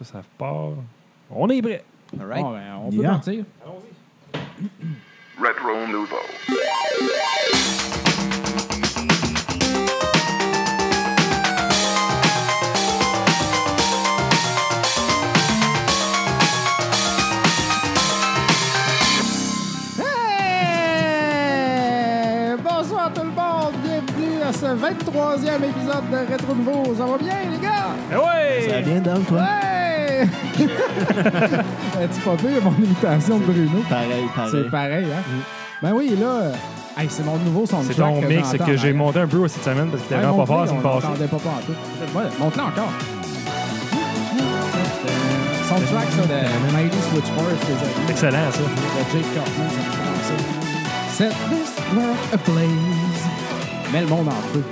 Ça, ça part. On est prêt. All right. Ah, Bon, ben, on peut Yeah. partir. Retro Nouveau. Hey! Bonsoir tout le monde, bienvenue à ce 23e épisode de Rétro Nouveau. Ça va bien, les gars? Eh ouais! Ça vient d'un toi? Ouais! As-tu pas vu mon imitation de Bruno? Pareil, pareil. C'est pareil, hein? Mm. Ben oui, là, euh, hey, c'est mon nouveau son C'est ton mix que j'ai hein. monté un peu cette semaine parce qu'il était vraiment pas fort, ça me On passait. n'entendait pas pas en tout. Ouais, monte-le encore. Euh, Soundtrack, ça, de Mighty Switch Force, les amis. Excellent, ça. de Jake Kaufman, ça me fait penser. Set this world ablaze. Mets le monde en feu.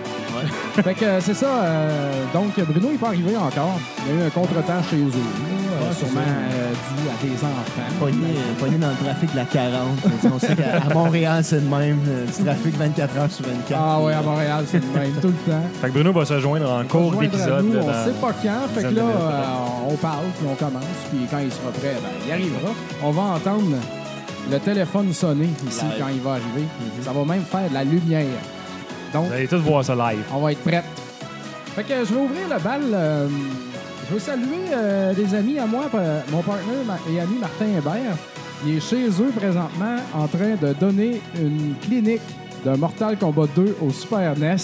fait que euh, c'est ça. euh, donc, Bruno n'est pas arrivé encore. Il y a eu un contretemps chez eux. euh, Ouais, c'est sûrement ça. euh, dû à des enfants. Pogné, pogné dans le trafic de la 40. Tu sais, On sait qu'à à Montréal, c'est le même. euh, Du trafic 24 heures sur 24. Ah ouais, à Montréal, c'est le même tout le temps. Fait que Bruno va se joindre en cours Rejoindre à d'épisode. nous, là, On dans- sait pas quand. Fait que là, dizaine de minutes, euh, on parle, puis on commence. Puis quand il sera prêt, ben, il arrivera. On va entendre le téléphone sonner ici Live. quand il va arriver. Ça va même faire de la lumière. Donc, Vous allez tous voir ça live. On va être prête. Fait que je vais ouvrir le bal. euh, je veux saluer euh, des amis à moi, euh, mon partenaire ma- et ami Martin Hébert. Il est chez eux présentement en train de donner une clinique de Mortal Kombat 2 au Super NES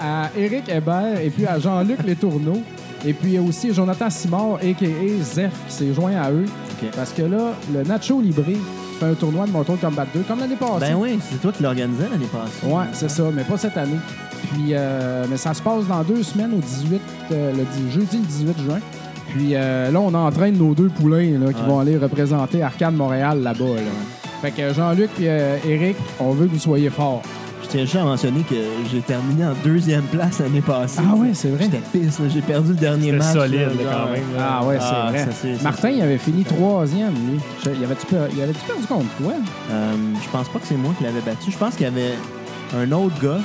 à Éric Hébert et puis à Jean-Luc Les Tourneaux. Et puis aussi Jonathan Simard, a.k.a. Zef, qui s'est joint à eux. Ok. Parce que là, le Nacho Libré fait un tournoi de Mortal Kombat 2 comme l'année passée. Ben oui, c'est toi qui l'organisais l'année passée. Ouais, c'est ça, mais pas cette année. Puis, euh, mais ça se passe dans deux semaines, au 18, euh, le dix- jeudi le 18 juin. Puis euh, là, on entraîne nos deux poulains là, qui Ouais. vont aller représenter Arcade Montréal là-bas. là. Fait que Jean-Luc et Eric, on veut que vous soyez forts. Je tiens juste à mentionner que j'ai terminé en deuxième place l'année passée. Ah ouais, c'est vrai. J'étais pisse, là. j'ai perdu le dernier C'était match. solide là, là, genre, quand même. là. Ah ouais, c'est Ah, vrai. ça, c'est- ça, Martin, c'est- il avait fini troisième, lui. Je- Il avait-tu per- il avait-tu perdu contre toi? Euh, je pense pas que c'est moi qui l'avais battu. Je pense qu'il y avait un autre gars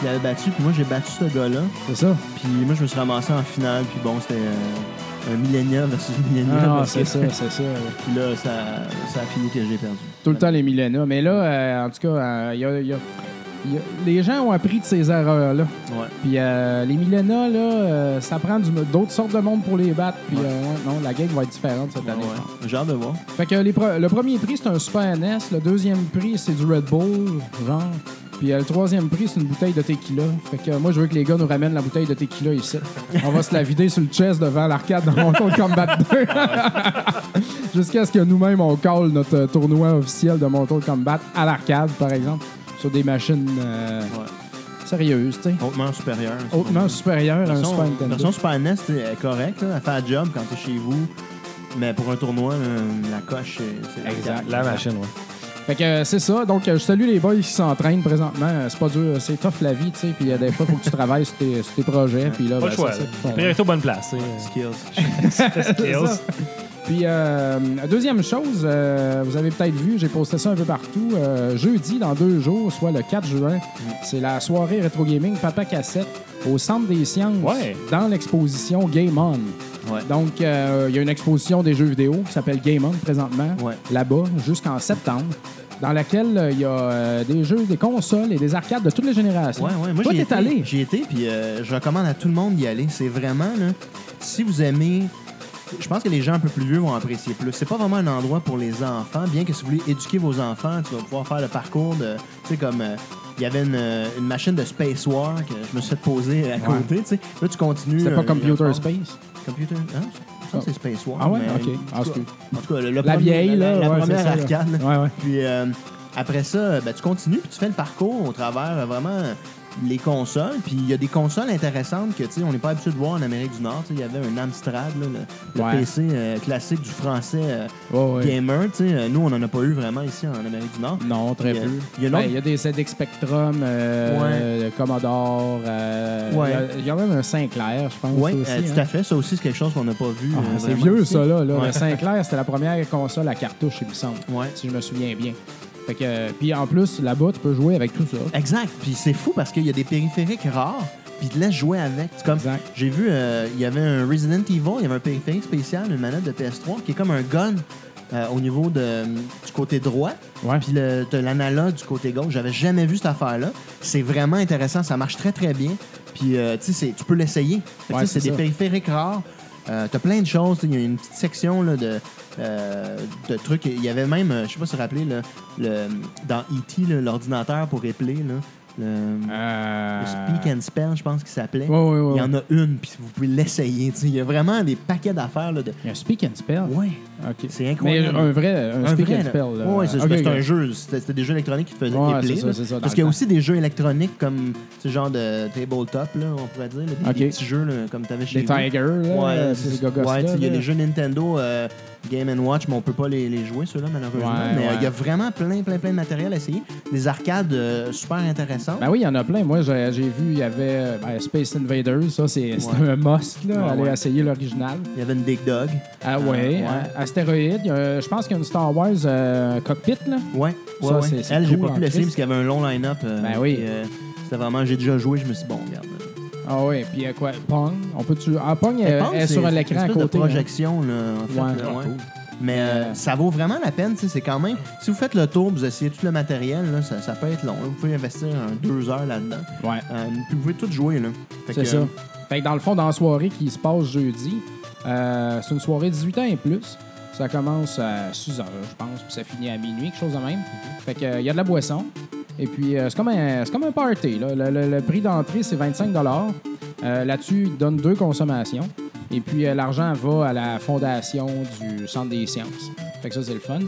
qui l'avait battu, puis moi j'ai battu ce gars-là. C'est ça? Puis moi je me suis ramassé en finale, puis bon, c'était euh, un millénium versus millénium. Ah, non, parce c'est que- ça, c'est ça. ouais. Puis là, ça, ça a fini que j'ai perdu. Tout le temps les millénaires. Mais là, euh, en tout cas, euh, il y a- il y a- il y a- les gens ont appris de ces erreurs-là. Ouais. Puis euh, les Milena, là, euh, ça prend du- d'autres sortes de monde pour les battre. Puis Ouais. euh, ouais, non, la game va être différente cette année. Ouais. J'ai hâte de voir. Fait que les pre- le premier prix, c'est un Super NS. Le deuxième prix, c'est du Red Bull, genre. Puis euh, le troisième prix, c'est une bouteille de tequila. Fait que euh, moi, je veux que les gars nous ramènent la bouteille de tequila ici. On va se la vider sur le chest devant l'arcade dans Mortal Kombat 2. Jusqu'à ce que nous-mêmes, on call notre euh, tournoi officiel de Mortal Kombat à l'arcade, par exemple, sur des machines euh, Ouais. sérieuses, tu sais. Hautement supérieur. Hautement supérieur à un Super version, Nintendo. version Super NES, c'est euh, correct. Là. Elle fait la job quand t'es chez vous. Mais pour un tournoi, euh, la coche, c'est- c'est... Exact. La machine, ouais. Fait que euh, c'est ça. Donc, euh, je salue les boys qui s'entraînent présentement. Euh, C'est pas dur, euh, c'est tough la vie, tu sais. Puis il y a des fois, faut que tu travailles sur tes, sur tes projets. Puis là, Pas ben, le ça, choix. c'est là. qu'ils font, ouais. Priorité aux bonnes places. Skills. C'est Skills. ça. Puis, euh, deuxième chose, euh, vous avez peut-être vu, j'ai posté ça un peu partout. euh, jeudi, dans deux jours, soit le 4 juin, c'est la soirée rétro gaming Papa Cassette au Centre des sciences Ouais. dans l'exposition Game On. Ouais. Donc, euh, il y a une exposition des jeux vidéo qui s'appelle Game On présentement, Ouais. là-bas, jusqu'en septembre, dans laquelle euh, il y a euh, des jeux, des consoles et des arcades de toutes les générations. Ouais, ouais. Moi, Toi, j'y ai t'es été, allé. J'y ai été, puis euh, je recommande à tout le monde d'y aller. C'est vraiment, là, si vous aimez... Je pense que les gens un peu plus vieux vont apprécier plus. C'est pas vraiment un endroit pour les enfants, bien que si vous voulez éduquer vos enfants, tu vas pouvoir faire le parcours de... Tu sais, comme... euh, il y avait une, euh, une machine de Space War que je me suis fait poser à côté, tu sais. Là, tu continues... C'était pas euh, Computer le- Space. Computer... hein? Ça, c'est Space War. Ah ouais? mais- OK. Ah, en tout cas- excuse. En tout cas, le, le La premier- vieille, la- là. la ouais, c'est première ça, là. arcade. là. Ouais, ouais. Puis euh, après ça, euh, ben, tu continues, puis tu fais le parcours au travers euh, vraiment euh, les consoles. Puis il y a des consoles intéressantes que tu sais, on n'est pas habitué de voir en Amérique du Nord. Tu sais, Il y avait un Amstrad, là, le, le Ouais. PC euh, classique du français euh, Ouais, ouais. gamer. tu sais. Euh, Nous, on n'en a pas eu vraiment ici en Amérique du Nord. Non, très Il y a- peu. il y a une Ben, autre- Il y a des ZX Spectrum, euh, le Commodore. euh, il y a- Ouais. Il y, a même un Sinclair, je pense. Oui, aussi, hein. euh, tout à fait. Ça aussi, c'est quelque chose qu'on n'a pas vu. Ah, euh, c'est vraiment vieux, ici. ça, là. là. Ouais. Le Sinclair, c'était la première console à cartouche, il me semble, Ouais. si je me souviens bien. Fait que, euh, puis en plus, là-bas, tu peux jouer avec tout ça. Exact. Puis c'est fou parce qu'il y a des périphériques rares. puis il te laisse jouer avec. C'est comme, Exact. j'ai vu, euh, il y avait un Resident Evil, il y avait un périphérique spécial, une manette de PS3 qui est comme un gun euh, au niveau de, du côté droit, Ouais. puis le- t'as l'analogue du côté gauche. J'avais jamais vu cette affaire-là. C'est vraiment intéressant, ça marche très très bien. Puis euh, tu sais, c'est- tu peux l'essayer. Fait que, Ouais, tu sais, c'est c'est des ça. périphériques rares. Euh, t'as plein de choses. Il y a une petite section là, de, euh, de trucs. Il y avait même, euh, je sais pas si vous vous rappelez, le, le- dans E.T., là, l'ordinateur pour épeler, là, le, Euh... le Speak and Spell, je pense qu'il s'appelait. Ouais, ouais, ouais. Il y en a une, puis vous pouvez l'essayer. tu sais. Il y a vraiment des paquets d'affaires. là, De... Il y a un speak and spell. Ouais, OK. c'est Mais incroyable. un vrai, un, Un speak vrai, and là. spell. là. Ouais, c'est Ok, c'est ok. un jeu. C'était c'était des jeux électroniques qui te faisaient Ouais, épeler, c'est ça, là. c'est ça, dans Parce le qu'il y a temps. aussi des jeux électroniques comme ce genre de tabletop, là, on pourrait dire. là, des, Ok. des petits jeux là, comme tu avais chez Des vous. Tigers, Ouais, euh, là, c'est- ces ouais, gogos tu sais, il y a les jeux Nintendo euh, Game Watch, mais on peut pas les, les jouer, ceux-là, malheureusement. Ouais, mais euh, il ouais. y a vraiment plein, plein, plein de matériel à essayer. Des arcades euh, super intéressantes. Ben oui, il y en a plein. Moi, j'ai j'ai vu, il y avait ben, Space Invaders. Ça, c'est c'est Ouais. un must. Là, Ouais, aller ouais. essayer l'original. Il y avait une Big Dog. Ah ouais, ouais, ouais. hein, Astéroïde. il y a- Je pense qu'il y a une Star Wars euh, cockpit. Là. Ouais, ouais, Ça, ouais. c'est- c'est Elle, j'ai cool, pas en pu l'essayer Christ. parce qu'il y avait un long line-up. euh, Ben oui. puis, euh, C'était vraiment, j'ai déjà joué, je me suis dit, bon, regarde. euh, Ah ouais, puis il y a quoi Pong. On peut tu. Ah, Pong Je elle- pense elle que est sur c'est- l'écran c'est à une espèce côté. de là. projection, là, en fait, Ouais. là, ouais. Mais euh, Ouais. ça vaut vraiment la peine, tu sais, c'est quand même... Si vous faites le tour, vous essayez tout le matériel, là, ça, ça peut être long. là. Vous pouvez investir un, deux heures là-dedans. Ouais. Euh, puis vous pouvez tout jouer, là. Fait C'est que, ça. euh, Fait que dans le fond, dans la soirée qui se passe jeudi, euh, c'est une soirée 18 ans et plus. Ça commence à 6 heures, je pense, puis ça finit à minuit, quelque chose de même. Fait qu'il y a de la boisson. Et puis, euh, c'est comme, un- c'est comme un party. là. Le, le- le prix d'entrée, c'est 25 Euh, Là-dessus, ils donnent deux consommations. Et puis, euh, l'argent va à la fondation du Centre des sciences. Fait que ça, c'est le fun.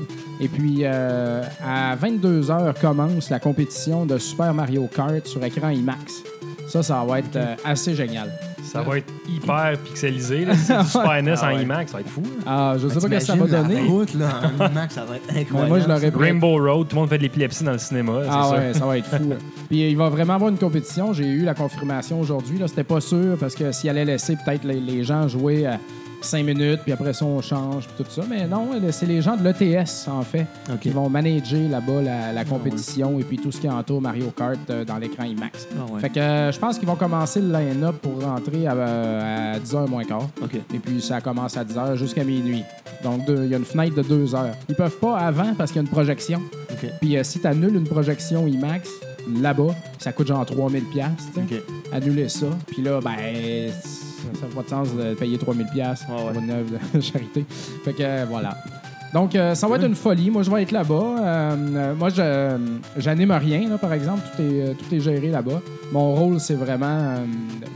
Et puis, euh, à 22 h commence la compétition de Super Mario Kart sur écran IMAX. Ça, ça va être euh, assez génial. Ça va être hyper pixelisé. là. Si C'est du Super NES en ouais. IMAX, ça va être fou. là. Ah, je sais pas t'imagines que ça va la donner. route, là, en IMAX, ça va être mais incroyable. moi, je l'aurais pris. Rainbow Road, tout le monde fait de l'épilepsie dans le cinéma. c'est Ah ça. ouais, ça va être fou. là. Puis il va vraiment avoir une compétition. J'ai eu la confirmation aujourd'hui. là. C'était pas sûr parce que s'il allait laisser peut-être les, les gens jouer 5 minutes, puis après ça on change, puis tout ça. Mais non, c'est les gens de l'ETS en fait OK. Ah, qui vont manager là-bas la, la compétition et puis tout ce qui entoure Mario Kart euh, dans l'écran IMAX. Ah ouais. Fait que euh, je pense qu'ils vont commencer le line-up pour rentrer à, euh, à 10h moins quart. OK. Et puis ça commence à 10h jusqu'à minuit. Donc deux- il y a une fenêtre de 2 heures. Ils peuvent pas avant parce qu'il y a une projection. OK. Puis euh, si tu annules une projection IMAX là-bas, ça coûte genre 3000 pièces. OK. Annuler ça, puis là ben ça n'a pas de sens de payer 3000 pièces Ah Ouais, ouais. pour une œuvre de charité. Fait que euh, voilà. Donc euh, ça va être une folie. Moi je vais être là-bas. Euh, euh, moi je euh, j'anime rien là, par exemple, tout est euh, tout est géré là-bas. Mon rôle c'est vraiment euh,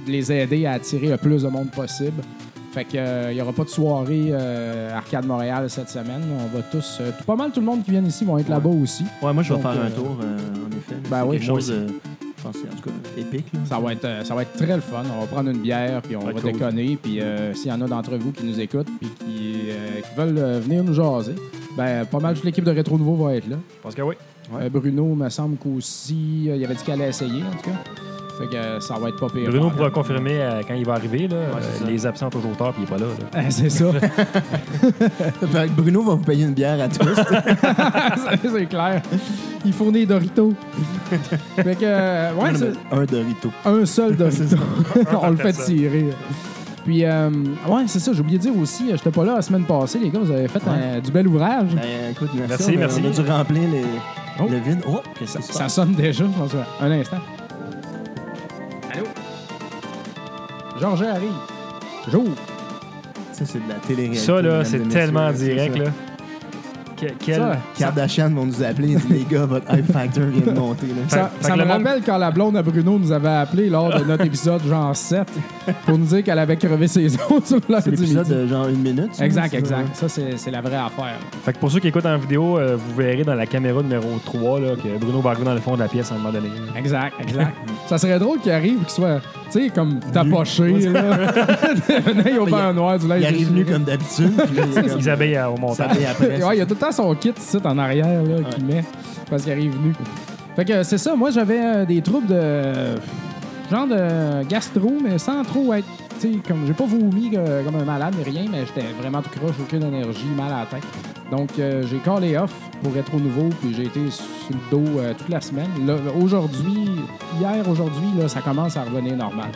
de les aider à attirer le plus de monde possible. Fait que euh, il y aura pas de soirée euh, Arcade Montréal cette semaine. On va tous euh, tout- pas mal tout le monde qui vient ici vont être Ouais. là-bas aussi. Ouais, moi, je vais Donc, faire un euh, tour, euh, en effet. là. ben C'est oui, quelque moi chose, euh, je pense, que c'est, en tout cas, épique, là. Ça va, être, euh, ça va être très le fun. On va prendre une bière, puis on va va être cool. déconner. Puis euh, s'il y en a d'entre vous qui nous écoutent, puis qui, euh, qui veulent euh, venir nous jaser, ben pas mal toute l'équipe de Rétro Nouveau va être là. Je pense que oui. Ouais. Euh, Bruno, me semble qu'aussi, euh, il avait dit qu'il allait essayer, en tout cas. Fait que euh, ça va être pas pire. Bruno Voilà. pourra confirmer euh, quand il va arriver. Là, c'est euh, ça. les absents ont toujours tard, puis il est pas là. là. Ah, C'est ça, Fait que Bruno va vous payer une bière à tous. c'est c'est clair. Il fournit des Doritos. fait que, euh, ouais, c'est- un Dorito. un seul Dorito. On le fait personne. tirer. Puis, euh, ouais, c'est ça, j'ai oublié de dire aussi, euh, j'étais pas là la semaine passée, les gars, vous avez fait un- du bel ouvrage. Ben, écoute, Merci, on a- merci. On a dû remplir les, Oh. le vide. Oh, qu'est-ce que Ça sonne déjà, je pense. Un instant. Allô? Georges arrive. J'ouvre. Ça, c'est de la télé-réalité. Ça, là, mesdames et c'est messieurs, tellement là, c'est direct. ça. Là. Que- quel- Ça, Kardashian vont nous appeler et dire Les gars, votre hype factor vient de monter. Là. Ça, fait ça que me le monde- rappelle quand la blonde à Bruno nous avait appelé lors de notre épisode genre 7 pour nous dire qu'elle avait crevé ses os sur l'heure c'est du midi. l'épisode de genre une minute. ça, Exact, c'est- exact. Ça, c'est c'est la vraie affaire. Fait que pour ceux qui écoutent en vidéo, euh, vous verrez dans la caméra numéro 3 là, que Bruno va arriver dans le fond de la pièce à un moment donné. là. Exact, exact. ça serait drôle qu'il arrive qu'il soit, tu sais, comme tapoché, là. Un œil au Il- beurre noir, du linge. Il arrive nu déchiré. comme d'habitude. puis là, il est comme- Isabelle euh, au Ça montage. vient après. Ouais, il y a tout le temps son kit ici en arrière là, qu'il met parce qu'il arrive nu. Fait que euh, c'est ça, moi j'avais euh, des troubles de genre de gastro, mais sans trop être tu sais, comme j'ai pas vomi euh, comme un malade ni rien, mais j'étais vraiment tout croche, aucune énergie, mal à la tête. Donc euh, j'ai callé off pour être au nouveau, puis j'ai été sur le dos euh, toute la semaine. Là, aujourd'hui, hier, aujourd'hui, là, ça commence à revenir normal.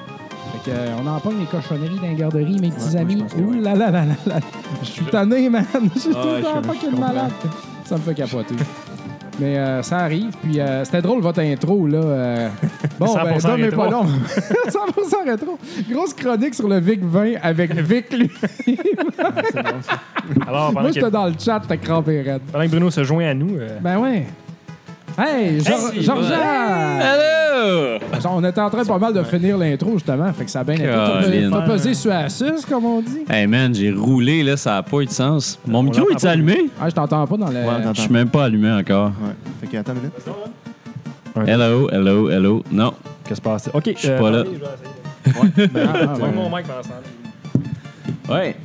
Fait que, euh, on en pogne les cochonneries dans les garderies, mes petits moi, je amis. pense que Ouh ouais. là là là là là. Je suis tanné, man. Je suis Ah tout ouais, le temps je- je fucking comprends. malade. Ça me fait capoter. Mais euh, ça arrive. Puis euh, c'était drôle votre intro, là. euh. Bon, ben, 100% Dom est pas rétro. long. 100% rétro. Grosse chronique sur le Vic 20 avec Vic, lui. Alors, pendant, Moi, que, j'étais dans le chat, t'as crampé raide. pendant que Bruno se joint à nous, euh, Ben ouais. Hey, Geor- Hey, Georgia! Hello! Genre, On était en train pas mal de finir l'intro, justement. Fait que ça a bien été. T'as pe- Colin. T'as pesé sur la suce, comme on dit. Hey man, j'ai roulé là, ça n'a pas eu de sens. Mon micro l'entend est pas. allumé? Ah, je t'entends pas dans le. Ouais, t'entends. Je suis même pas allumé encore. Ouais. Fait que, attends une minute. Hello, hello, hello. Non, qu'est-ce qui se passe? OK, je suis euh, pas là. Ah, ah, ouais. mon mic pendant ce temps. Ouais.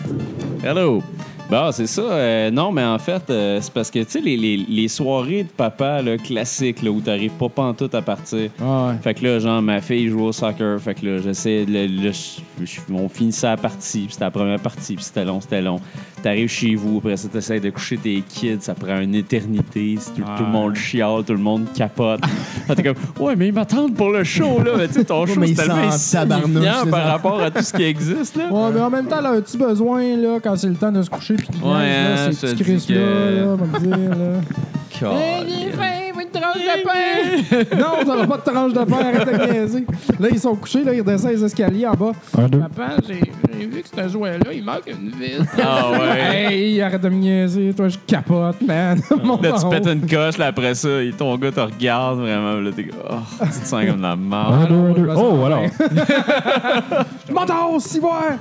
Hello. Bon, c'est ça. Euh, non, mais en fait, euh, c'est parce que, tu sais, les, les- les soirées de papa là, classiques, là, où t'arrives pas pantoute à partir. Ah, ouais. Fait que là, genre, ma fille joue au soccer. Fait que là, j'essaie. de- là, je- je- on finissait la partie, puis c'était la première partie, puis c'était long, c'était long. T'arrives chez vous, après ça, t'essayes de coucher tes kids, ça prend une éternité. c'est Tout, tout le monde chiale, tout le monde capote. Fait que t'es comme, ouais, mais ils m'attendent pour le show, là. Mais tu sais, ton show, mais c'est ils tellement sont en tabarnouche, insignifiant ces par enfants. rapport à tout ce qui existe, là. Ouais, mais en même temps, elle a un petit besoin, là, quand c'est le temps de se coucher, puis qu'il Ouais, neige, hein, là, je ces te petits Chris, dis là, que- là, on va me dire, là. Non, on n'aura pas de tranche de pain, arrête de niaiser. Là, ils sont couchés, là, ils redescendent les escaliers en bas. Papa, j'ai j'ai vu que ce jouet-là, il manque une vis. Ah ouais. Hey, arrête de me niaiser, toi, je capote, man. Monte Là, tu en haut. pètes une coche, là, après ça, et ton gars te regarde vraiment, là, t'es comme, oh, tu te sens comme de la merde. Ah, Oh, alors. Monte en haut, si voir!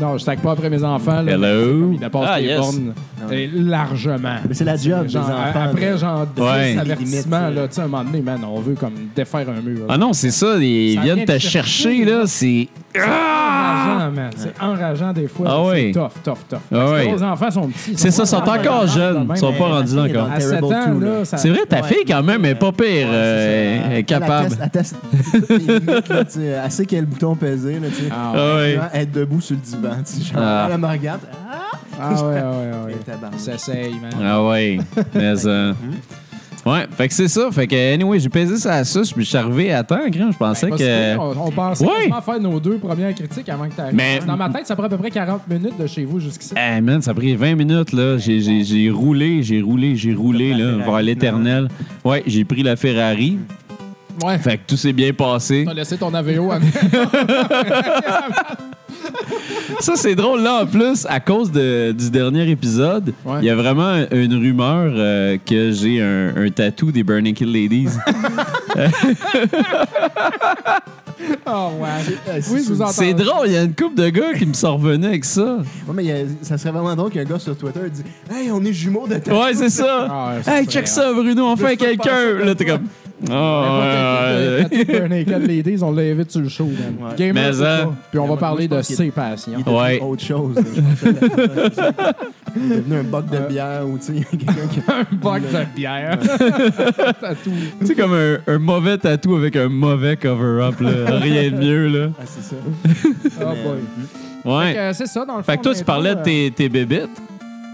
Non, je sac pas après mes enfants, là. Hello. Ils dépassent Ah, les yes. bornes et largement. Mais c'est la job Euh, des Genre, enfants. a- après, genre, Ouais. des avertissements, Limite, là, tu sais, un moment donné, man, on veut comme défaire un mur. là. Ah non, c'est ça, ils Ça viennent vient te te chercher, chercher, là, c'est. enrageant, man. C'est enrageant des fois. Ah c'est oui. tough, tough, tough. Ah oui. Les enfants sont petits. ils C'est ça, ils sont pas encore rentrés jeunes, dans le ils sont même- pas rendus ma fille est encore. dans À 7 Terrible ans, two, là, là. ça... C'est vrai, ta Ouais. fille, quand même, est pas pire, euh, Ouais, est c'est ça. capable. Elle teste- elle teste toutes les limites, là, tu sais. Elle sait quel bouton peser. Là, tu sais. Ah ouais, Ah ouais. Genre, Être debout sur le divan. tu sais, Genre, Ah. Elle me regarde. Ah, ah ouais, ouais, ouais. Et tabarnak. Ça s'essaye, man. Ah ouais, mais. euh, Mm-hmm. Ouais, fait que c'est ça. Fait que, anyway, j'ai pesé ça à suce, puis je suis arrivé à temps, grand. Je pensais Parce que. que On, on pensait Ouais. vraiment faire nos deux premières critiques avant que tu arrives. Mais- Dans ma tête, ça prend à peu près 40 minutes de chez vous jusqu'ici. Hey Ah, man, ça a pris 20 minutes là. J'ai, j'ai- j'ai roulé, j'ai roulé, j'ai roulé T'as pris la là, Ferrari, vers l'éternel. Ouais, j'ai pris la Ferrari. Ouais. Fait que tout s'est bien passé. T'as laissé ton AVO à Ça, c'est drôle là en plus, à cause de- du dernier épisode, il Ouais. y a vraiment une rumeur euh, que j'ai un, un tatou des Burning Kill Ladies. Oh, ouais. Ah, c'est- Oui, je vous entends. c'est drôle, il y a une couple de gars qui me sont revenus avec ça. Ouais, mais il y a- ça serait vraiment drôle qu'un gars sur Twitter dise Hey, on est jumeaux de tête. Ouais, c'est ça. Ah, ouais, hey, serait- check ça, Bruno, enfin quelqu'un. Là, t'es comme. Oh, ouais, ouais. Un naked ladies, on l'invite sur le show. man. Ouais. Gamer, Mais, c'est hein. ça. Puis on va Moi, parler je pense de qu'il- ses passions. Il est devenu Ouais. autre chose. là, je pense que c'est- il est devenu un boc de bière ou tu sais, il y a quelqu'un qui. Boc de bière. Tatou. Tu sais, comme un, un mauvais tatou avec un mauvais cover-up, là. Rien de mieux, là. Ah, c'est ça. Ah, boy. Fait que, Ouais. euh, C'est ça, dans le fond. Fait que toi, on tu est parlais de trop, tes, tes bébites. euh,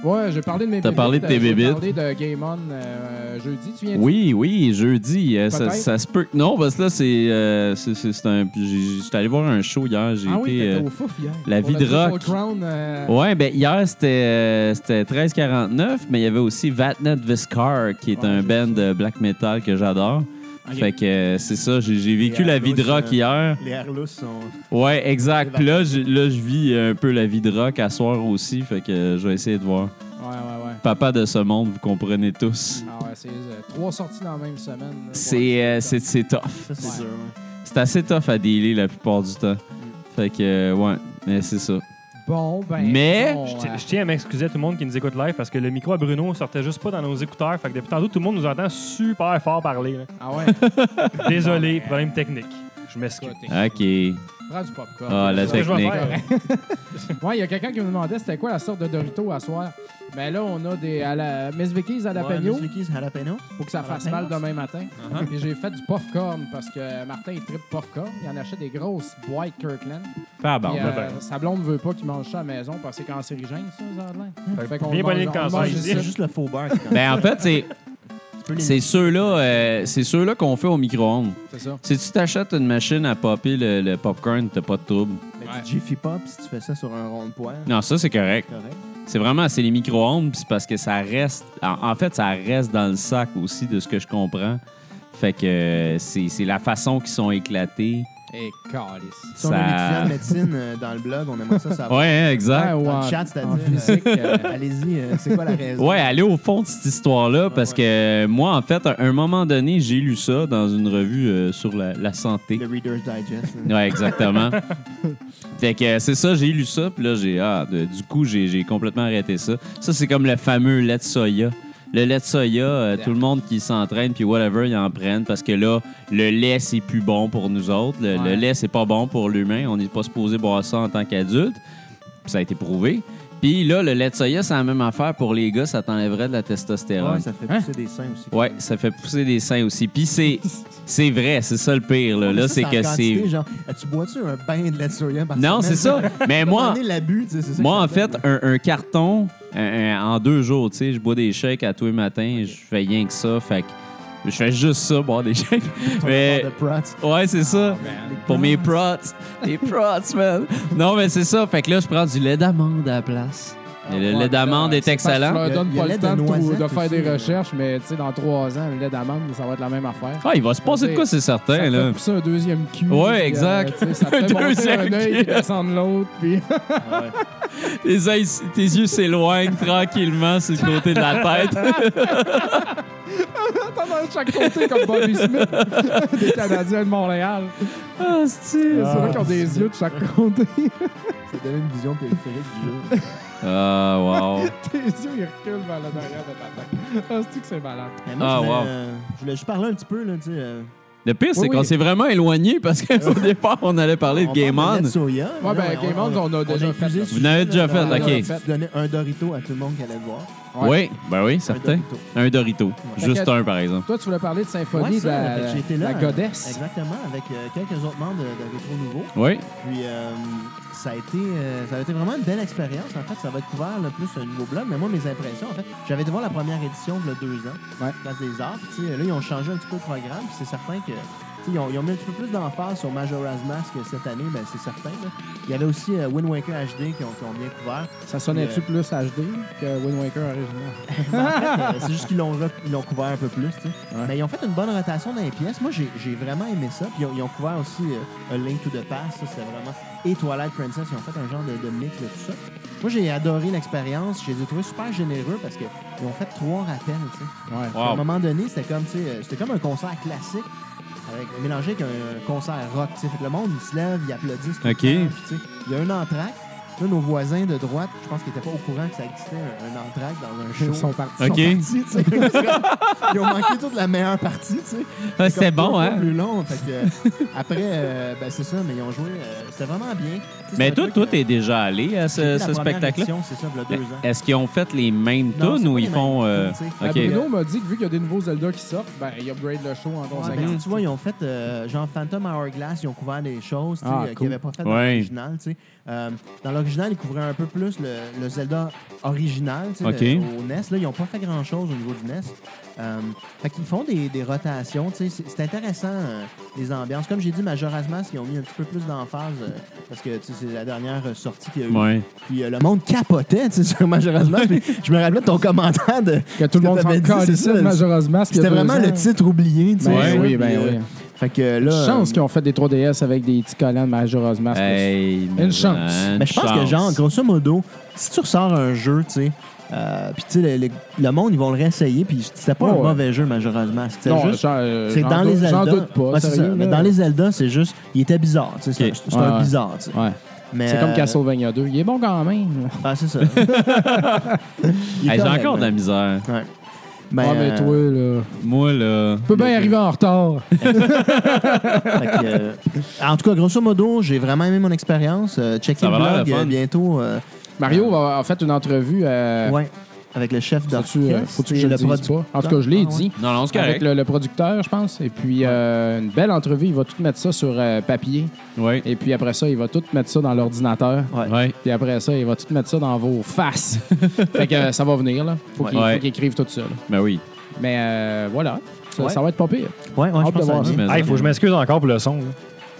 Ouais, j'ai parlé de mes T'as parlé de tes euh, bébites. J'ai parlé de Game On euh, jeudi. Tu viens de Oui, oui, jeudi. euh, ça, Peut-être. ça se peut que. Non, parce que là, c'est. euh, c'est- c'est c'est un. j'ai- j'ai- J'étais allé voir un show hier. J'ai Ah été. oui, t'étais euh, au fouf hier. la Pour vie le de rock. Triple Crown, euh, Ouais, ben hier c'était euh, c'était 1349, mais il y avait aussi Vatnet Viscar qui est Ah, un j'ai band de black metal que j'adore. Ok. Fait que euh, c'est ça, j'ai j'ai vécu Et la vie de Arlo, rock c'est- hier. Les Harlows sont. Ouais, exact. Les Puis là, j'ai- là, je vis un peu la vie de rock à soir aussi, fait que euh, je vais essayer de voir. Ouais, ouais, ouais. Papa de ce monde, vous comprenez tous. Ah ouais, c'est euh, trois sorties dans la même semaine. là, pour C'est euh, un c'est- seul c'est tough. Ça, c'est hein. Ouais. sûr. ouais. C'est assez tough à dealer la plupart du temps. Fait que, euh, ouais, mais c'est ça. temps. Bon, ben. Mais- bon, Je euh, ti- je tiens à m'excuser à tout le monde qui nous écoute live parce que le micro à Bruno sortait juste pas dans nos écouteurs. Fait que depuis tantôt, tout le monde nous entend super fort parler. là. Ah ouais. Désolé, problème technique. Je m'excuse. OK. Prends du popcorn. Ah, la C'est ce que je vais technique. faire. Ouais, il y a quelqu'un qui me demandait c'était quoi la sorte de Dorito à soir. Mais là, on a des à la, Miss Vicky's à la Ouais, Miss Vicky's jalapeno. pour que ça fasse mal Jalapenos? demain matin. Uh-huh. Et j'ai fait du puff corn parce que Martin, il tripe puff corn. Il en achète des grosses boîtes Kirkland. Pardon. Puis, euh, ben, ben. Sa blonde veut pas qu'il mange ça à la maison parce que c'est cancérigène, ça, aux Andelins. Fait Fait que qu'on bien mange- pogné le on cancer mange ici. ça. C'est juste le faux beurre. qui est Ben, en fait, c'est. un peu les- C'est ceux-là euh, c'est ceux-là qu'on fait au micro-ondes. C'est ça. Si tu t'achètes une machine à popper le, le popcorn, t'as pas de trouble. Mais Ouais. du Jiffy Pop, si tu fais ça sur un rond de poing, Non, ça, c'est correct. correct. C'est vraiment, c'est les micro-ondes, puis c'est parce que ça reste. En, en fait, ça reste dans le sac aussi, de ce que je comprends. Fait que euh, c'est c'est la façon qu'ils sont éclatés. Et calice. Si on a un Ça- étudiant de médecine euh, dans le blog, on aimerait ça savoir. Ouais, hein, exact. Ouais, Dans ouais. le chat, c'est-à-dire, En physique, euh, allez-y, euh, c'est quoi la raison? Ouais, aller au fond de cette histoire-là, parce ouais. que euh, moi, en fait, à un moment donné, j'ai lu ça dans une revue euh, sur la, la santé. Le Reader's Digest. là. Ouais, exactement. fait que euh, c'est ça, j'ai lu ça, puis là, j'ai. Ah, de- du coup, j'ai j'ai complètement arrêté ça. Ça, c'est comme le fameux lait de soya. Le lait de soya, euh, tout le monde qui s'entraîne, puis whatever, ils en prennent parce que là, le lait, c'est plus bon pour nous autres. Le, le Ouais. lait, c'est pas bon pour l'humain. On n'est pas supposé boire ça en tant qu'adulte. Puis ça a été prouvé. Puis là, le lait de soya, c'est la même affaire pour les gars, ça t'enlèverait de la testostérone. Ouais, ça fait pousser des seins aussi. Ouais, ça fait pousser des seins aussi. Puis c'est c'est vrai, c'est ça le pire. Là, Mais là ça, c'est en que quantité, c'est. genre, Ah, tu bois-tu un bain de lait de soya par Non, c'est semaine? ça. Mais moi, Donner l'abus, tu sais, c'est ça moi que en j'appelle, fait, un, un carton un- un- en deux jours, tu sais, je bois des shakes à tous les matins, je fais rien que ça, fait que je fais juste ça, boire des shakes. ton Mais rapport de Pratt. ouais, c'est ça. Pour mes prots, les prots, man. Non, mais c'est ça. Fait que là, je prends du lait d'amande à la place. Et le lait d'amande est Je excellent. leur donne Il y a- pas il y a le temps lait de de, tout- de noisette faire aussi, des là. recherches, mais tu sais, dans trois ans, le lait d'amande, ça va être la même affaire. Ah, il va se passer de quoi, c'est Ça certain, te Hein, là. fait pousser un deuxième cul. Ouais, puis, euh, exact. tu sais, ça te fait Un monter deuxième un œil qui cul. descend de l'autre. Puis... Tes yeux, tes yeux s'éloignent tranquillement sur le côté de la tête. T'en as de chaque côté comme Bobby Smith des Canadiens de Montréal. Ah, c'est C'est vrai qu'ils ont des yeux de chaque côté. Ça te donne une vision périphérique du jeu. Ah, wow. Tes yeux, ils reculent vers le derrière de ta tête. Ah, c'est-tu que c'est malade? Mais Ah, moi, je voulais, wow. euh, je voulais juste parler un petit peu, là, tu sais. euh, Le pire, c'est Oui, qu'on oui. s'est vraiment éloigné parce qu'au départ, on allait parler on de Game parle On. de lait de soya. Ouais, ben, mais Game On, on a déjà infusé fait, le là. sujet, Vous n'avez déjà là, fait, dans- ok. on a fait- Tu donnais un Dorito à tout le monde qui allait le voir. Oui, ben oui, Un certain. Dorito. Un Dorito. Juste Fait que- un, par exemple. Toi, tu voulais parler de Symphonie Ouais, de ça, la, fait que j'étais là, la euh, godesse. Exactement, avec euh, quelques autres membres de, de Rétro Nouveau. Oui. Puis euh, ça, a été, euh, ça a été vraiment une belle expérience. En fait, ça va être couvert là, plus un nouveau blog. Mais moi, mes impressions, en fait, j'avais été voir la première édition il y a deux ans, Ouais. Place des Arts. Puis, tu sais, là, ils ont changé un petit peu le programme. Puis c'est certain que. tu sais, Ils ont, ils ont mis un petit peu plus d'emphase sur Majora's Mask cette année, ben, c'est certain. là. Il y avait aussi euh, Wind Waker HD qui ont, qui ont bien couvert. Ça sonnait-tu plus HD que Wind Waker original? Euh, c'est juste qu'ils l'ont re- ils l'ont couvert un peu plus. tu sais. Mais ils ont fait une bonne rotation dans les pièces. Moi, j'ai j'ai vraiment aimé ça. Puis ils ont, ils ont couvert aussi euh, A Link to the Past. Ça, c'était vraiment. Et Twilight Princess. Ils ont fait un genre de, de mix de tout ça. Moi, j'ai adoré l'expérience. Je les ai trouvés super généreux parce qu'ils ont fait trois rappels. tu sais. Ouais. À un Wow. moment donné, c'était comme, tu sais, euh, c'était comme un concert classique. Avec, mélangé avec un concert rock. tu sais. Fait que le monde, il se lève, il applaudit. c'est tout le OK. temps, puis, tu sais, Il y a un entraque. Là, nos voisins de droite, je pense qu'ils n'étaient pas au courant que ça existait, un, un entraque dans un show. Ils sont partis. OK. Ils sont partis, tu sais. Ils ont manqué toute la meilleure partie, tu sais. Ah, C'était Comme deux bon, fois hein? plus long. Fait que, euh, après, euh, ben, c'est ça, mais ils ont joué. euh, C'était vraiment bien. Tu sais, Mais c'est un toi, truc, toi, euh, t'es déjà allé à c'était la ce, ce première spectacle-là? Ben, édition, C'est ça, il y a deux ans. Est-ce qu'ils ont fait les mêmes Non, c'est tunes pas ou les ils font. mêmes euh, tunes, tu sais. OK. Ben, Bruno m'a dit que vu qu'il y a des nouveaux Zelda qui sortent, ben, il upgrade le show en Ouais, conséquence. ben, tu vois, ils ont fait euh, genre Phantom Hourglass, ils ont couvert des choses tu sais, Ah, euh, cool. qu'ils n'avaient pas fait Ouais. dans l'original. tu sais. Euh, dans l'original, ils couvraient un peu plus le, le Zelda original tu sais, Ok. le- au NES. Là, ils n'ont pas fait grand-chose au niveau du NES. Euh, fait qu'ils font des, des rotations. tu sais. C'est c'est intéressant, euh, les ambiances. Comme j'ai dit, Majora's Mask, ils ont mis un petit peu plus d'emphase euh, parce que tu sais, c'est la dernière euh, sortie qu'il y a eu. Ouais. Puis euh, le monde capotait tu sais, sur Majora's Mask. Puis je me rappelais de ton commentaire de... Que tout le monde Ce que s'en t'avais dit, calisse c'est ça. de Majora's Mask. il y a C'était deux vraiment ans. le titre oublié. tu sais. Ben oui, Puis, ben euh, oui. Fait que là. Une euh, chance qu'ils ont fait des 3DS avec des petits collants de Majora's Mask. Hey, Une chance. man, Mais Ben, je pense que, chance. genre, grosso modo, si tu ressors un jeu, tu sais, euh, puis tu sais, le, le- le monde, ils vont le réessayer, puis c'était pas Ouais, un ouais. mauvais jeu, Majora's Mask. C'était Non, juste. j'en- euh, C'est j'en dans doute- les Zelda. J'en doute pas. Ouais, c'est sérieux, ça. Mais là. dans les Zelda, c'est juste. Il était bizarre, tu sais. c'est Ok. un- C'est un Ouais, ouais. bizarre, tu sais. Ouais. Mais, C'est comme euh, Castlevania 2. Il est bon quand même. Ah, c'est ça. Hey, J'ai encore de la misère. Ouais. Ben, ah, mais euh, toi, là. Moi, là. Tu peux bien arriver en retard. Fait que, euh, en tout cas, grosso modo, j'ai vraiment aimé mon expérience. Euh, checkez Ça le va l'air blog le euh, fun. bientôt. euh, Mario a a fait une entrevue à. ouais, avec le chef Faut-tu, d'orchestre. euh, Faut-tu que je et le dise producteur. pas? En tout cas, je l'ai Ah, ouais. dit. Non, non, c'est Avec correct. le, le producteur, je pense. Et puis, euh, une belle entrevue. Il va tout mettre ça sur euh, papier. Ouais. Et puis après ça, il va tout mettre ça dans l'ordinateur. Ouais. Ouais. Puis après ça, il va tout mettre ça dans vos faces. fait que euh, ça va venir, là. Faut qu'il Ouais. faut qu'il écrive tout ça. là. Ben oui. Mais euh, voilà. Ça, Ouais. ça va être pas pire. Ouais, ouais, je Hâte de pense voir que ça ça. va bien. Mais- Hey, faut que je m'excuse encore pour le son. là.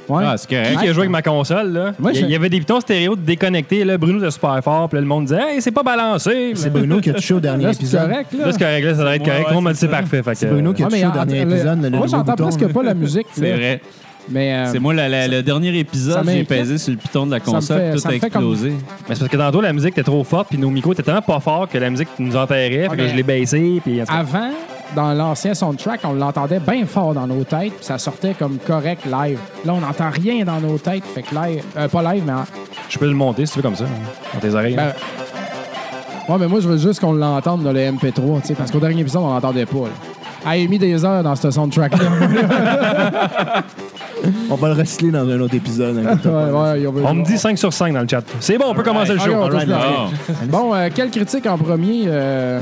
Ouais. Ah, c'est correct. Quand Ouais. j'ai Hein, joué avec ma console, là, Moi, il y- je- il y avait des pitons stéréo déconnectés. Là, Bruno était super fort. Puis là, le monde disait Hey, c'est pas balancé. C'est Bruno qui a touché au dernier là, c'est épisode. correct, là. Là, c'est correct. Là, ça devrait être Ouais, correct. ouais, Tout le monde m'a dit c'est C'est parfait. Fait que, C'est Bruno qui a Ah, mais touché au en- dernier le- épisode. le- le moi, nouveau j'entends bouton, là. presque pas la musique. C'est là. vrai. Mais euh, C'est moi, la- la- le dernier ça épisode, m'inquiète. j'ai pesé sur le piton de la Ça me console, fait- puis tout ça a me fait comme- explosé. Mais c'est parce que tantôt, la musique était trop forte. Puis nos micros étaient tellement pas forts que la musique nous enterrait. Ah, Fait que mais- je l'ai baissé. Puis en tout cas, avant, dans l'ancien soundtrack, on l'entendait bien fort dans nos têtes, puis ça sortait comme correct live. Là, on n'entend rien dans nos têtes, fait que live, euh, pas live, mais en- Ah. je peux le monter si tu veux comme ça. hein, Dans tes oreilles. Ben, ouais, mais moi, je veux juste qu'on l'entende dans le MP3, tu sais, parce qu'au dernier épisode, on l'entendait pas. là. Ah, Il a mis des heures dans ce soundtrack-là. On va le recycler dans un autre épisode. hein, inquiète-toi Ouais, pas. ouais, on veut- On me dit 5 sur 5 dans le chat. C'est bon, on peut commencer le Ah, show. on touche Alright, plus à Ah. rien. Bon, euh, quelle critique en premier? euh,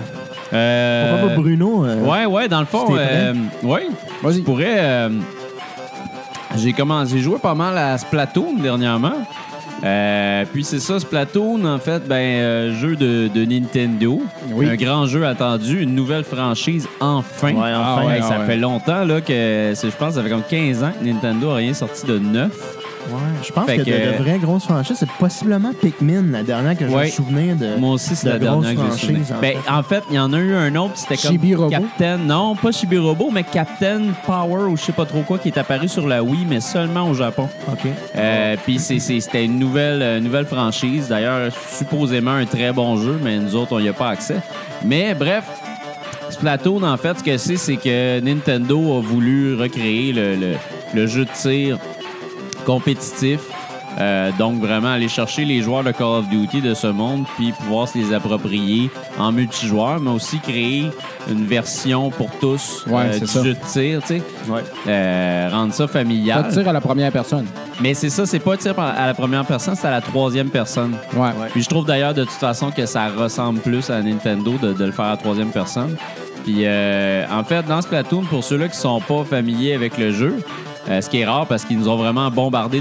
Euh, Pourquoi pas Bruno? euh, Ouais, ouais, dans le fond, C'était euh, ouais, Vas-y. je pourrais. euh, j'ai commencé, j'ai joué pas mal à Splatoon dernièrement. Euh, puis c'est ça, Splatoon, en fait, ben, euh, jeu de, de Nintendo. Oui. Un grand jeu attendu, une nouvelle franchise enfin. Ouais, enfin, Ah ouais, ah ça ouais. fait longtemps là, que c'est- je pense que ça fait comme 15 ans que Nintendo a rien sorti de neuf. Ouais, je pense Fait que, de- que- de, vraies grosses franchises, c'est possiblement Pikmin, la dernière que je Ouais. me souvenais de. Moi aussi, c'est de la grosses dernière que j'ai franchises, souvenue. en Ben, en fait, il y en a eu un autre, puis c'était comme Chibi Robo? Captain... Non, pas Chibi Robo, mais Captain Power ou je sais pas trop quoi, qui est apparu sur la Wii, mais seulement au Japon. OK. Euh, Puis c'est- c'est- c'était une nouvelle, euh, nouvelle franchise. D'ailleurs, supposément un très bon jeu, mais nous autres, on n'y a pas accès. Mais bref, Splatoon, en fait, ce que c'est, c'est que Nintendo a voulu recréer le, le- le jeu de tir compétitif. Euh, donc, vraiment aller chercher les joueurs de Call of Duty de ce monde, puis pouvoir se les approprier en multijoueur, mais aussi créer une version pour tous euh, Ouais, c'est du ça. jeu de tir, tu sais. Ouais. Euh, rendre ça Pas familial. de tir à la première personne. Mais c'est ça, c'est pas tir par- à la première personne, c'est à la troisième personne. Ouais. Puis je trouve d'ailleurs de toute façon que ça ressemble plus à Nintendo de, de le faire à la troisième personne. Puis euh, en fait, dans Splatoon, pour ceux-là qui sont pas familiers avec le jeu, euh, ce qui est rare parce qu'ils nous ont vraiment bombardé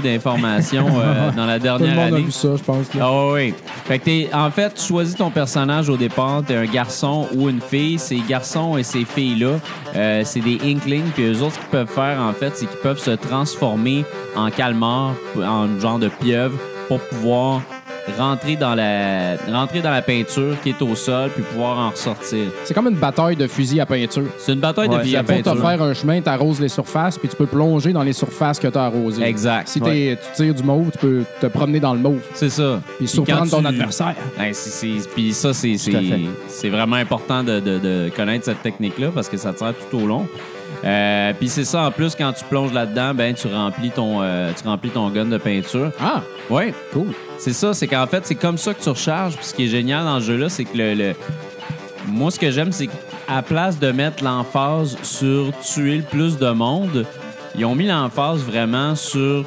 d'informations euh, dans la Tout le dernière monde a année. vu ça, je pense. là. Ah oui. Fait que t'es- en fait, tu choisis ton personnage au départ. T'es un garçon ou une fille. Ces garçons et ces filles-là, euh, c'est des Inklings. Puis eux autres, ce qu'ils peuvent faire, en fait, c'est qu'ils peuvent se transformer en calmar, en genre de pieuvre, pour pouvoir rentrer dans la rentrer dans la peinture qui est au sol puis pouvoir en ressortir. C'est comme une bataille de fusil à peinture. C'est une bataille de Ouais, vie c'est à Pour peinture. te faire un chemin, t'arroses les surfaces, puis tu peux plonger dans les surfaces que t'as arrosées. Exact. Si t'es- tu tires du mauve, tu peux te promener dans le mauve, C'est ça. puis Puis quand surprendre ton tu- adversaire. Ouais, c'est- c'est- Puis ça, c'est Tout à fait. c'est- c'est vraiment important de, de- de connaître cette technique-là parce que ça te sert tout au long. Euh, puis c'est ça, en plus, quand tu plonges là-dedans, ben tu remplis ton euh, tu remplis ton gun de peinture. Ah, Oui, cool. c'est ça, c'est qu'en fait, c'est comme ça que tu recharges. Puis ce qui est génial dans ce jeu-là, c'est que le, le- Moi, ce que j'aime, c'est qu'à place de mettre l'emphase sur tuer le plus de monde, ils ont mis l'emphase vraiment sur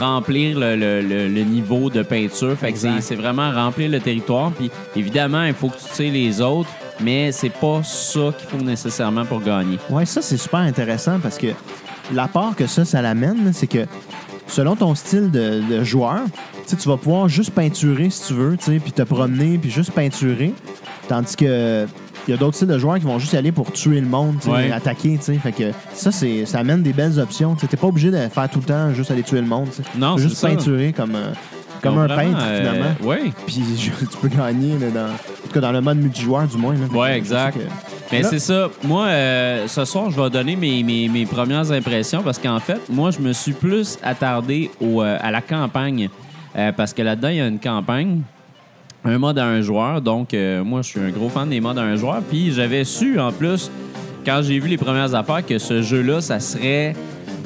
remplir le, le- le- le niveau de peinture. Fait que c'est Exact. c'est vraiment remplir le territoire. Puis évidemment, il faut que tu tues les autres, mais c'est pas ça qu'il faut nécessairement pour gagner. Ouais, ça, c'est super intéressant parce que la part que ça, ça l'amène, là, c'est que selon ton style de, de joueur, tu sais, tu vas pouvoir juste peinturer si tu veux, tu sais, puis te promener, puis juste peinturer. Tandis que il y a d'autres styles de joueurs qui vont juste y aller pour tuer le monde, tu sais, Ouais. attaquer. tu sais. Fait que ça, c'est, ça amène des belles options. Tu n'es pas obligé de faire tout le temps juste aller tuer le monde. tu sais. Non, Tu peux c'est juste ça. euh, peinturer comme, euh, comme un peintre, finalement. oui. Puis je- tu peux gagner là, dans, en tout cas, dans le mode multijoueur, du moins. là. Fait que Ouais, c'est exact. ça que- Mais Là- c'est ça. Moi, euh, ce soir, je vais donner mes, mes- mes premières impressions parce qu'en fait, moi, je me suis plus attardé au, euh, à la campagne Euh, parce que là-dedans, il y a une campagne. Un mode à un joueur. Donc, euh, moi, je suis un gros fan des modes à un joueur. Puis, j'avais su, en plus, quand j'ai vu les premières affaires, que ce jeu-là, ça serait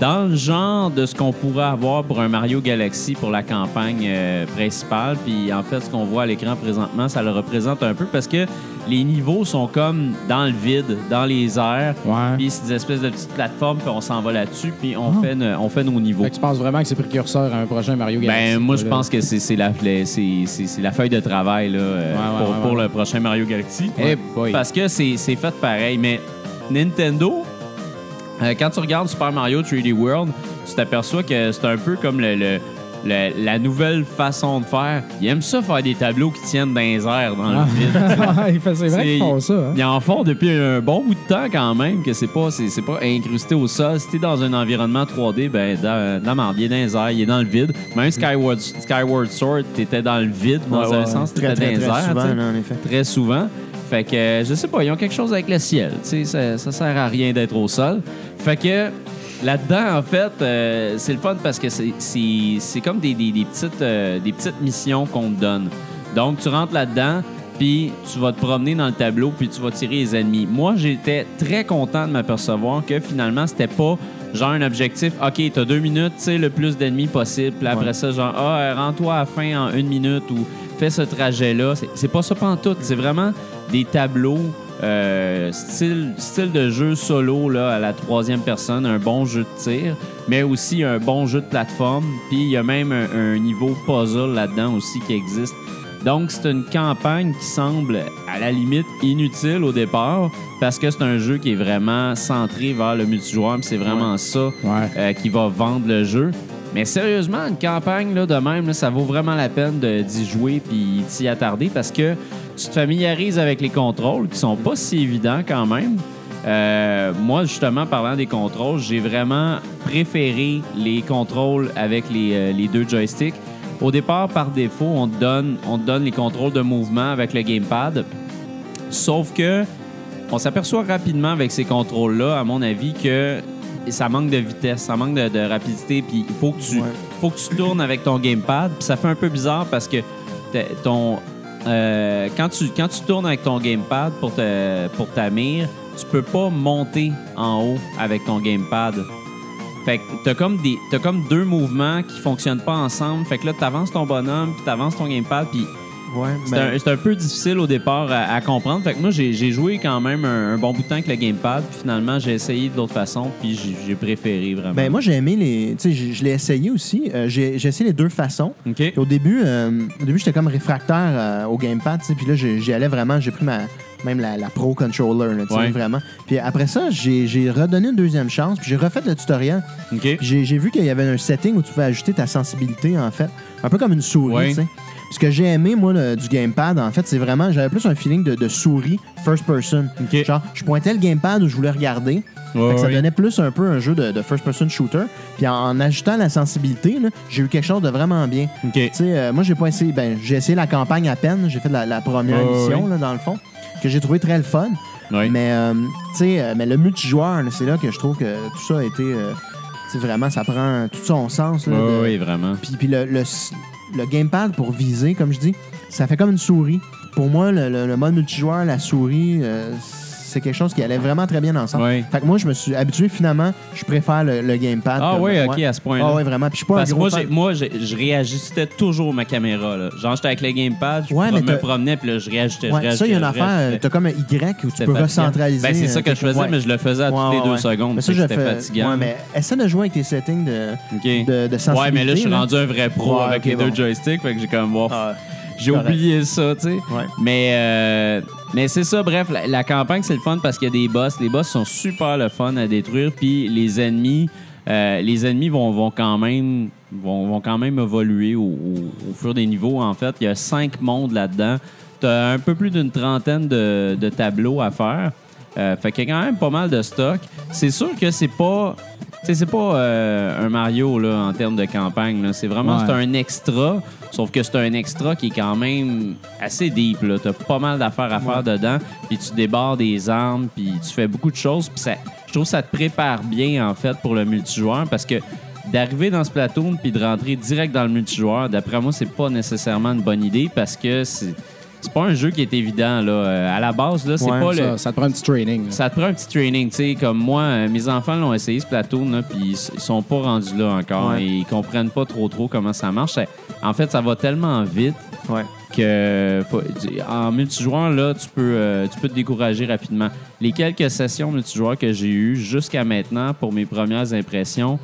dans le genre de ce qu'on pourrait avoir pour un Mario Galaxy pour la campagne euh, principale. Puis en fait, ce qu'on voit à l'écran présentement, ça le représente un peu parce que les niveaux sont comme dans le vide, dans les airs. Ouais. Ah. Puis c'est des espèces de petites plateformes, puis on s'en va là-dessus, puis on, fait, no- on fait nos niveaux. Fait que tu penses vraiment que c'est précurseur à un prochain Mario Galaxy? Ben, moi, je là. pense que c'est c'est la, la- c'est- c'est- c'est la feuille de travail là, euh, Ouais, ouais, pour, ouais, pour ouais. le prochain Mario Galaxy. Eh boy. Parce que c'est c'est fait pareil. Mais Nintendo, euh, quand tu regardes Super Mario 3D World, tu t'aperçois que c'est un peu comme le, le- le- la nouvelle façon de faire. Ils aiment ça faire des tableaux qui tiennent dans les airs, dans le Ah. vide. Il fait- c'est vrai qu'ils font ça. hein. Ils en font depuis un bon bout de temps quand même, que c'est pas, c'est, c'est pas incrusté au sol. Si t'es dans un environnement 3D, ben, dans, dans, dans, il est dans les airs, il est dans le vide. Même Skyward, Skyward Sword, t'étais dans le vide, dans Ouais, un ouais, sens, Très, t'étais très, dans très les airs, souvent, t'sais, là, en effet. très souvent. Fait que, euh, je sais pas, ils ont quelque chose avec le ciel, tu sais, ça, ça sert à rien d'être au sol. Fait que, là-dedans, en fait, euh, c'est le fun parce que c'est, c'est, c'est comme des, des, des petites, euh, des petites missions qu'on te donne. Donc, tu rentres là-dedans, puis tu vas te promener dans le tableau, puis tu vas tirer les ennemis. Moi, j'étais très content de m'apercevoir que finalement, c'était pas genre un objectif, OK, t'as deux minutes, tu sais, le plus d'ennemis possible, puis après ça, genre, ah, euh, rends-toi à la fin en une minute ou fais ce trajet-là. C'est- C'est pas ça pantoute, c'est vraiment des tableaux. euh, style, style de jeu solo là, à la troisième personne, un bon jeu de tir, mais aussi un bon jeu de plateforme. Puis il y a même un, un niveau puzzle là-dedans aussi qui existe. Donc, c'est une campagne qui semble à la limite inutile au départ parce que c'est un jeu qui est vraiment centré vers le multijoueur. puis C'est vraiment ça Ouais. euh, qui va vendre le jeu. Mais sérieusement, une campagne là, de même, là, ça vaut vraiment la peine de- d'y jouer puis t'y attarder parce que tu te familiarises avec les contrôles qui sont pas si évidents quand même. Euh, moi, justement, parlant des contrôles, j'ai vraiment préféré les contrôles avec les, euh, les deux joysticks. Au départ, par défaut, on te donne, on te donne les contrôles de mouvement avec le gamepad. Sauf que on s'aperçoit rapidement avec ces contrôles-là, à mon avis, que ça manque de vitesse, ça manque de, de rapidité, puis il faut que tu, Ouais. faut que tu tournes avec ton gamepad, puis ça fait un peu bizarre parce que t'es- ton euh, quand tu quand tu tournes avec ton gamepad pour te- pour ta mire, tu peux pas monter en haut avec ton gamepad. Fait que t'as comme des t'as comme deux mouvements qui fonctionnent pas ensemble. Fait que là t'avances ton bonhomme, puis t'avances ton gamepad, puis Ouais, c'est ben, un- c'est un, peu difficile au départ à, à comprendre. Fait que moi, j'ai j'ai joué quand même un, un bon bout de temps avec le gamepad. Puis finalement, j'ai essayé de l'autre façon. Puis j'ai- j'ai préféré vraiment. ben, moi, j'ai aimé les. Tu sais, je je l'ai essayé aussi. Euh, j'ai j'ai essayé les deux façons. OK. Puis au début, euh, au début j'étais comme réfractaire euh, au gamepad, tu sais, puis là, j'ai- j'y allais vraiment, j'ai pris ma même la, la pro controller, là, tu sais, Ouais. vraiment. Puis après ça, j'ai j'ai redonné une deuxième chance, puis j'ai refait le tutoriel. OK. Puis J'ai j'ai vu qu'il y avait un setting où tu pouvais ajuster ta sensibilité, en fait. Un peu comme une souris, Ouais. tu sais. Ce que j'ai aimé, moi, le- du gamepad, en fait, c'est vraiment, j'avais plus un feeling de, de souris first person. Ok. Genre, je pointais le gamepad où je voulais regarder. Fait que ça ouais. donnait plus un peu un jeu de, de first person shooter. Puis en, en ajoutant la sensibilité, là, j'ai eu quelque chose de vraiment bien. OK. Tu sais, euh, moi, j'ai pas essayé. Ben, j'ai essayé la campagne à peine. J'ai fait la, la première Ouais, mission, ouais. là, dans le fond, que j'ai trouvé très le fun. Ouais. Mais, euh, tu sais, euh, mais le multijoueur, là, c'est là que je trouve que tout ça a été. euh, tu sais, vraiment, ça prend tout son sens. là, Ouais, de- ouais, vraiment. Puis, puis le, le, le gamepad pour viser, comme je dis, ça fait comme une souris. Pour moi, le, le- le mode multijoueur, la souris, euh, c'est quelque chose qui allait vraiment très bien ensemble. Ouais. Fait que moi, je me suis habitué finalement, je préfère le, le gamepad. Ah comme- oui, ouais. OK, à ce point-là. Ah ouais, vraiment. Puis je suis pas un Parce que gros moi, fan- j'ai- moi j'ai- je réajustais toujours ma caméra. Là. Genre, j'étais avec le gamepad, je Ouais, mais me t'as- promenais, puis là, je réajustais. je Ouais, ça, il y a une réajustais, je affaire, euh, réajustais. t'as comme un Y où tu C'était peux fatigant. recentraliser. Ben, c'est ça euh, que je quelque faisais, chose. mais je le faisais à Ouais, toutes les ouais, deux ouais. secondes. Mais ça, fait je que le C'était fais- fatigant. Ouais, mais essaie de jouer avec tes settings de, OK. de, de sensibilité. Ouais, mais là, je suis là. rendu un vrai pro Ouais, avec ok, les deux bon. joysticks. Fait que j'ai comme, wow, Ah, j'ai correct. oublié ça, tu sais. Ouais. Mais, euh, mais c'est ça, bref, la, la campagne, c'est le fun parce qu'il y a des boss. Les boss sont super le fun à détruire. Puis les ennemis, euh, les ennemis vont, vont, quand même, vont, vont quand même évoluer au, au- au fur des niveaux, en fait. Il y a cinq mondes là-dedans. Tu as un peu plus d'une trentaine de, de tableaux à faire. Euh, fait qu'il y a quand même pas mal de stock. C'est sûr que c'est pas. tu sais, c'est pas euh, un Mario là, en termes de campagne. là. C'est vraiment Ouais. c'est un extra, sauf que c'est un extra qui est quand même assez deep. là. T'as pas mal d'affaires à faire dedans, puis tu débarres des armes, puis tu fais beaucoup de choses. Puis ça, je trouve que ça te prépare bien en fait pour le multijoueur parce que d'arriver dans ce plateau puis de rentrer direct dans le multijoueur, d'après moi, c'est pas nécessairement une bonne idée parce que c'est c'est pas un jeu qui est évident. Là. Euh, À la base, là, c'est Ouais, pas ça, le. ça te prend un petit training. là. Ça te prend un petit training, tu sais, comme moi, euh, mes enfants l'ont essayé ce plateau, là, puis ils s- ils sont pas rendus là encore. Ouais. Et ils comprennent pas trop trop comment ça marche. Ça- En fait, ça va tellement vite Ouais. que faut- tu- en multijoueur là, tu peux euh, tu peux te décourager rapidement. Les quelques sessions multijoueurs que j'ai eues jusqu'à maintenant pour mes premières impressions,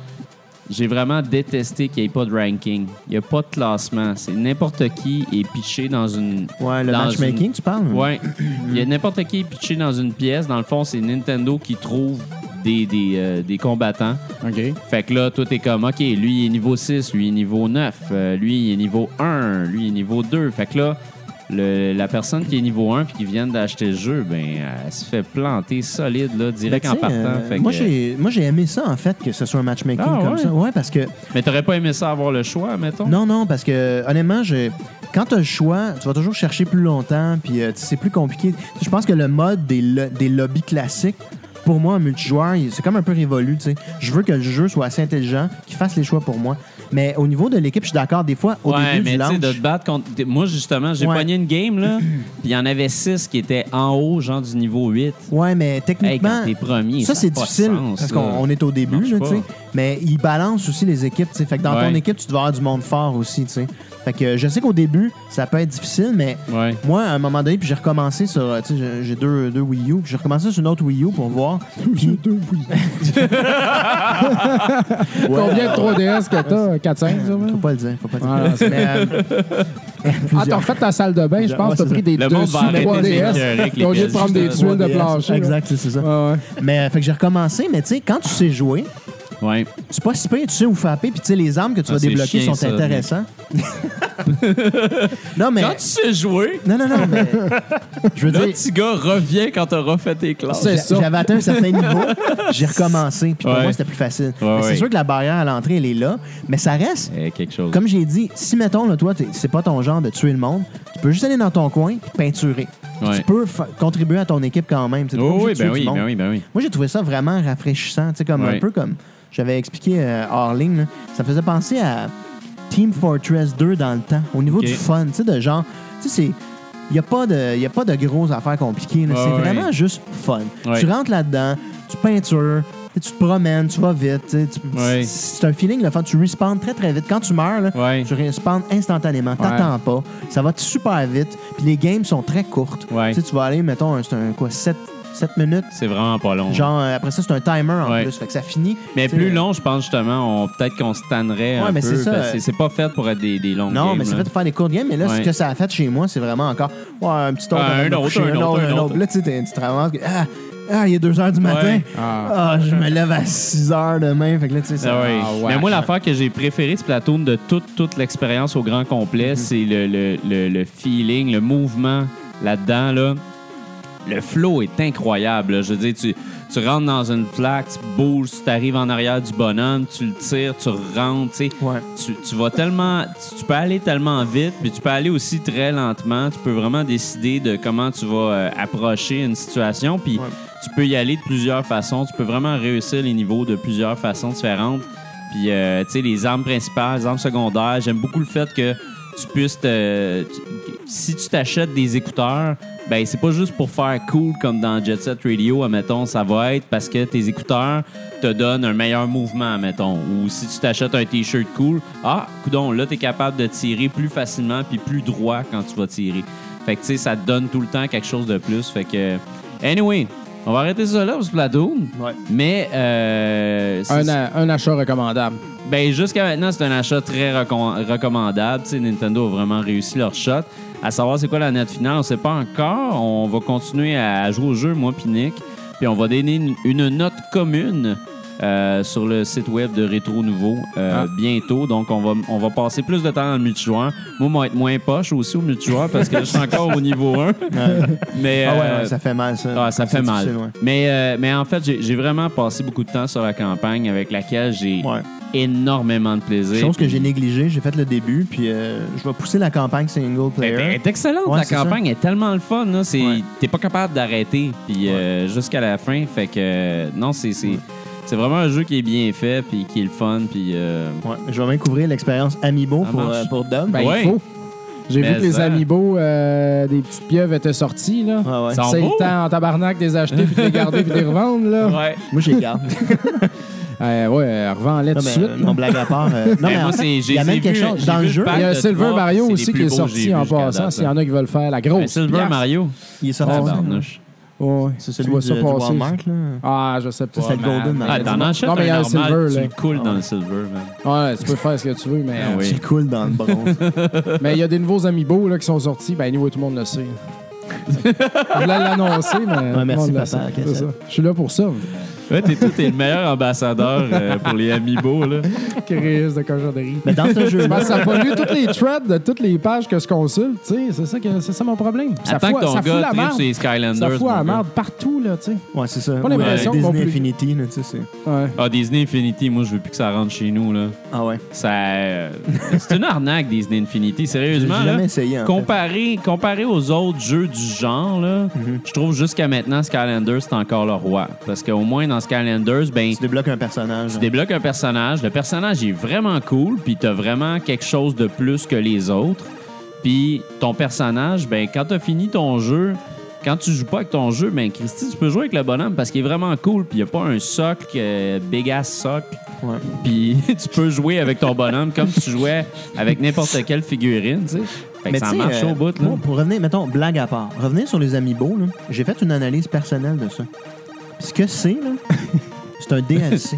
j'ai vraiment détesté qu'il n'y ait pas de ranking. Il n'y a pas de classement. C'est n'importe qui est pitché dans une. Ouais, le dans matchmaking, tu parles? une- Ouais. Il y a n'importe qui est pitché dans une pièce. Dans le fond, c'est Nintendo qui trouve des, des, euh, des combattants. OK. Fait que là, tout est comme, OK, lui, il est niveau 6, lui, il est niveau 9, euh, lui, il est niveau 1, lui, il est niveau 2. Fait que là, le- la personne qui est niveau 1 puis qui vient d'acheter le jeu, ben, elle se fait planter solide, là, direct Ben, en tu sais, partant. euh, Fait que- moi, j'ai, moi, j'ai aimé ça, en fait, que ce soit un matchmaking Ah, comme ouais? ça. Ouais, parce que. Mais t'aurais pas aimé ça avoir le choix, mettons? Non, non, parce que, honnêtement, je- quand tu as le choix, tu vas toujours chercher plus longtemps, puis euh, tu sais, c'est plus compliqué. Je pense que le mode des, lo- des lobbies classiques, pour moi, en multijoueur, il- c'est comme un peu révolu, tu sais. Je veux que le jeu soit assez intelligent, qu'il fasse les choix pour moi. Mais au niveau de l'équipe, je suis d'accord, des fois, au ouais, début mais du tu sais, launch... de te battre contre. t'es- Moi, justement, j'ai Ouais. pogné une game, là, puis il y en avait 6 qui étaient en haut, genre du niveau 8. Ouais, mais Hey, techniquement... quand t'es premier, Ça, ça a c'est pas de difficile sens, parce là. qu'on on est au début, marche là, pas. tu sais. Mais ils balancent aussi les équipes, tu sais. Fait que dans ton Ouais. équipe, tu dois avoir du monde fort aussi, tu sais. Fait que euh, je sais qu'au début, ça peut être difficile, mais Ouais. moi, à un moment donné, puis j'ai recommencé sur. euh, Tu sais, j'ai- j'ai deux, deux Wii U, puis j'ai recommencé sur une autre Wii U pour voir. Puis, Combien de 3DS que t'as? 4-5, ça, ouais? faut pas le dire, faut pas Ouais, le dire. c'est- Mais, euh, Ah, t'as plusieurs. refait ta salle de bain, je pense que t'as Ouais, c'est pris des Le dessus monde va arrêter de s'écœurer 3DS. avec les T'as obligé de pièces, prendre des juste tuiles de 3DS, plancher. là. Exact, c'est c'est ça. Ouais, ouais. Mais euh, fait que j'ai recommencé, mais tu sais, quand tu sais jouer, Ouais. tu pas si pire, tu sais où frapper, puis tu sais, les armes que tu Ah, vas c'est débloquer chiant, sont ça, mais- intéressantes. non, mais. Quand tu sais jouer, Non, non, non, mais. Je veux le dire. petit gars revient quand t'auras fait tes classes. C'est j'a- ça. J'avais atteint un certain niveau, j'ai recommencé, puis pour Ouais. moi c'était plus facile. Ouais, Mais C'est ouais. sûr que la barrière à l'entrée elle est là, mais ça reste, Eh, quelque chose. comme j'ai dit, si mettons là, toi t'es- c'est pas ton genre de tuer le monde, tu peux juste aller dans ton coin puis peinturer. Puis Ouais. Tu peux fa- contribuer à ton équipe quand même. tu sais, t'es pas Oh, obligé oui, de ben tuer du oui, monde. ben oui, ben oui. Moi j'ai trouvé ça vraiment rafraîchissant, tu sais, comme Ouais. un peu comme j'avais expliqué euh, hors ligne, là. ça me faisait penser à Team Fortress 2 dans le temps, au niveau Ok. du fun, tu sais, de genre, tu sais, c'est. Il n'y a, pas de- y a pas de grosses affaires compliquées. là. Ouais, c'est ouais. vraiment juste fun. Ouais. Tu rentres là-dedans, tu peintures, tu te promènes, tu vas vite. tu sais, tu- Ouais. C'est un feeling, le fun. Tu respawns très, très vite. Quand tu meurs, là, Ouais. tu respawns instantanément. T'attends pas. Ça va super vite. Puis les games sont très courtes. Ouais. Tu sais, tu vas aller, mettons, un- c'est un quoi, 7, minutes. C'est vraiment pas long. Genre, euh, après ça, c'est un timer en Ouais. plus. Fait que ça finit. mais Tu sais, plus long, je pense justement, on peut-être qu'on se tannerait Ouais, un mais peu. c'est ça. parce que c'est pas fait pour être des, des longues Non, games, mais c'est là. fait pour faire des courtes games, mais là, Ouais. ce que ça a fait chez moi, c'est vraiment encore ouais, un petit autre, Ah, avant un de me autre, coucher, un autre, un autre. Là, tu sais, t'es- tu te ramasses que, ah, ah, il est 2 heures du matin. Ah, je me lève à 6 heures demain. Fait que là, tu sais, ça. Ah oui. Ah, ouais. Mais moi, l'affaire que j'ai préférée de Splatoon de toute, toute l'expérience au grand complet, c'est le, le- le- le feeling, le mouvement là-dedans. Là. Le flow est incroyable. là. Je veux dire, tu, tu rentres dans une plaque, tu bouges, tu arrives en arrière du bonhomme, tu le tires, tu rentres. tu sais. Ouais. Tu, tu vas tellement. Tu, tu peux aller tellement vite, puis tu peux aller aussi très lentement. Tu peux vraiment décider de comment tu vas euh, approcher une situation. Puis Ouais. tu peux y aller de plusieurs façons. Tu peux vraiment réussir les niveaux de plusieurs façons différentes. Puis, euh, tu sais, les armes principales, les armes secondaires, j'aime beaucoup le fait que tu puisses. te- tu- si tu t'achètes des écouteurs, ben c'est pas juste pour faire cool comme dans Jet Set Radio, admettons, ça va être parce que tes écouteurs te donnent un meilleur mouvement, admettons. Ou si tu t'achètes un T-shirt cool, ah, coudon, là, t'es capable de tirer plus facilement puis plus droit quand tu vas tirer. Fait que, tu sais, ça te donne tout le temps quelque chose de plus. Fait que, anyway, on va arrêter ça là pour ce plateau. Ouais. Mais, euh, c'est- Un, a- un achat recommandable. ben, jusqu'à maintenant, c'est un achat très recon- recommandable. Tu sais, Nintendo a vraiment réussi leur shot. À savoir, c'est quoi la note finale, on sait pas encore. On va continuer à jouer au jeu, moi puis Nick. Puis on va donner une, une note commune euh, sur le site web de Rétro Nouveau euh, Ah. bientôt. Donc, on va, on va passer plus de temps dans le multijoueur. Moi, moi, être moins poche aussi au multijoueur parce que je suis encore au niveau 1. Mais, Ah ouais, euh, ouais, ça fait mal, ça. ah, ça C'est fait mal. difficile, Mais, euh, mais en fait, j'ai j'ai vraiment passé beaucoup de temps sur la campagne avec laquelle j'ai Ouais. Ouais. énormément de plaisir. Chose que j'ai négligée, j'ai fait le début, puis euh, je vais pousser la campagne single Elle- elle player. est excellente, Ouais, la c'est ça. campagne est tellement le fun. là. C'est- Ouais. T'es pas capable d'arrêter puis euh, jusqu'à la fin. Fait que euh, non, c'est c'est- c'est vraiment un jeu qui est bien fait puis qui est le fun. Puis, euh, Ouais. Je vais même couvrir l'expérience Amiibo Ça pour, marche. euh, pour Dom. Ben, Ouais. il faut. J'ai vu Mais que les ça. amiibo euh, des petites pieuvres étaient sortis, là. Ah ouais. Ça- Sont C'est beaux. le temps en tabarnak de les acheter, puis de les garder, puis de les revendre, là. Ouais, Ouais. Moi, je les garde. euh, ouais revends-les tout Non, de mais, suite. euh, non, blague à part. euh, non, Mais mais en Ben, moi, fait, c'est- il j'ai- y a j'ai même quelque vu- chose j'ai dans vu le le jeu. pack. Il y a de Silver trois, Mario c'est les aussi plus qui est beaux que j'ai sorti vus en jusqu'à passant, date, s'il y en a qui veulent faire la grosse. Mais Ben, Silver pièce. Mario. Oh, Il est Ah sorti. Tabarnouche. Ouais, C'est celui tu vois du, ça du passer. Walmart, là. Ah, je sais C'est peut-être. le Golden Ah, Mario. t'en achètes Non, mais il y a un le normal, silver, tu là. le coules dans le silver, man. Ouais, tu peux faire ce que tu veux, mais. Ah oui. Tu le coules dans le bronze. Mais il y a des nouveaux amiibo là, qui sont sortis. Ben, anyway, tout le monde le sait. Je voulais l'annoncer, mais. tout le merci, monde le papa, sait. la C'est cassette. ça. Je suis là pour ça. Ouais, t'es, toi, t'es le meilleur ambassadeur euh, pour les Amiibo, là. Crise de cochonnerie. mais dans ce Je jeu-là, pense que Ben, ça pollue toutes les threads de toutes les pages que je consulte. tu sais. C'est ça, que- c'est ça mon problème. Ça Attends fout- que ton ça fout gars la tripe merde. sur les Skylanders. Ça fout mon la gars. merde partout, là, tu sais. ouais, c'est ça. Pas Ou, euh, l'impression non Disney plus. Infinity, là, tu sais. c'est- Ouais. Ah, Disney Infinity, moi, je veux plus que ça rentre chez nous, là. Ah ouais. Ça, euh, c'est une arnaque, Disney Infinity. J'ai Sérieusement, là. jamais essayé. en fait. Comparé, comparé aux autres jeux du genre, là, Mhm. je trouve jusqu'à maintenant Skylanders, c'est encore le roi. Parce qu'au moins, dans Skylanders, ben, Tu débloques un personnage. tu débloques un personnage. Le personnage est vraiment cool, puis t'as vraiment quelque chose de plus que les autres. Puis ton personnage, ben, quand t'as fini ton jeu, quand tu joues pas avec ton jeu, ben, Christy, tu peux jouer avec le bonhomme parce qu'il est vraiment cool, puis il a pas un socle, euh, big ass socle. Ouais. Puis tu peux jouer avec ton bonhomme comme tu jouais avec n'importe quelle figurine, tu sais. Fait que Mais ça tu sais, marche euh, au bout, là. Pour, pour revenir, mettons, blague à part. Revenir sur les amiibo, là, j'ai fait une analyse personnelle de ça. Puis ce que c'est, là, c'est un DLC.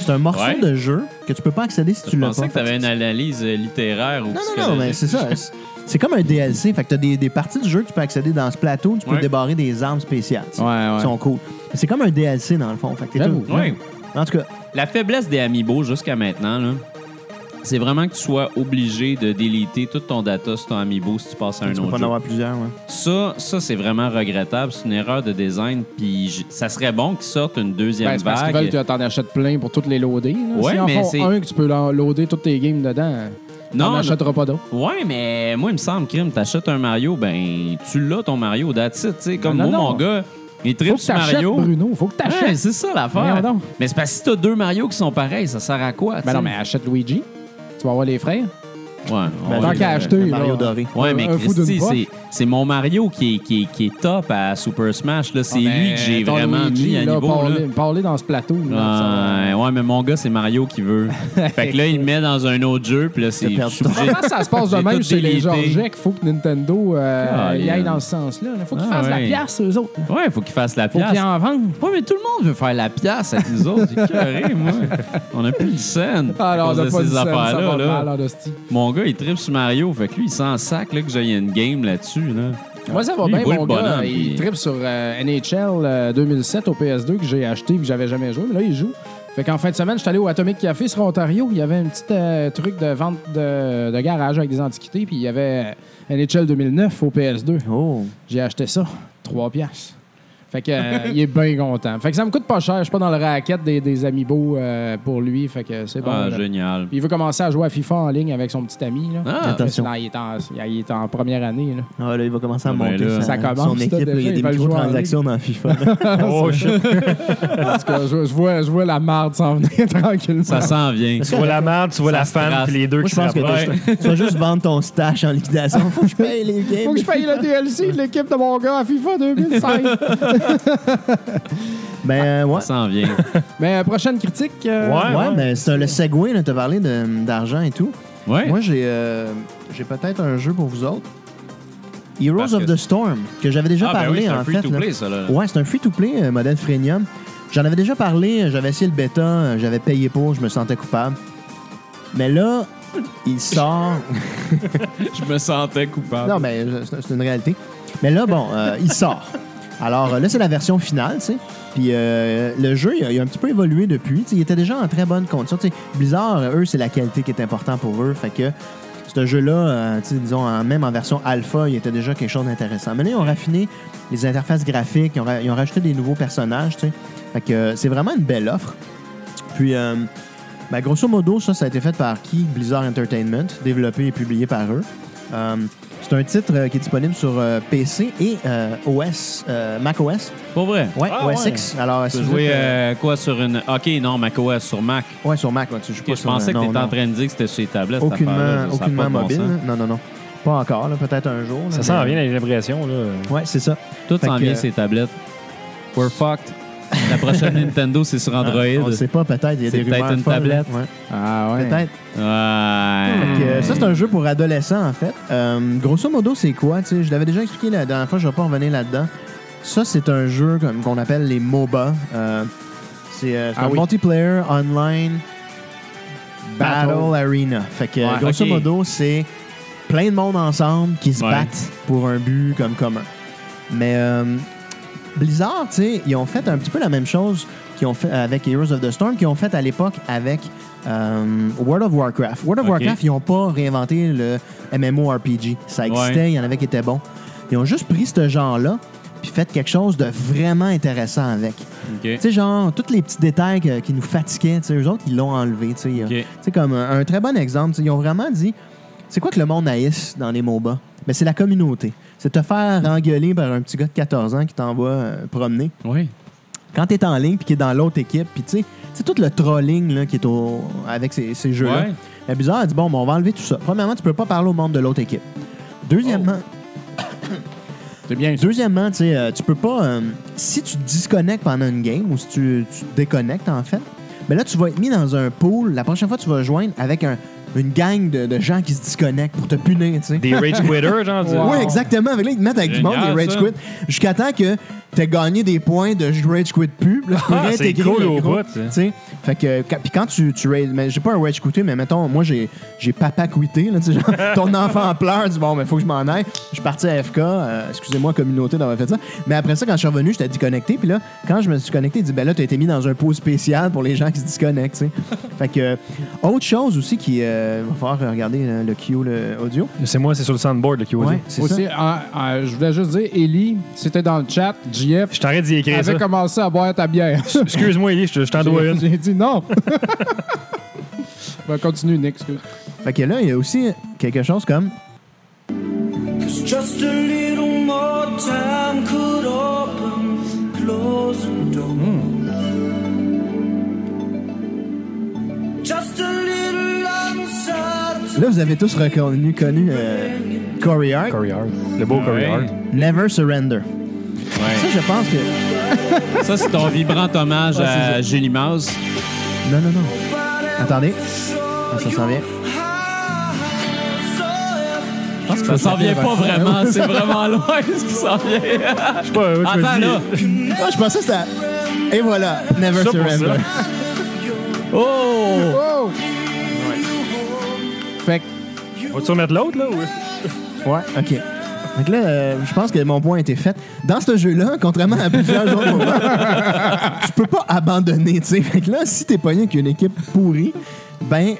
c'est un morceau Ouais. de jeu que tu peux pas accéder si tu Je l'as pas. pensais que tu avais une analyse euh, littéraire ou Non, non, non, psychologique. mais c'est ça. C'est- C'est comme un DLC. Fait que t'as des, des parties du jeu que tu peux accéder dans ce plateau, tu peux Ouais. débarrer des armes spéciales. tu sais, Ouais, ouais. qui sont cool. Mais C'est comme un DLC dans le fond. Fait que t'es J'avoue. tout- Ouais. En tout cas, La faiblesse des Amiibo jusqu'à maintenant, là, c'est vraiment que tu sois obligé de déliter tout ton data sur ton Amiibo si tu passes à un tu peux autre pas en jeu. avoir plusieurs. ouais. Ça, ça c'est vraiment regrettable. C'est une erreur de design. Puis j- ça serait bon qu'ils sortent une deuxième Ben, c'est parce qu'ils vague. veulent que t'en achètes plein pour toutes les loader. Là. Ouais, S'ils en mais font c'est- un que tu peux leur loader toutes tes games dedans, Non, t'en non. achèteras pas d'autres. Ouais, mais moi, il me semble, Crime, t'achètes un Mario, ben, tu l'as ton Mario, that's it. tu sais. Comme Non, moi, non, mon non. gars, il Faut tripe que sur t'achètes, Mario. Bruno. Faut que t'achètes. Ouais, c'est ça l'affaire. Voyons donc. Mais c'est parce que si t'as deux Mario qui sont pareils, ça sert à quoi? tu Ben non, sais? mais achète Luigi. Tu vas avoir les frères. Ouais, Ben, on- Tant j'ai- qu'à euh, acheter, le Mario là. doré. Ouais, mais Un fou d'une Christy, poche. c'est- c'est mon Mario qui est, qui, est, qui est top à Super Smash. là. C'est Ah, lui ben, que j'ai ton vraiment Luigi, mis à là, niveau. là. parler- Parler dans ce plateau. là, Ouais, ouais, mais mon gars, c'est Mario qui veut. fait que là, il le met dans un autre jeu, puis là, c'est. T'as perdu je suis ton- ça va. obligé- Comment ça se passe de J'ai même tout chez les délité. Georgettes qu'il faut que Nintendo euh, Ah, y yeah. aille dans ce sens-là? Il faut qu'ils Ah, fassent ouais. la pièce, eux autres. Ouais, faut qu'il fasse la Faut pièce. qu'ils en vendent. Ouais, mais tout le monde veut faire la pièce avec nous autres. J'ai curé, moi. Ah, On a plus de scène à Alors, cause de ces affaires-là. là. Moi, Mon gars, il tripe sur Mario. Fait que lui, il s'en sac là, que j'ai une game là-dessus. Là. ça va Lui, Ah, bien, il boit mon le bonhomme, gars. Il puis- tripe sur euh, NHL euh, 2007 au PS2 que j'ai acheté et que j'avais jamais joué, mais là, il joue. Fait qu'en fin de semaine, je suis allé au Atomic Café sur Ontario. Il y avait un petit euh, truc de vente de, de garage avec des antiquités, puis il y avait NHL 2009 au PS2. Oh. J'ai acheté ça, 3 piastres. Fait que euh, il est bien content. Fait que ça me coûte pas cher. Je suis pas dans le racket des, des amiibo euh, pour lui. Fait que c'est bon. Ah, là. génial. Puis il veut commencer à jouer à FIFA en ligne avec son petit ami. Là. Ah. Parce que Attention. là, il, est en, il est en première année. Là. Ah, là, il va commencer à Ah, ben monter là. sa- Ça commence, son ça, équipe. là. déjà, il y a ils des veulent jouer en microtransactions dans FIFA. là. Oh, shit. En tout cas, je, je vois, je vois la marde s'en venir tranquillement. Ça s'en vient. Tu vois la merde, tu vois Ça la se fan, trace. puis les deux Moi, qui je se pense que rapprochent. t'as- tu vas juste vendre ton stash en liquidation. Faut que je paye les games. Faut que je paye le DLC de l'équipe de mon gars à FIFA 2005. Ben, euh, ouais. Ça s'en vient. Mais euh, prochaine critique. euh, Ouais. Ouais, ben, c'est le segway, là, t'as parlé de- d'argent et tout. Ouais. Moi, j'ai euh, j'ai peut-être un jeu pour vous autres. Heroes Parce of que- the Storm, que j'avais déjà ah, ben parlé oui, c'est en un fait. là. free-to-play, ça, là. Ouais, c'est un free-to-play, euh, modèle freemium. J'en avais déjà parlé, euh, j'avais essayé le bêta, euh, j'avais payé pour, je me sentais coupable. Mais là, il sort. Je me sentais coupable. non, mais euh, c'est c'est une réalité. Mais là, bon, euh, il sort. Alors euh, là, c'est la version finale, tu sais. Puis euh, le jeu, il a, il a un petit peu évolué depuis. Tu sais, il était déjà en très bonne condition. Tu sais, Blizzard, euh, eux, c'est la qualité qui est importante pour eux. Fait que ce jeu-là, euh, tu sais, disons, en- même en version alpha, il était déjà quelque chose d'intéressant. Mais là, ils ont raffiné les interfaces graphiques, ils ont, ra- ils ont rajouté des nouveaux personnages, tu sais. Fait que euh, c'est vraiment une belle offre. Puis, euh, ben, grosso modo, ça, ça a été fait par qui? Blizzard Entertainment, développé et publié par eux. Euh, C'est un titre euh, qui est disponible sur euh, PC et euh, OS, euh, Mac OS. Pour vrai. Ouais, Ah, OS ouais. X. Alors, si Tu vous jouais êtes, euh, euh, quoi sur une. Ok, non, macOS sur Mac. ouais, sur Mac. ouais, tu joues euh, Ok, pas je sur, pensais que non, tu étais en non. train de dire que c'était sur les tablettes. cette affaire-là, Aucunement, ça, ça a aucunement pas de bon mobile. sens. là. Non, non, non. Pas encore, là, peut-être un jour. là, Ça sent mais- bien, j'ai l'impression. là. Ouais, c'est ça. Tout Fait s'en que- vient ces tablettes. We're fucked. La prochaine Nintendo, c'est sur Ah, On Android. ne sait pas, peut-être. Il y a C'est des rumeurs. peut-être une folles, là. tablette. Ouais, Ah ouais. Peut-être. Fait que, Ouais. euh, ça, c'est un jeu pour adolescents, en fait. Euh, grosso modo, c'est quoi? Tu sais, je l'avais déjà expliqué la dernière fois, je ne vais pas revenir là-dedans. Ça, c'est un jeu comme- qu'on appelle les MOBA. Euh, c'est euh, c'est Ah un oui. multiplayer online battle, arena. Fait que, Ouais, grosso ok. modo, c'est plein de monde ensemble qui se Ouais. battent pour un but comme commun. Mais euh, Blizzard, tu sais, ils ont fait un petit peu la même chose qu'ils ont fait avec Heroes of the Storm, qu'ils ont fait à l'époque avec euh, World of Warcraft. World of Ok. Warcraft, ils n'ont pas réinventé le MMORPG. Ça existait, Ouais. il y en avait qui étaient bons. Ils ont juste pris ce genre-là puis fait quelque chose de vraiment intéressant avec. Ok. Tu sais, genre, tous les petits détails que- qui nous fatiguaient, tu sais, eux autres, ils l'ont enlevé. Tu sais, Il y a- Ok. tu sais, comme un, un très bon exemple. tu sais, Ils ont vraiment dit c'est quoi que le monde haïsse dans les MOBA Mais c'est la communauté. C'est te faire engueuler par un petit gars de 14 ans qui t'envoie euh, promener. Oui. Quand t'es en ligne puis qu'il est dans l'autre équipe, puis tu sais, c'est tout le trolling là, qui est au, avec ces, ces jeux-là. Ouais. La bizarre a dit bon, ben, on va enlever tout ça. Premièrement, tu peux pas parler au monde de l'autre équipe. Deuxièmement, C'est bien. Deuxièmement, tu sais, euh, tu peux pas. euh, si tu te disconnectes pendant une game ou si tu, tu te déconnectes, en fait, mais là, tu vas être mis dans un pool. La prochaine fois, tu vas joindre avec un- une gang de, de gens qui se disconnectent pour te punir, tu sais. Des rage quitters, genre. tu- Wow. Oui, exactement. Avec là, ils te mettent avec du monde, Génial, les rage ça. quit. Jusqu'à temps que t'aies gagné des points de je rage quit plus. Puis là, tu peux Ah, c'est réintégrer cool le au groupe, bout, ça. tu sais. Fait que, quand, puis quand tu, tu rage. Mais j'ai pas un rage quitté, mais mettons, moi, j'ai, j'ai papa quitté, là, tu sais. genre, ton enfant pleure, dis bon, mais faut que je m'en aille. Je suis parti à FK. euh, excusez-moi, communauté, d'avoir fait ça. Mais après ça, quand je suis revenu, j'étais déconnecté. Puis là, quand je me suis connecté, il dit, ben là, t'as été mis dans un pot spécial pour les gens qui se disconnectent, tu sais. Fait que, euh, autre chose aussi qui. euh, va falloir regarder euh, le Q, le audio. C'est moi, c'est sur le soundboard là, qui vous Ouais, dit. c'est ça. Aussi, ah, ah, je voulais juste dire, Ellie, c'était dans le chat, JF Je t'arrête d'y écrire ça. avait commencé à boire ta bière. Excuse-moi, Élie, je te- je t'en dois J'ai une. j'ai dit non. ben, continue, Nick. excuse. Fait que là, il y a aussi quelque chose comme. Just a little more time could open, close the door. Just a little answer Là, vous avez tous reconnu connu, euh, Corey Hart, Corey Hart. Le beau Corey Ouais. Hart. Never Surrender. Ça, je pense que. Ça, c'est ton vibrant hommage à Julie Mouse. Non, non, non. to nobody Attendez, show Ah, ça you s'en vient. how. So if Je pense que Ça faut s'en le vient dire pas avant. vraiment. C'est vraiment loin ce qui s'en vient. Je sais pas, euh, tu Attends, me dis- là. Ah, je pensais que c'était. Et voilà, Never Ça pour Surrender. Oh! Oh! Fait que Vas-tu remettre l'autre, là? ou- Ouais, ok. Donc là, euh, je pense que mon point a été fait. Dans ce jeu-là, contrairement à plusieurs autres moments, tu peux pas abandonner, tu sais. Fait que là, si t'es pogné avec une équipe pourrie, ben,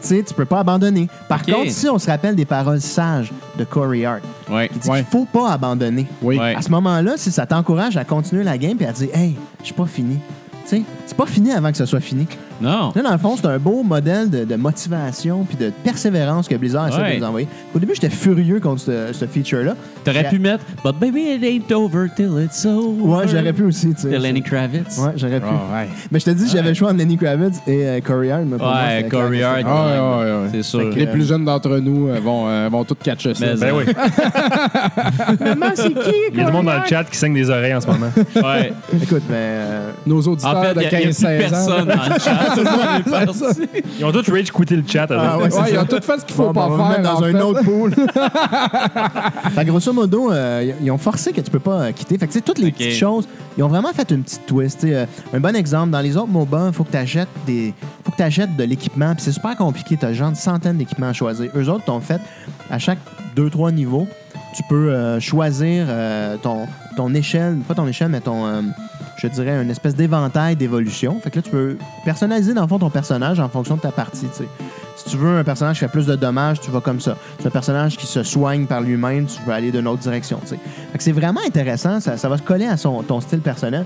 tu sais, tu peux pas abandonner. Par Ok. contre, si on se rappelle des paroles sages de Corey Hart, Ouais. Il dit qu'il faut pas abandonner. Oui. Ouais. À ce moment-là, si ça t'encourage à continuer la game et à dire Hey, je suis pas fini. Tu sais, c'est pas fini avant que ce soit fini. Non. Là, dans le fond, c'est un beau modèle de, de motivation puis de persévérance que Blizzard essaie Ouais. de nous envoyer. Au début, j'étais furieux contre ce, ce feature-là. T'aurais pu mettre But baby, it ain't over till it's over. Ouais, j'aurais pu aussi, tu sais. De Lenny Kravitz. Ouais, j'aurais pu. Ah, ouais. Mais je te dis, j'avais le choix entre Lenny Kravitz et euh, Corey Hart. mais pour moi, Ouais, c'était Corey clair que Hart. c'était- Ah, ouais, ouais, ouais. C'est sûr. Fait Les plus jeunes d'entre nous euh, vont, euh, vont tous catcher ça. Mais- Ben oui. Il y a du monde dans le chat qui saigne des oreilles en ce moment. Ouais. Écoute, mais. euh, Nos auditeurs En fait, de il y a, y a plus 15-16 ans. personne dans le chat. Tout le monde est parti. Ils ont tous rage quitté le chat. Ah avec. ouais, c'est Ouais, ils ça. ont tout fait ce qu'il faut Bon, pas ben, on va faire. le mettre en dans un fait. autre pool. Fait que grosso modo, euh, ils ont forcé que tu peux pas euh, quitter. Fait que, tu sais, toutes les Ok. petites choses, ils ont vraiment fait une petite twist. tu sais, euh, un bon exemple, dans les autres MOBA, faut que tu achètes des, faut que t'achètes de l'équipement. Puis c'est super compliqué. T'as genre une centaine d'équipements à choisir. Eux autres t'ont fait à chaque 2-3 niveaux, tu peux euh, choisir euh, ton, ton échelle, pas ton échelle, mais ton, euh, je dirais, une espèce d'éventail d'évolution. Fait que là, tu peux personnaliser, dans le fond, ton personnage en fonction de ta partie, tu sais. Si tu veux un personnage qui fait plus de dommages, tu vas comme ça. Si tu veux un personnage qui se soigne par lui-même, tu veux aller d'une autre direction, tu sais. Fait que c'est vraiment intéressant, ça, ça va se coller à son, ton style personnel.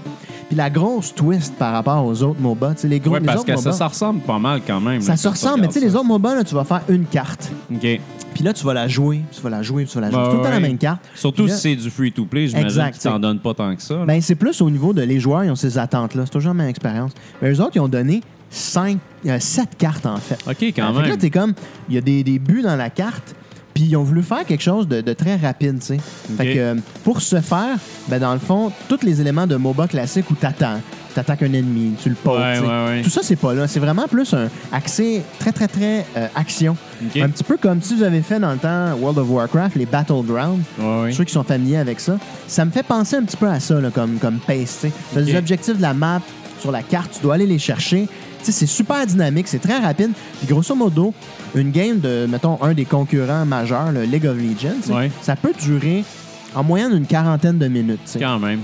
Puis la grosse twist par rapport aux autres MOBA, tu sais, les gros Ouais, les parce autres que MOBA, ça, ça ressemble pas mal quand même. ça se ressemble, mais tu sais, les autres MOBA, là, tu vas faire une carte. autres. OK. Puis Puis là, tu vas la jouer, tu vas la jouer, tu vas la jouer. Ben c'est tout le temps la ouais. même carte. Surtout Puis là- si c'est du free-to-play, j'imagine Exact, qu'ils t'en c'est- donnent pas tant que ça. là. Ben, c'est plus au niveau de les joueurs, ils ont ces attentes-là. C'est toujours la même expérience. Mais eux autres, ils ont donné 5, 7 cartes, en fait. OK, quand Euh, fait que là, même. t'es comme, il y a des, des buts dans la carte, puis ils ont voulu faire quelque chose de, de très rapide, tu sais. Fait que euh, pour ce faire, ben, dans le fond, tous les éléments de MOBA classique où t'attends, t'attaques un ennemi, tu le poses, Ouais, tu sais. ouais, ouais. tout ça, c'est pas là. C'est vraiment plus un accès très, très, très euh, action. OK. Un petit peu comme si vous avez fait dans le temps World of Warcraft, les Battlegrounds. Ouais, ouais. Ceux qui sont familiers avec ça, ça me fait penser un petit peu à ça, là, comme, comme pace. Tu as des objectifs de la map sur la carte, tu dois aller les chercher. Tu sais, C'est super dynamique, c'est très rapide. Puis grosso modo, une game de, mettons, un des concurrents majeurs, le League of Legends, tu sais, Ouais. ça peut durer en moyenne une quarantaine de minutes. tu sais. Quand même. Ben,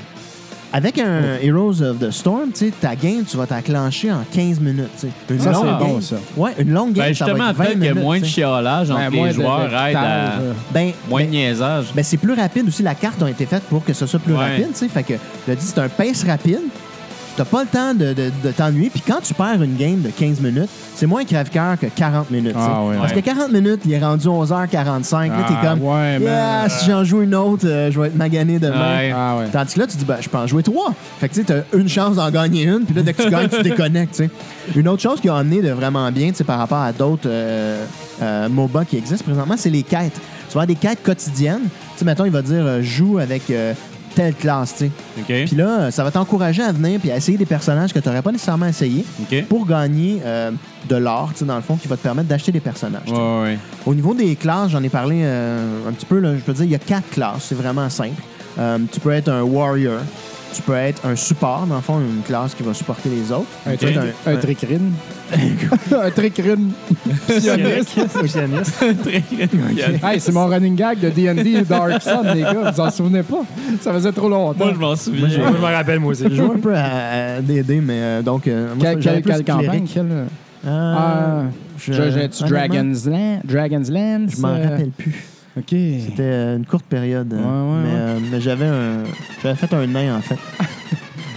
Avec un Heroes of the Storm, tu sais, ta game, tu vas t'enclencher en 15 minutes. tu sais. Une Ça, longue c'est bon, game. ça. Ouais, une longue game, Ben ça va justement, être 20 peut-être que minutes, moins de tu sais. chiolage entre Ben, les moins de- joueurs de- aide à euh, Ben, moins ben, de niaisage. Ben, c'est plus rapide aussi. La carte a été faite pour que ce soit plus Ouais. rapide, tu sais. Fait que, le dit, c'est un pace rapide. T'as pas le temps de, de- de t'ennuyer. Puis quand tu perds une game de 15 minutes, c'est moins crève-cœur que 40 minutes, tu sais. Ah ouais. Parce que 40 minutes, il est rendu 11h45. là, Ah, t'es comme, ouais, Yeah, man. si j'en joue une autre, euh, je vais être magané demain. Ouais. Ah ouais. Tandis que là, tu dis, ben, je peux en jouer trois. Fait que, tu sais, t'as une chance d'en gagner une, puis là, dès que tu gagnes, tu déconnectes, tu sais. Une autre chose qui a amené de vraiment bien, tu sais, par rapport à d'autres euh, euh, MOBA qui existent présentement, c'est les quêtes. Tu vas avoir des quêtes quotidiennes. Tu sais, mettons, il va dire, euh, joue avec euh, telle classe, tu sais. OK. Puis là, ça va t'encourager à venir puis à essayer des personnages que tu n'aurais pas nécessairement essayé OK. pour gagner euh, de l'or, tu sais, dans le fond, qui va te permettre d'acheter des personnages. tu sais. Ouais, ouais. Au niveau des classes, j'en ai parlé euh, un petit peu. là. je peux dire, il y a quatre classes. C'est vraiment simple. Euh, tu peux être un warrior. Tu peux être un support, dans le fond, une classe qui va supporter les autres. Un, Tu peux trick, être un, trickrine. un trickrine. Pianiste. Hey, c'est mon running gag de D&D Dark Sun, les gars. Vous en souvenez pas? Ça faisait trop longtemps. Moi, je m'en souviens. Moi, je me rappelle, moi aussi. Je joue un peu à, à D&D, mais euh, donc... euh, moi, Quelle, quelle, j'avais quelle plus cleric. campagne? Quelle, euh, Euh, Ah, je- je- j'ai-tu honnêtement, Dragon's Land? Dragon's Land? Euh, Je m'en euh, rappelle plus. OK. C'était euh, une courte période. euh, Ouais, ouais, mais ouais. euh, mais j'avais un... J'avais fait un nain, en fait.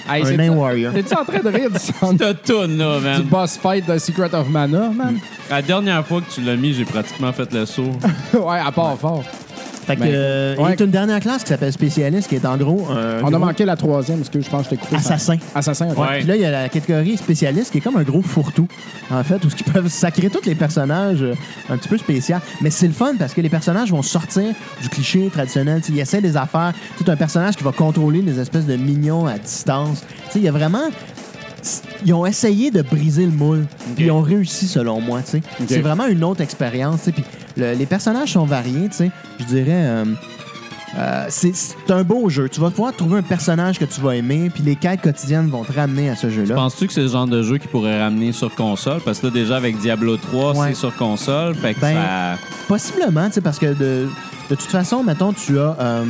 Hey, un c'est- nain warrior. T'es-tu en train de rire du sound Cette toune, là, du man. boss fight de Secret of Mana, man? La dernière fois que tu l'as mis, j'ai pratiquement fait le saut. Mm. ouais, à part fort. Fait que, Ben, euh, ouais. il y a une dernière classe qui s'appelle spécialiste, qui est en gros un On a gros manqué la troisième, parce que je pense que je t'ai coupé. ça. assassin. Assassin, ok. Ah, Ouais. Puis là, il y a la catégorie spécialiste qui est comme un gros fourre-tout, en fait, où ils peuvent sacrer tous les personnages euh, un petit peu spéciaux. Mais c'est le fun parce que les personnages vont sortir du cliché traditionnel. Tu sais, ils essaient des affaires. Tout un personnage qui va contrôler des espèces de mignons à distance. Tu sais, il y a vraiment. Ils ont essayé de briser le moule. Puis ils ont réussi, selon moi. tu sais. C'est vraiment une autre expérience. tu sais. Puis le- les personnages sont variés. tu sais. Je dirais. euh, euh, c'est c'est un beau jeu. Tu vas pouvoir trouver un personnage que tu vas aimer, puis les quêtes quotidiennes vont te ramener à ce jeu-là. Penses-tu que c'est le genre de jeu qui pourrait ramener sur console? Parce que là, déjà, avec Diablo 3, Ouais. c'est sur console. Fait que Ben, ça... Possiblement, tu sais, parce que de, de toute façon, mettons, tu as euh,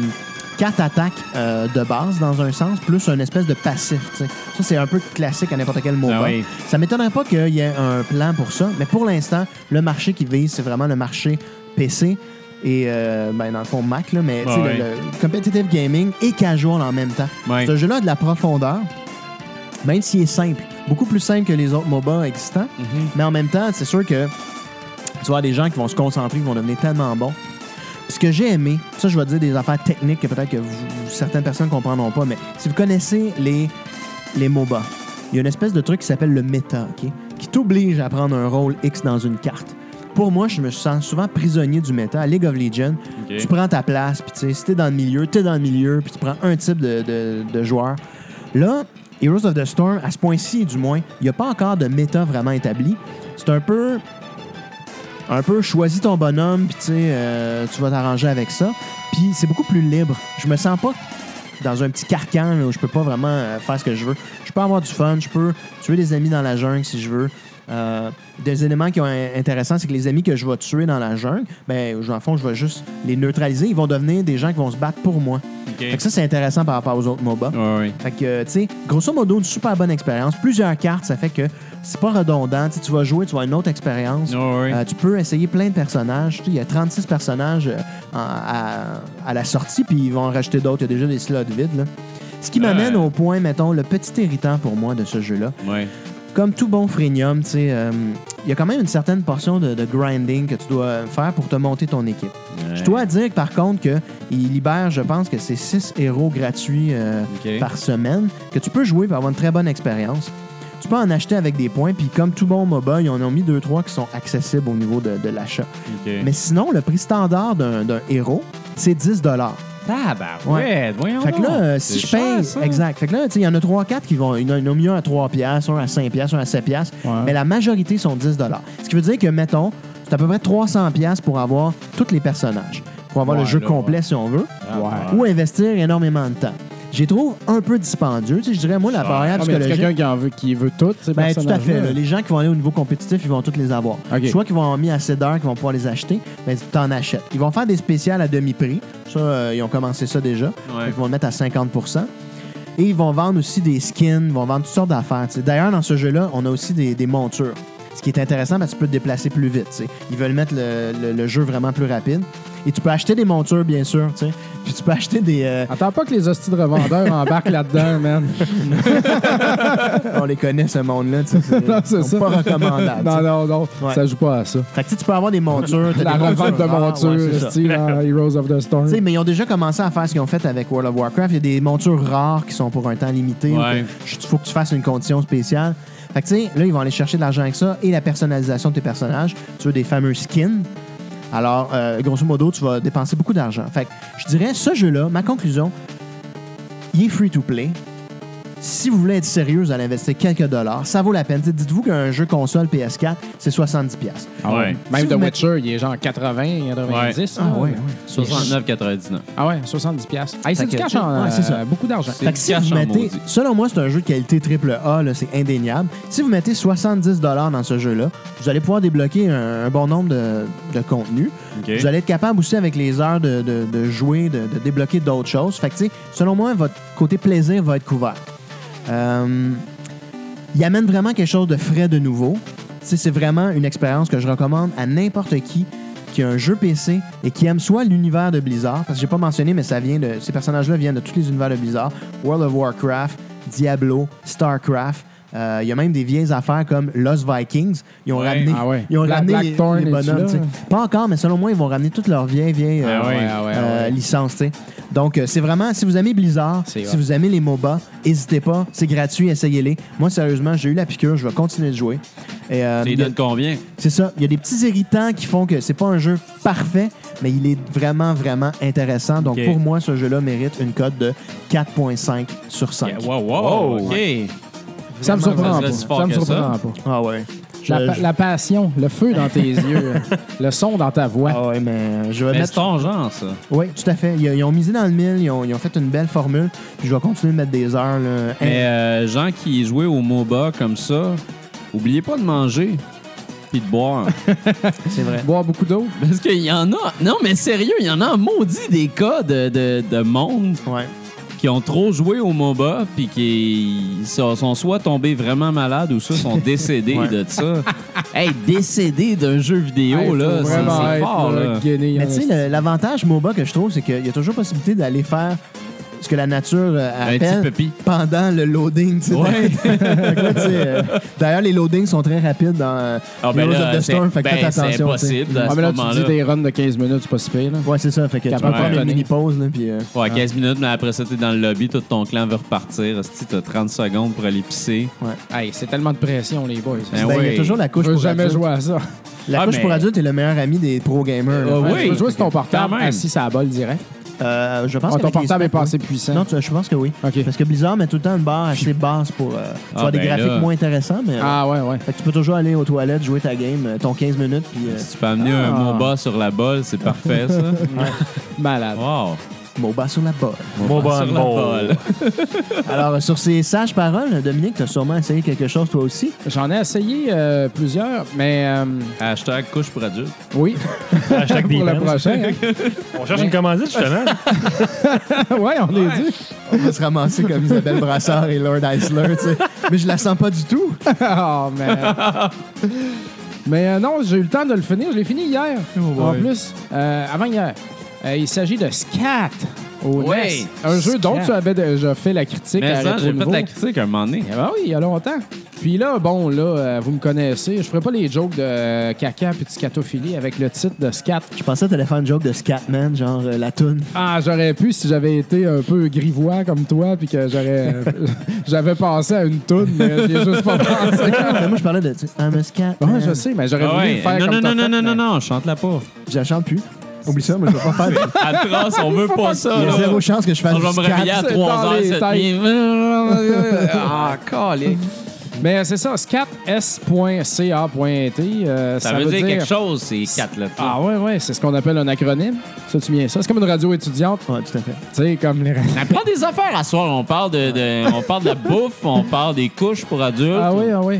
quatre attaques euh, de base dans un sens, plus un espèce de passif. tu sais. Ça, c'est un peu classique à n'importe quel mot. Ah oui. Ça m'étonnerait pas qu'il y ait un plan pour ça, mais pour l'instant, le marché qui vise, c'est vraiment le marché PC et, euh, ben, dans le fond, Mac, là, mais tu sais, Ah oui. le, le competitive gaming et casual en même temps. Ouais. Ce jeu-là a de la profondeur, même s'il est simple. Beaucoup plus simple que les autres MOBA existants. Mais en même temps, c'est sûr que tu vas avoir des gens qui vont se concentrer, qui vont devenir tellement bons. Puis Ce que j'ai aimé, ça je vais dire des affaires techniques que peut-être que vous- certaines personnes ne comprendront pas, mais si vous connaissez les, les MOBA, il y a une espèce de truc qui s'appelle le méta, OK? qui t'oblige à prendre un rôle X dans une carte. Pour moi, je me sens souvent prisonnier du méta. À League of Legends, Ok. tu prends ta place, puis tu sais, si t'es dans le milieu, t'es dans le milieu, puis tu prends un type de, de- de joueur. Là, Heroes of the Storm, à ce point-ci du moins, il n'y a pas encore de méta vraiment établi. C'est un peu un peu choisis ton bonhomme, puis tu sais, euh, tu vas t'arranger avec ça. Puis c'est beaucoup plus libre. Je me sens pas dans un petit carcan là, où je peux pas vraiment euh, faire ce que je veux. Je peux avoir du fun, je peux tuer des amis dans la jungle si je veux. Euh, des éléments qui sont in- intéressants, c'est que les amis que je vais tuer dans la jungle, ben, en fond, je vais juste les neutraliser. Ils vont devenir des gens qui vont se battre pour moi. OK. Fait que ça, c'est intéressant par rapport aux autres MOBA. Ouais, ouais. Fait que, euh, tu sais, grosso modo, une super bonne expérience. Plusieurs cartes, ça fait que c'est pas redondant. Tu sais, tu vas jouer, tu vas avoir une autre expérience. Ouais, ouais. Euh, tu peux essayer plein de personnages. Tu sais, Il y a 36 personnages euh, en- à, à la sortie, puis ils vont en rajouter d'autres. Il y a déjà des slots vides. là. Ce qui Ouais. m'amène au point, mettons, le petit irritant pour moi de ce jeu-là. Ouais. Comme tout bon freemium, tu sais, euh, il y a quand même une certaine portion de, de grinding que tu dois faire pour te monter ton équipe. Je dois dire, par contre, qu'il libère, je pense que c'est 6 héros gratuits euh, Ok. par semaine que tu peux jouer pour avoir une très bonne expérience. Tu peux en acheter avec des points, puis comme tout bon MOBA, ils en ont mis 2-3 qui sont accessibles au niveau de, de l'achat. Mais sinon, le prix standard d'un d'un héros, c'est 10 Tabarouette, voyons fait que là, donc. euh, si C'est je cher, paye. ça. Exact. Fait que là, tu sais, il y en a 3-4 qui vont. Il y en a- il y en a mis un à 3 piastres, un à 5 piastres, un à 7 piastres. Mais la majorité sont 10 Ce qui veut dire que, mettons, c'est à peu près 300 piastres pour avoir tous les personnages. Pour avoir le Ouais, jeu là, complet, si on veut. Ou investir énormément de temps. J'y trouve un peu dispendieux. Tu sais, je dirais, moi, la barrière Ah, mais c'est psychologique. quelqu'un qui, en veut, qui veut tout, ces Ben, tout à fait. personnages-là. là. Les gens qui vont aller au niveau compétitif, ils vont tous les avoir. Ok. Soit qu'ils vont avoir mis assez d'heures, qu'ils vont pouvoir les acheter, mais tu t'en achètes. Ils vont faire des spéciales à demi-prix. Ça, euh, ils ont commencé ça déjà. Fait qu'ils vont le mettre à 50 Et ils vont vendre aussi des skins, ils vont vendre toutes sortes d'affaires. tu sais. D'ailleurs, dans ce jeu-là, on a aussi des, des montures. Ce qui est intéressant, parce que tu peux te déplacer plus vite. tu sais. Ils veulent mettre le, le- le jeu vraiment plus rapide. Et tu peux acheter des montures, bien sûr. tu sais. Puis tu peux acheter des... euh, Attends pas que les hosties de revendeurs embarquent là-dedans, man. on les connaît, ce monde-là. tu sais, Non, c'est ils sont ça. pas recommandable. non, non, non. Ah, Ouais. Ça joue pas à ça. Fait que tu sais, tu peux avoir des montures. t'as La des revente de montures rares, monture, ouais, c'est ça. style dans Heroes of the Storm. Tu sais, mais ils ont déjà commencé à faire ce qu'ils ont fait avec World of Warcraft. Il y a des montures rares qui sont pour un temps limité. Ouais. Il faut que tu fasses une condition spéciale. Fait que, tu sais, là, ils vont aller chercher de l'argent avec ça et la personnalisation de tes personnages. Tu veux des fameux skins. Alors, euh, grosso modo, tu vas dépenser beaucoup d'argent. Fait que, je dirais, ce jeu-là, ma conclusion, il est free to play. Si vous voulez être sérieux, vous allez investir quelques dollars. Ça vaut la peine. Tu sais, Dites-vous qu'un jeu console PS4, c'est 70$. piastres. Ah ouais. Même si The vous Witcher, il est genre 80, 90. là. Ah ouais. 69,99. Ah ouais, 70 piastres. Hey, Fait c'est du que- cash en Ouais, c'est ça. euh, beaucoup d'argent. C'est- Fait que du si cash vous en mettez, maudit. selon moi, c'est un jeu de qualité triple A, là, c'est indéniable. Si vous mettez 70 dans ce jeu-là, vous allez pouvoir débloquer un, un bon nombre de, de contenus. Vous allez être capable aussi, avec les heures de, de- de jouer, de, de débloquer d'autres choses. Fait que, tu sais, selon moi, votre côté plaisir va être couvert. Euh, il amène vraiment quelque chose de frais de nouveau. Tu sais, c'est vraiment une expérience que je recommande à n'importe qui qui a un jeu PC et qui aime soit l'univers de Blizzard, parce que j'ai pas mentionné, mais ça vient de, ces personnages-là viennent de tous les univers de Blizzard, World of Warcraft, Diablo, Starcraft. Euh, Il y a même des vieilles affaires comme Lost Vikings. Ils ont Ouais, ramené, ah ouais. ils ont Bla- ramené les- Blackthorn les, est-tu bonhommes. là? tu sais. Pas encore, mais selon moi, ils vont ramener toutes leurs vieilles, vieilles euh, Ah ouais, ah ouais, ah euh, ouais. licences. tu sais. Donc, euh, c'est vraiment, si vous aimez Blizzard, C'est si hot. vous aimez les MOBA, n'hésitez pas. C'est gratuit, essayez-les. Moi, sérieusement, j'ai eu la piqûre. Je vais continuer de jouer. Et, euh, Tu lui il y a- donnes combien? c'est ça. Il y a des petits irritants qui font que c'est pas un jeu parfait, mais il est vraiment, vraiment intéressant. Donc, Ok. pour moi, ce jeu-là mérite une cote de 4.5 sur 5. Wow, Oh, wow, OK. ça me surprend vraiment, ça pas. se fort Ça me que ça. surprend pas. Ah ouais. Je- La, pa- je- la passion, le feu dans tes yeux, le son dans ta voix. Ah ouais, mais je vais Mais c'est mettre... ton genre, ça. Oui, tout à fait. Ils, ils ont misé dans le mille, ils ont, ils ont fait une belle formule, puis je vais continuer de mettre des heures. Là. Mais euh, gens qui jouaient au MOBA comme ça, oubliez pas de manger puis de boire. C'est Ah. vrai. Boire beaucoup d'eau. Parce qu'il y en a... Non, mais sérieux, il y en a en maudit des cas de, de, de monde Ouais. qui ont trop joué au MOBA puis qui sont sont soit tombés vraiment malades ou soit sont décédés Ouais. de ça. hey, décédés d'un jeu vidéo, Hey, faut là, c'est vraiment c'est être, fort, là, là. gainé, Mais hein, tu sais, c'est- le- l'avantage MOBA que je trouve, c'est qu'il y a toujours possibilité d'aller faire ce que la nature euh, Un appelle petit pépi. pendant le loading. tu sais. Ouais. Fait que là, tu sais, euh, D'ailleurs, les loadings sont très rapides dans euh, Ah, ben Heroes là, of the c'est- Storm, fait que ben, faites c'est attention. tu sais. impossible à Ah, ce mais là, tu moment-là. dis des runs de 15 minutes, c'est pas si pire, là. Ouais, c'est ça. Fait que tu peux Capable prendre de une donner. mini-pause, là, puis... euh, Ouais, 15 minutes, mais après ça, t'es dans le lobby, tout ton clan veut repartir. Si t'as 30 secondes pour aller pisser. Hey, c'est tellement de pression, les boys. Ben ben, il y ouais. a toujours la Je couche veux pour jamais adulte. jouer à ça. La Ah, couche pour mais- adulte est le meilleur ami des pro-gamers. là. Ah, Ouais, oui. Tu peux jouer sur ton portable Quand même. assis à la balle direct. Euh, je pense Ah, qu'avec ton les portable est specs, pas oui. assez puissant. Non, tu- je pense que oui. OK. Parce que Blizzard met tout le temps une barre assez basse pour euh, pour Ah, avoir des ben graphiques là. moins intéressants, mais... euh, Ah ouais, ouais. Fait que tu peux toujours aller aux toilettes, jouer ta game, euh, ton 15 minutes, puis... euh, Si tu peux amener un Ah. MOBA sur la balle, c'est parfait, ça. Malade. Wow. MOBA sur la balle. MOBA sur la balle. Alors, euh, sur ces sages paroles, Dominique, t'as sûrement essayé quelque chose toi aussi. J'en ai essayé euh, plusieurs, mais euh, Hashtag couche pour adulte. oui, Hashtag pour le defense. prochain. hein. On cherche une commandite, justement. ouais, on est dit. On va se ramasser comme Isabelle Brassard et Lord Eisler, tu sais. Mais je la sens pas du tout. oh, man. Mais euh, non, j'ai eu le temps de le finir. Je l'ai fini hier. en plus, euh, avant hier. Euh, il s'agit de Scat. au Ouais. NES. Un jeu dont Scrap. tu avais déjà fait la critique Mais à ça, j'ai Rétro fait Nouveau. la critique un moment donné. Ah oui, il y a longtemps. Puis là, bon, là, euh, vous me connaissez, je ferai pas les jokes de euh, caca puis de scatophilie avec le titre de scat. Je pensais que t'allais faire une joke de Scatman, genre euh, la toune. Ah, j'aurais pu si j'avais été un peu grivois comme toi puis que j'aurais j'avais pensé à une toune, mais j'ai juste pas pensé. Mais moi, je parlais de tu sais, I'm a Scatman. Bon, je sais, mais j'aurais Ah voulu le ouais. faire Non, comme non, t'as non, non, fait, non, mais- non, non, chante-la pas. Je la chante plus. Oublie ça, mais je vais pas faire. de- Atras, on veut pas ça. Il y a là. zéro chance que je fasse On va du me réveiller à Scat. c'est 3 dans heures les cette têtes. nuit. Ah, calique. Mais Ben, c'est ça, scat.s.ca.t. euh, Ça, veut dire, quelque chose, ces quatre lettres. Ah ouais, ouais, c'est ce qu'on appelle un acronyme. Ça, tu viens ça. C'est comme une radio étudiante, Ouais, tout à fait. tu sais, comme les... On apprend des affaires à soir. On parle de, de- on parle de la bouffe, on parle des couches pour adultes. Ah oui, ah oui.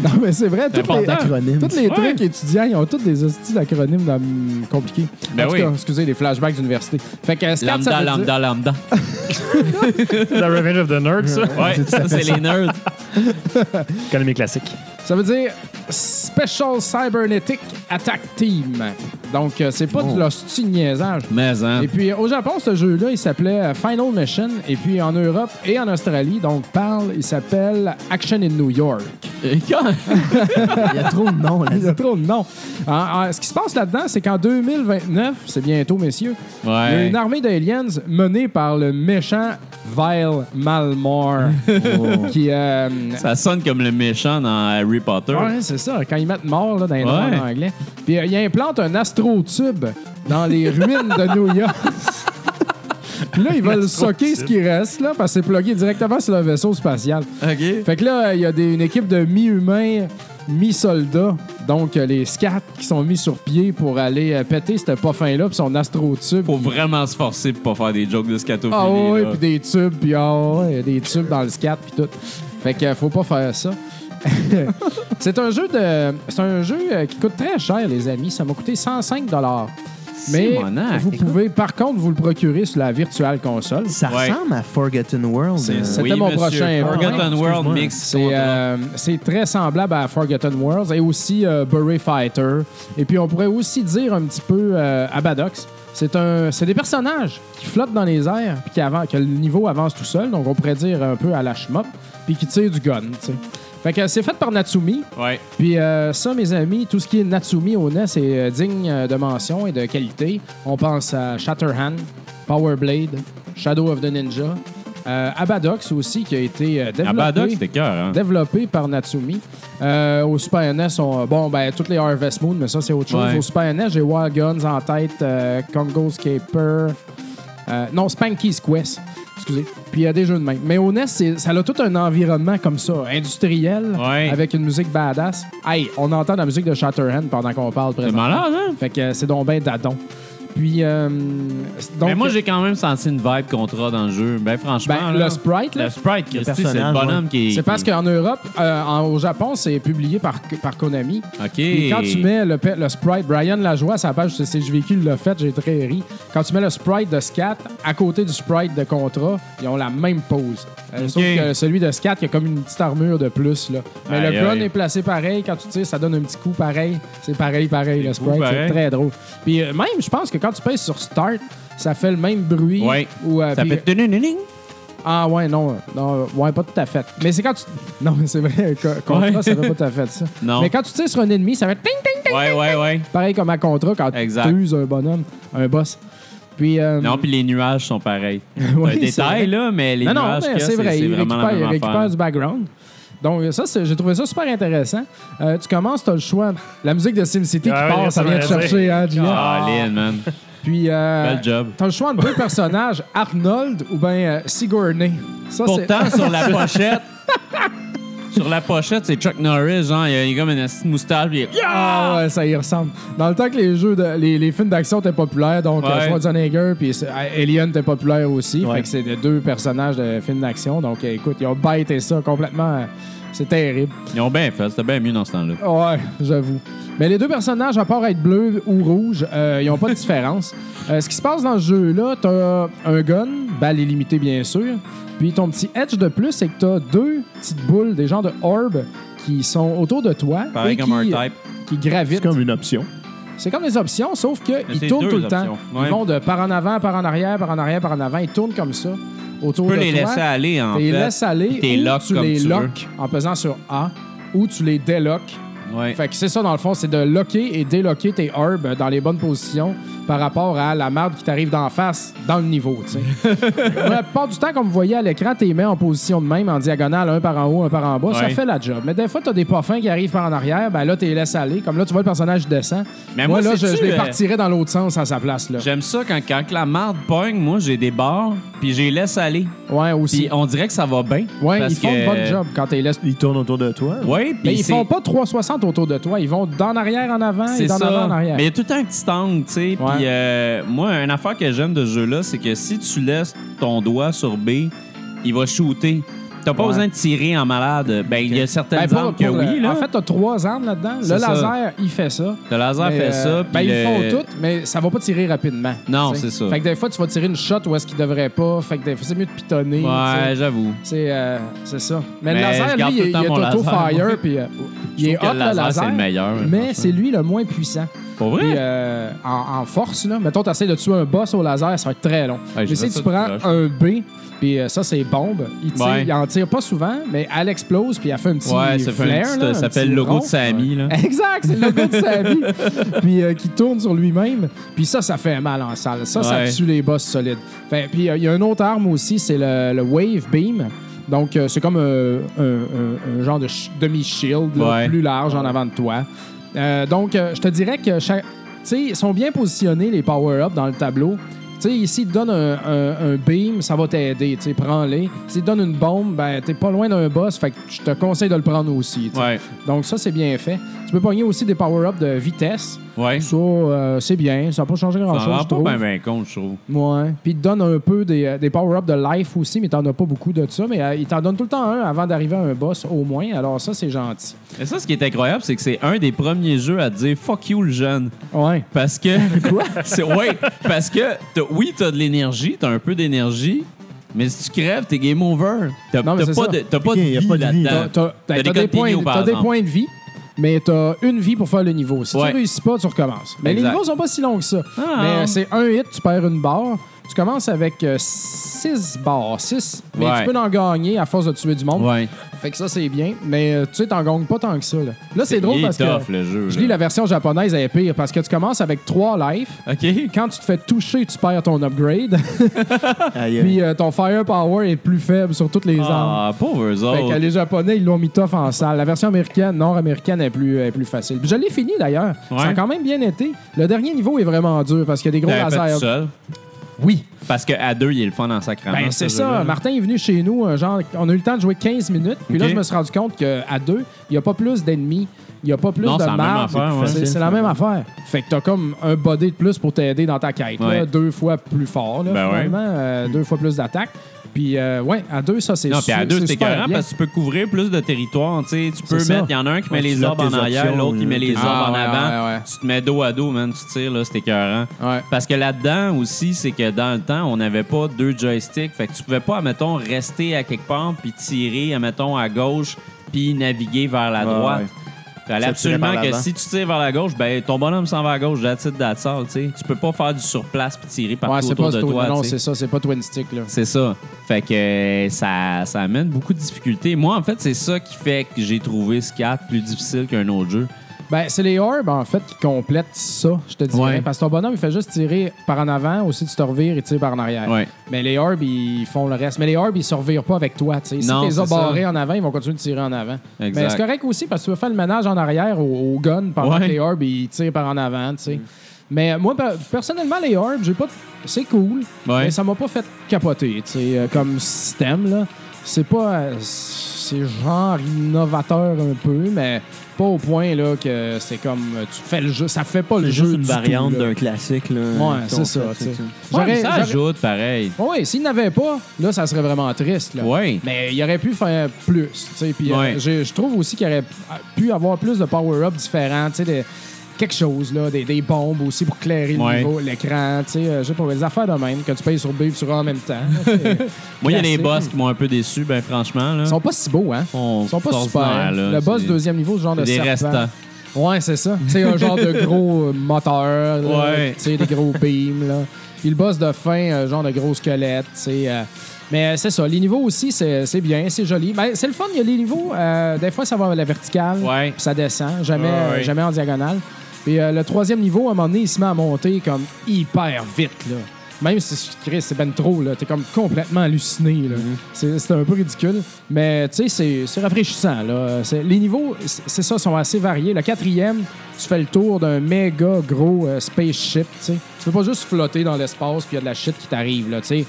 Non, mais c'est vrai, tous les, important. Acronyme. tous les Ouais. trucs étudiants, ils ont tous des hosties d'acronymes hum, compliqués. Ben en tout oui. cas, excusez, des flashbacks d'université. Fait que scat, ça Lambda, veut dire- lambda, lambda. The Revenge of the Nerds, ça. Ouais, ça, c'est les nerds. Économie classique. Ça veut dire Special Cybernetic Attack Team. Donc, euh, c'est pas Oh. de l'hostie de niaisage. Mais, hein. Et puis, euh, au Japon, ce jeu-là, il s'appelait euh, Final Mission. Et puis, en Europe et en Australie, donc parle, il s'appelle Action in New York. Euh, quand- Il y a trop de noms là. Il y a trop de noms. En- en- Ah, ce qui se passe là-dedans, c'est qu'en 2029, c'est bientôt, messieurs, il y a Ouais. une armée d'aliens menée par le méchant Vile Malmore. qui, euh, Ça sonne comme le méchant dans Harry Potter. Ouais, c'est ça. Quand ils mettent mort là, dans les noms Ouais. en anglais. Puis euh, ils implantent un astrotube dans les ruines de New York. Puis là, ils veulent socker ce qui reste, là, parce que c'est plugué directement sur le vaisseau spatial. OK. Fait que là, euh, il y a des- une équipe de mi-humains, mi-soldats, donc euh, les scats qui sont mis sur pied pour aller euh, péter ce pas fin là puis son astrotube. Faut vraiment se forcer pour pas faire des jokes de scatophilie. Ah ouais, là. puis des tubes, puis ah ouais, y a des tubes dans le scat, puis tout. Fait que euh, faut pas faire ça. c'est un jeu de, c'est un jeu euh, qui coûte très cher, les amis. Ça m'a coûté 105 dollars. Mais mon âge. vous pouvez, par contre, vous le procurer sur la virtual console. Ça Ouais. ressemble à Forgotten World. euh, C'était mon prochain hein. Forgotten point. World Excuse-moi. Mix. C'est euh, c'est très semblable à Forgotten Worlds et aussi euh, Bury Fighter. Et puis on pourrait aussi dire un petit peu euh, Abadox. C'est un, c'est des personnages qui flottent dans les airs puis qui avan- que le niveau avance tout seul. Donc on pourrait dire un peu à la shmup puis qui tire du gun. tu sais. Fait que c'est fait par Natsumi. Ouais. Puis euh, ça, mes amis, tout ce qui est Natsumi au NES est euh, digne euh, de mention et de qualité. On pense à Shatterhand, Power Blade, Shadow of the Ninja, euh, Abadox aussi qui a été euh, développé Ah, Badoc, c'était cœur, hein. développé par Natsumi. Euh, au Super NES, on- bon, ben, toutes les Harvest Moon, mais ça, c'est autre chose. Ouais. Au Super NES, j'ai Wild Guns en tête, euh, Congo's Caper. euh, non, Spanky's Quest. Excusez. Puis il y a des jeux de même. Mais au NES, c'est- ça a tout un environnement comme ça, industriel, Ouais. avec une musique badass. Hey, on entend la musique de Shatterhand pendant qu'on parle C'est présentement. malade, hein? Fait que euh, c'est donc ben dadon. Puis, euh, donc, Mais moi, j'ai quand même senti une vibe contrat dans le jeu. Ben, franchement. euh, ben, là, le sprite, là, le sprite, Christy, c'est le personnage, bonhomme qui. c'est parce qui- qu'en Europe, euh, en- au Japon, c'est publié par, par Konami. OK. Puis quand tu mets le, pe- le sprite, Brian Lajoie, sa page CCJVQ l'a fait, j'ai très ri. Quand tu mets le sprite de Scat à côté du sprite de Contra, ils ont la même pose. Euh, Ok. Sauf que celui de Scat, il y a comme une petite armure de plus. Là. Mais Aïe, le gun aïe. est placé pareil. Quand tu tires, ça donne un petit coup pareil. C'est pareil, pareil, le coups sprite. C'est pareils. très drôle. Puis euh, même, je pense que quand tu pèses sur Start, ça fait le même bruit. Ouais. Ou, euh, Ça puis- fait. tunununing. ah ouais, non, non, ouais, pas tout à fait. Mais c'est quand tu... Non, mais c'est vrai, co- Contra, Ouais. ça fait pas tout à fait ça. Non. Mais quand tu tires sur un ennemi, ça va être ting, ting, ting. Ouais, ouais, ouais. Pareil comme à Contra, quand Exact. tu uses un bonhomme, un boss. Puis... euh, Non, puis les nuages sont pareils. Oui, Un c'est vrai. détail, là, mais les non, non, nuages, mais que c'est vrai, il vraiment la récupère, il même récupère affaire. du background. Donc ça, c'est- j'ai trouvé ça super intéressant. Euh, tu commences, tu as le choix. La musique de SimCity Ah qui oui, part, ça ça vient va te dire. chercher, hein, Julien? Ah, Lynn, man. Puis... Euh, Bel job. T'as le choix entre deux personnages, Arnold ou bien euh, Sigourney. Ça, c'est- Pourtant, sur la pochette. Sur la pochette, c'est Chuck Norris, genre, il a, il a comme une petite moustache, puis il est- Ah ouais, ça y ressemble. Dans le temps que les jeux de, les, les films d'action étaient populaires, donc Ouais. euh, Schwarzenegger puis c'est- euh, Alien était populaire aussi, Ouais. fait que c'est des deux personnages de films d'action. Donc euh, écoute, ils ont bêté ça complètement. euh, C'est terrible. Ils ont bien fait, c'était bien mieux dans ce temps-là. Ouais, j'avoue. Mais les deux personnages, à part être bleus ou rouges, euh, ils ont pas de différence. Euh, ce qui se passe dans ce jeu-là, t'as un gun, balle illimitée bien sûr. Puis ton petit edge de plus, c'est que t'as deux petites boules, des genres de orbes, qui sont autour de toi. Pareil et comme qui, un type. qui gravitent. C'est comme une option. C'est comme des options, sauf Mais qu'ils c'est tournent deux tout le temps. options. Ouais. Ils vont de par en avant, par en arrière, par en arrière, par en avant. Ils tournent comme ça autour Tu peux de les toi. laisser aller, en Tu les fait. laisses aller puis t'es ou lock tu comme les tu veux. lock en pesant sur A ou tu les déloques. Ouais. Fait que c'est ça, dans le fond, c'est de locker et délocker tes herbes dans les bonnes positions par rapport à la merde qui t'arrive d'en face dans le niveau, tu sais. la plupart du temps, comme vous voyez à l'écran, t'es mets en position de même, en diagonale, un par en haut, un par en bas, ça Ouais. fait la job. Mais des fois, t'as des parfums qui arrivent par en arrière, ben là, t'es laisse aller. Comme là, tu vois le personnage descend. Mais moi, moi, là, je, sais-tu, je les euh, partirais dans l'autre sens à sa place, là. J'aime ça quand, quand la marde pogne, moi, j'ai des barres, puis j'ai laisse aller. Ouais, aussi. Puis on dirait que ça va bien. Ouais, parce ils font que- une bonne job quand t'es laisse. Ils tournent autour de toi. Ouais, puis Mais ils c'est- font pas 360 autour de toi. Ils vont d'en arrière en avant et C'est d'en ça. avant en arrière. Mais il y a tout le temps un petit angle, tu sais. Puis euh, moi, une affaire que j'aime de ce jeu-là, c'est que si tu laisses ton doigt sur B, il va shooter. T'as pas Ouais. besoin de tirer en malade. Ben, il y a certaines Ben, pour- armes que pour le- oui, là. En fait, t'as trois armes là-dedans. Le C'est ça. laser, il fait ça. le laser Mais, fait euh, ça. ben, puis ils le- font tout, mais ça va pas tirer rapidement. Non, tu sais. c'est ça. Fait que des fois, tu vas tirer une shot où est-ce qu'il devrait pas. Fait que des fois, c'est mieux de pitonner. tu Ouais, sais. j'avoue. C'est euh, c'est ça. Mais, Mais le je laser, garde lui, il, tout le est- temps il est mon laser, moi. auto-fire, puis euh, il Je est trouve hot, que le le laser, laser. c'est le meilleur. Mais c'est lui le moins puissant. Pour Puis, vrai? euh, en, en force, là, mettons, tu de tuer un boss au laser, ça va être très long. Ouais, j'ai mais si fait tu ça prends tout proche. un B, puis euh, ça, c'est bombe, il, tire, Ouais. il en tire pas souvent, mais elle explose, puis elle fait un petit ouais, ça fait flare, un petit, euh, là, ça un s'appelle petit le logo rond. de Samy, là. Exact, c'est le gars de sa vie. Puis euh, qui tourne sur lui-même. Puis ça, ça fait mal en salle. Ça, Ouais. ça tue les boss solides. Fait- puis euh, il y a une autre arme aussi, c'est le, le Wave Beam. Donc, euh, c'est comme euh, un, un- un genre de sh- demi-shield là, Ouais. plus large en avant de toi. Euh, donc, euh, je te dirais que chaque- tu sais, ils sont bien positionnés, les power-ups, dans le tableau. Tu sais, ici, ils te donnent un, un- un beam, ça va t'aider. Tu sais, prends-les. S'ils te donnent une bombe, ben, t'es pas loin d'un boss. Fait que je te conseille de le prendre aussi. tu sais. Ouais, Donc ça, c'est bien fait. Tu peux pogner aussi des power-ups de vitesse. ouais. Ça, euh, c'est bien. Ça n'a pas changé Ça grand-chose, rend je pas trouve. bien ben compte, je trouve. Ouais. Puis il te donne un peu des, euh, des power-ups de life aussi, mais t'en as pas beaucoup de ça. Mais euh, il t'en donne tout le temps un avant d'arriver à un boss, au moins. Alors ça, c'est gentil. Mais ça, ce qui est incroyable, c'est que c'est un des premiers jeux à dire fuck you le jeune. Ouais. Parce que. Quoi? ouais, parce que t'as- oui, t'as de l'énergie, t'as un peu d'énergie, mais si tu crèves, t'es game over. T'as Non, mais t'as c'est pas, ça. de- t'as pas de Ok, y a vie pas de vie. là-dedans. T'as- T'as t'as T'as des des, points, continues, par t'as des exemple. points de vie, mais t'as une vie pour faire le niveau. Si Ouais. tu réussis pas, tu recommences. Mais Exact. les niveaux sont pas si longs que ça. Ah. Mais euh, c'est un hit, tu perds une barre. Tu commences avec 6 barres. 6. Mais Ouais. tu peux en gagner à force de tuer du monde. Ouais. Fait que ça, c'est bien. Mais euh, tu sais, t'en gagnes pas tant que ça. Là, là c'est drôle Il est parce tough, que le jeu. je lis la version japonaise, elle est pire parce que tu commences avec 3 lives. OK. Ouais, Quand tu te fais toucher, tu perds ton upgrade. Aïe, aïe. Puis euh, ton firepower est plus faible sur toutes les armes. ah, pauvres eux Fait que autres. les Japonais, ils l'ont mis tough en salle. La version américaine, nord-américaine, est plus, est plus facile. Puis je l'ai fini d'ailleurs. Ouais. Ben, Ça a quand même bien été. Le dernier niveau est vraiment dur parce qu'il y a des gros T'avais fait tout lasers. seul. Oui. Parce qu'à deux, il est le fun en sacrament. Ben, ce c'est ça. jeu-là. Martin est venu chez nous, un genre, on a eu le temps de jouer 15 minutes. Puis Ok. là, je me suis rendu compte qu'à deux, il n'y a pas plus d'ennemis, il n'y a pas plus Non, de c'est la même marbre. affaire, ouais. C'est- C'est la même affaire. Fait que t'as comme un body de plus pour t'aider dans ta quête. là. Ouais. deux fois plus fort, là, Ben ouais. finalement. Euh, deux fois plus d'attaque. Puis, euh, ouais, à deux, ça, c'est Non, puis à su- deux, c'est c'est super écœurant bien. parce que tu peux couvrir plus de territoire. Tu sais, tu peux ça. mettre. Il y en a un qui met Ouais, tu les loques orbes en tes arrière, options, l'autre qui là. met les orbes Ah, en ouais, avant. ouais, ouais. Tu te mets dos à dos, man. Tu tires, là, c'est écœurant. Ouais. Parce que là-dedans aussi, c'est que dans le temps, on n'avait pas deux joysticks. Fait que tu pouvais pas, mettons, rester à quelque part puis tirer, mettons, à gauche puis naviguer vers la Ouais, droite. ouais. Fallait Ça tirait absolument par que l'avant. si tu tires vers la gauche, ben ton bonhomme s'en va à gauche, that's it, that's all, tu sais. Tu peux pas faire du surplace puis tirer partout Ouais, c'est autour pas de c'est- toi, Non, tu sais. c'est ça, c'est pas Twin Stick, là. C'est ça. Fait que euh, ça, ça amène beaucoup de difficultés. Moi, en fait, c'est ça qui fait que j'ai trouvé ce 4 plus difficile qu'un autre jeu. Ben, c'est les orbes, en fait, qui complètent ça, je te dirais. Ouais. Parce que ton bonhomme, il fait juste tirer par en avant, aussi tu te revires, il tire par en arrière. Ouais. Mais les orbes, ils font le reste. Mais les orbes, ils se revirent pas avec toi, tu sais. Si Non, t'es c'est barrés en avant, ils vont continuer de tirer en avant. Exact. Mais c'est correct aussi, parce que tu veux faire le ménage en arrière au, au gun pendant Ouais. que les orbes, ils tirent par en avant, tu sais. Mais euh, moi, per- personnellement, les orbes, j'ai pas... de- C'est cool, Ouais. mais ça m'a pas fait capoter, tu sais, euh, comme système, là. C'est pas... euh, c'est genre innovateur un peu, mais pas au point, là, que c'est comme... euh, Tu fais le jeu... Ça fait pas le C'est jeu juste une du variante tout, là. d'un classique. Là, Ouais, Ton c'est ça, fait, tu sais. c'est Ouais, mais J'aurais- ça j'aurais- ajoute pareil. Ah Oui, s'il n'avait pas, là, ça serait vraiment triste. Là. Ouais. Mais il aurait pu faire plus. tu sais, Puis, euh, Ouais. je, je trouve aussi qu'il aurait pu avoir plus de power-up différents. tu sais, des- quelque chose, là, des, des bombes aussi pour clairer le Ouais. niveau, l'écran. tu sais, euh, je sais pas, des affaires de même que tu payes sur B et sur A en même temps. là, tu sais. Moi, il y a des Classique. boss qui m'ont un peu déçu, ben franchement. Là. Ils sont pas si beaux, hein? On- Ils sont pas c'est super. ordinaire, là. le boss C'est- deuxième niveau, ce genre de Des serpent. restants. Ouais, c'est ça. C'est un genre de gros euh, moteur, là, Ouais. tu sais, des gros beams. Là. Puis le boss de fin, euh, genre de gros squelette. tu sais, euh. Mais euh, c'est ça. Les niveaux aussi, c'est c'est bien, c'est joli. Ben, c'est le fun, il y a les niveaux. euh, des fois, ça va à la verticale, Ouais. puis ça descend, jamais, Ouais, ouais. jamais en diagonale. Puis euh, le troisième niveau, à un moment donné, il se met à monter comme hyper vite. Là. Même si Chris, c'est ben trop, là. T'es comme complètement halluciné, là. C'est c'est un peu ridicule. Mais, tu sais, c'est- c'est rafraîchissant, là. C'est- Les niveaux, c'est c'est ça, sont assez variés. Le quatrième, tu fais le tour d'un méga gros euh, spaceship, tu sais. Tu peux pas juste flotter dans l'espace, puis il y a de la shit qui t'arrive, là, tu sais.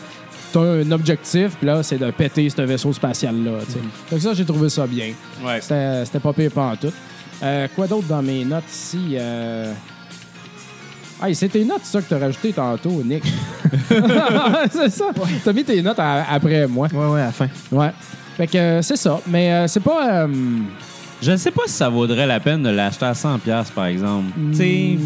T'as un objectif, puis là, c'est de péter ce vaisseau spatial-là, tu sais. Fait que ça, j'ai trouvé ça bien. Ouais. C'était c'était pas pire pas en tout. Euh, quoi d'autre dans mes notes ici? Euh... Hey, c'est tes notes, ça, que t'as rajouté tantôt, Nick. c'est ça. T'as mis tes notes à- après moi. Ouais, ouais, à la fin. Ouais. Fait que euh, c'est ça. Mais euh, c'est pas... euh, Je ne sais pas si ça vaudrait la peine de l'acheter à 100$, piastres, par exemple. Tu sais,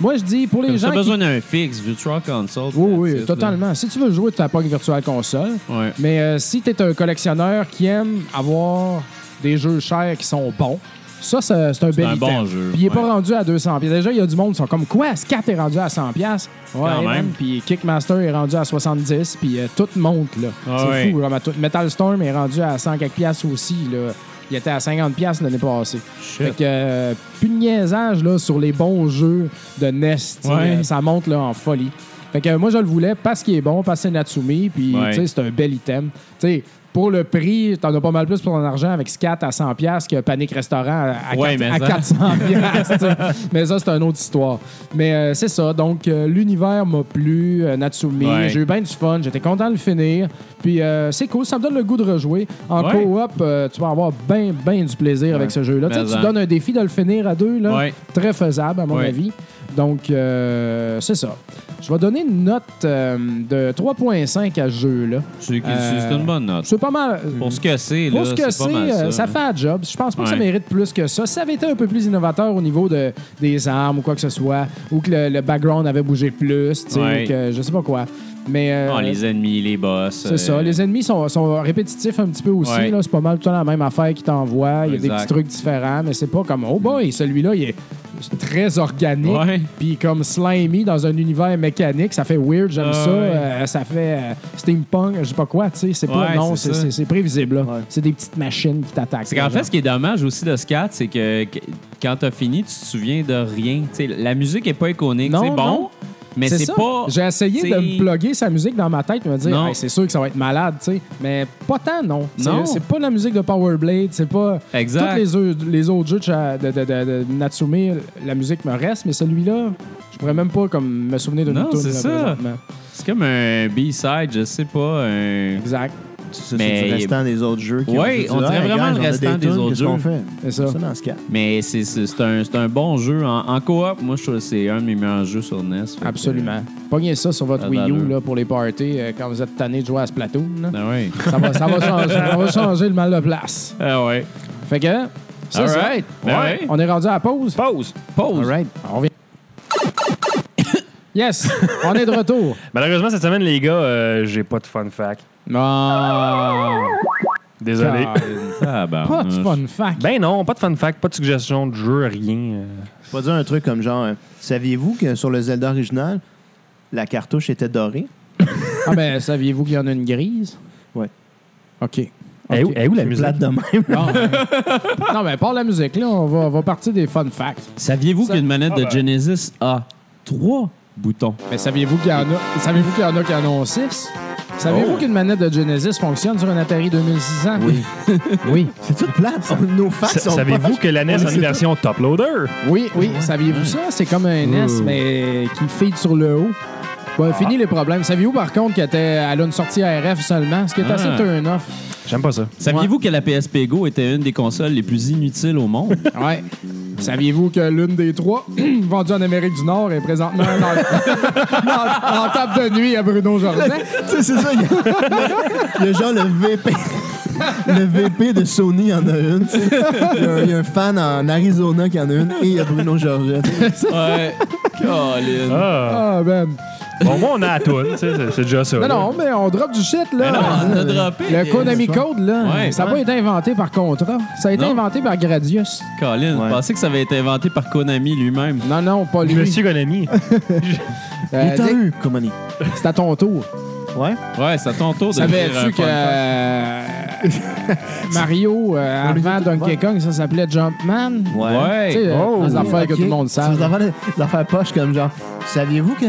moi, je dis, pour Hmm. les comme ça gens qui... besoin d'un fixe, Virtual Console. Oui, that's oui, it, totalement. Si tu veux jouer, tu pas une virtuelle console. là. Ouais. Mais euh, si tu es un collectionneur qui aime avoir des jeux chers qui sont bons, ça, ça- c'est un bel un item. bon jeu, Puis il est pas ouais. rendu à 200 pièces. Déjà, il y a du monde qui sont comme quoi, Scat est rendu à 100 pièces. Ouais, Quand man. même. Puis Kickmaster est rendu à 70, puis euh, tout monte là. Ah c'est ouais. fou. genre, ma- tout- Metal Storm est rendu à 100 quelques pièces aussi là. Il était à 50 pièces l'année passée. Fait que euh, plus de niaisage là, sur les bons jeux de NES. tu sais, Ouais. euh, Ça monte là, en folie. Fait que euh, moi, je le voulais parce qu'il est bon, parce que c'est Natsumi, puis Ouais. tu sais, c'est un bel item. Tu sais, pour le prix, t'en as pas mal plus pour ton argent avec Scat à 100$ piastres que Panic Restaurant à, à, Ouais, quatre- mais à ça. 400$. piastres, tu sais. mais ça, c'est une autre histoire. Mais euh, c'est ça. Donc, euh, l'univers m'a plu, euh, Natsumi. Ouais. J'ai eu bien du fun. J'étais content de le finir. Puis euh, c'est cool. Ça me donne le goût de rejouer. En Ouais. coop, euh, tu vas avoir bien, bien du plaisir avec ce jeu-là. Tu sais, Mais tu en. donnes un défi de le finir à deux. Là Ouais. très faisable, à mon Ouais. avis. Donc, euh, c'est ça. Je vais donner une note euh, de 3.5 à ce jeu-là. C'est Euh, c'est une bonne note. C'est pas mal. Pour ce que c'est, là, Pour ce que c'est c'est, pas mal euh, ça. ça là. fait un job. Je pense pas que ça Ouais. mérite plus que ça. Si ça avait été un peu plus innovateur au niveau de, des armes ou quoi que ce soit, ou que le, le background avait bougé plus, tu sais, Ouais. que je sais pas quoi. Mais euh, Ah, les ennemis, les boss. c'est ça. Les ennemis sont, sont répétitifs un petit peu aussi. euh, Ouais. là. C'est pas mal tout le temps la même affaire qui t'envoie. Il y a des Exact. petits trucs différents, mais c'est pas comme Oh boy, celui-là, il est très organique. Ouais. Puis comme slimy dans un univers mécanique, ça fait weird, j'aime Ah, ça. ouais. Euh, ça fait euh, steampunk, je sais pas quoi, tu sais. C'est pas. Ouais, non, c'est c'est- ça. c'est c'est prévisible. là. C'est des petites machines qui t'attaquent. C'est qu'en là, fait, genre. ce qui est dommage aussi de ce 4, c'est que que- quand t'as fini, tu te souviens de rien. Tu sais, la musique est pas iconique. Non, C'est bon, non. mais c'est ça. pas. J'ai essayé de c'est- me plugger sa musique dans ma tête et me dire, Non. Hey, c'est sûr que ça va être malade, tu sais. Mais pas tant, non. C'est- Non. C'est pas la musique de Power Blade, c'est pas. Exact. Tous les, eu- les autres jeux de, cha- de- de- de- de Natsume, la musique me reste, mais celui-là, je pourrais même pas comme me souvenir d'une Non, tune. c'est là, ça. présentement. C'est comme un B-side, je sais pas. Un... Exact. Ça, c'est Mais- du restant des autres jeux. qui ont Ouais, dit, on dirait Ah, vraiment regarde, le j'en ai restant des tunes, autres qu'est-ce qu'on jeux. fait? C'est ça. dans ce cas. Mais c'est- c'est c'est un, c'est un bon jeu. En, en coop, moi, je trouve que c'est un de mes meilleurs jeux sur NES. Fait que- Absolument. Pognez ça sur votre Euh, Ça a Wii U d'allure. là, pour les parties euh, quand vous êtes tanné de jouer à Splatoon. là. Ah ouais. Ça va, ça va changer, ça va changer le mal de place. ah ouais. Fait que, ça, c'est Alright. Ben ouais. On est rendu à la pause. Pause. Pause. All right. On revient. Yes, on est de retour. Malheureusement, cette semaine, les gars, euh, j'ai pas de fun fact. Ah. Non. Désolé. Ah, ben, Pas de fun fact. Ben non, pas de fun fact, pas de suggestion de jeu, rien. euh. Je vais dire un truc comme genre, euh, saviez-vous que sur le Zelda original, la cartouche était dorée? Ah ben, saviez-vous qu'il y en a une grise? Ouais. OK. Elle est Eh où- OK. elle est où la musique? Plate de même. Non, euh, non, mais par la musique, là, on va, on va partir des fun facts. Saviez-vous Ça- qu'une manette Ah ben. de Genesis a trois boutons? Mais saviez-vous qu'il y en a saviez-vous qu'il y en a qui en ont 6? Saviez-vous qu'une manette de Genesis fonctionne sur un Atari 2600? Oh. Oui. oui. C'est toute plate. Nos facs Sa- sont pas... Savez-vous que la NES a une version top loader? Oui, oui. Saviez-vous ça? C'est comme un NES, mais qui feed sur le haut. Bon, fini les problèmes. Saviez-vous, par contre, qu'elle était- elle a une sortie RF seulement? Ce qui est assez Ah. turn-off. J'aime pas ça. Saviez-vous que la PSP Go était une des consoles les plus inutiles au monde? Ouais. Mm-hmm. Saviez-vous que l'une des trois, vendue en Amérique du Nord, est présentement dans, dans- dans table de nuit à Bruno Jardin? Tu sais, c'est ça. Il y, a- il y a genre le VP. Le VP de Sony en a une. tu sais. Il y, a- il y a un fan en Ben, Arizona qui en a une et il y a Bruno Georgette. ouais. Colin. Ah. Ah, ben. Bon, moi, on a la toune, tu sais, c'est- c'est déjà ça. Non, là. non, mais on drop du shit, là. Mais Ben non, on a droppé, Le puis- Konami Code, là, Ouais, ça n'a pas été inventé par contrat. Ça a été Non. inventé par Gradius. Colin, Ouais. je pensais que ça avait été inventé par Konami lui-même. Non, non, pas lui. Monsieur Konami. Euh, Il est Nick, un comme on est. c'est à ton tour. Ouais. Ouais, c'est à ton tour de dire un Savais-tu que fun fact. euh, Mario, euh, On les a avant tous Donkey Kong, ça s'appelait Jumpman? Tu sais, Ouais. euh, Oh, des affaires que Ah, Ok. tout le monde C'est sait. Des affaires, des affaires poches comme genre, saviez-vous que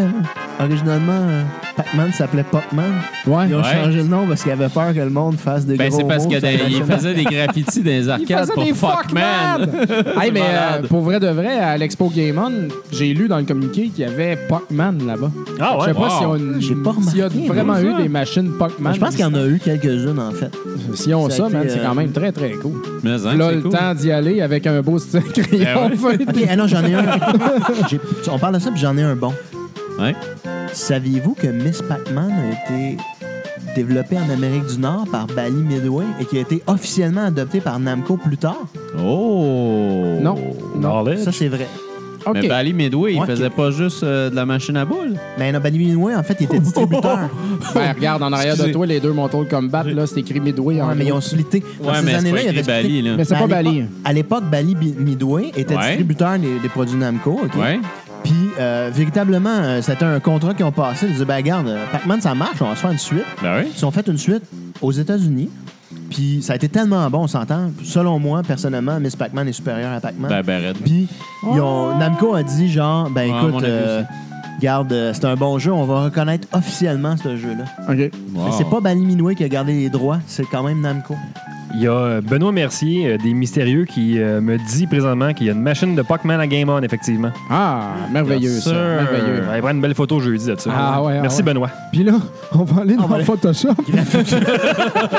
originalement euh, Pac-Man s'appelait Pac-Man? Ouais. Ils ont Ouais. changé le nom parce qu'ils avaient peur que le monde fasse des Ben, gros c'est parce mots, qu'il ça s'appelait Pac-Man. faisait des graffitis dans les Il arcades faisait pour des Fuck Man. hey, mais malade. euh, pour vrai de vrai, à l'Expo Game On, j'ai lu dans le communiqué qu'il y avait Pac-Man là-bas. Ah Je sais ouais? pas Wow. s'il y a une- J'ai pas s'il y a remarqué, vraiment mais eu ça. des machines Pac-Man. Je pense qu'il y en a eu quelques-unes en fait. Si on Ça ça, a man, été, c'est quand euh, même très, très cool. Mais hein, là, c'est le cool. temps d'y aller avec un beau style crayon. Eh Ok, ah non, j'en ai un. J'ai- On parle de ça, puis j'en ai un bon. Ouais. Saviez-vous que Miss Pac-Man a été développée en Amérique du Nord par Bally Midway et qui a été officiellement adoptée par Namco plus tard? Oh! Non. Non. Knowledge. Ça, c'est vrai. OK. ben, Mais Bally Midway, il Ouais, faisait ok. pas juste euh, de la machine à boules. Mais Ben, non, Bally Midway, en fait, il était distributeur. Ben, regarde, en arrière de Excusez. toi, les deux manteaux de combat, là, c'est écrit Midway. en Ouais, mais ils gros. ont splitté. Dans Ouais, ces mais c'est années-là, pas il y écrit avait Bally, splitté. là. Mais c'est Mais pas à Bally. l'époque- À l'époque, Bally Bi- Midway était Ouais. distributeur des, des produits Namco. OK? Ouais. Puis, euh, véritablement, euh, c'était un contrat qu'ils ont passé. Ils disaient, ben, regarde, euh, Pac-Man, ça marche, on va se faire une suite. Ben oui. Ils ont fait une suite aux États-Unis. Puis, ça a été tellement bon, on s'entend. Selon moi, personnellement, Miss Pac-Man est supérieure à Pac-Man. Ben, ben, arrête. Puis, ils ont- Namco a dit, genre, ben, Ouais, à mon écoute, avis euh, garde, euh, c'est un bon jeu, on va reconnaître officiellement ce jeu-là. OK. Wow. Mais c'est pas Bally Midway qui a gardé les droits, c'est quand même Namco. Il y a euh, Benoît Mercier, euh, des mystérieux, qui euh, me dit présentement qu'il y a une machine de Pac-Man à Game On, effectivement. Ah, merveilleux, Yes, ça. sir. Merveilleux. On va prendre une belle photo jeudi de ça. Ah ouais, ah Merci, ouais. Benoît. Puis là, on va aller dans va aller- Photoshop. Puis là,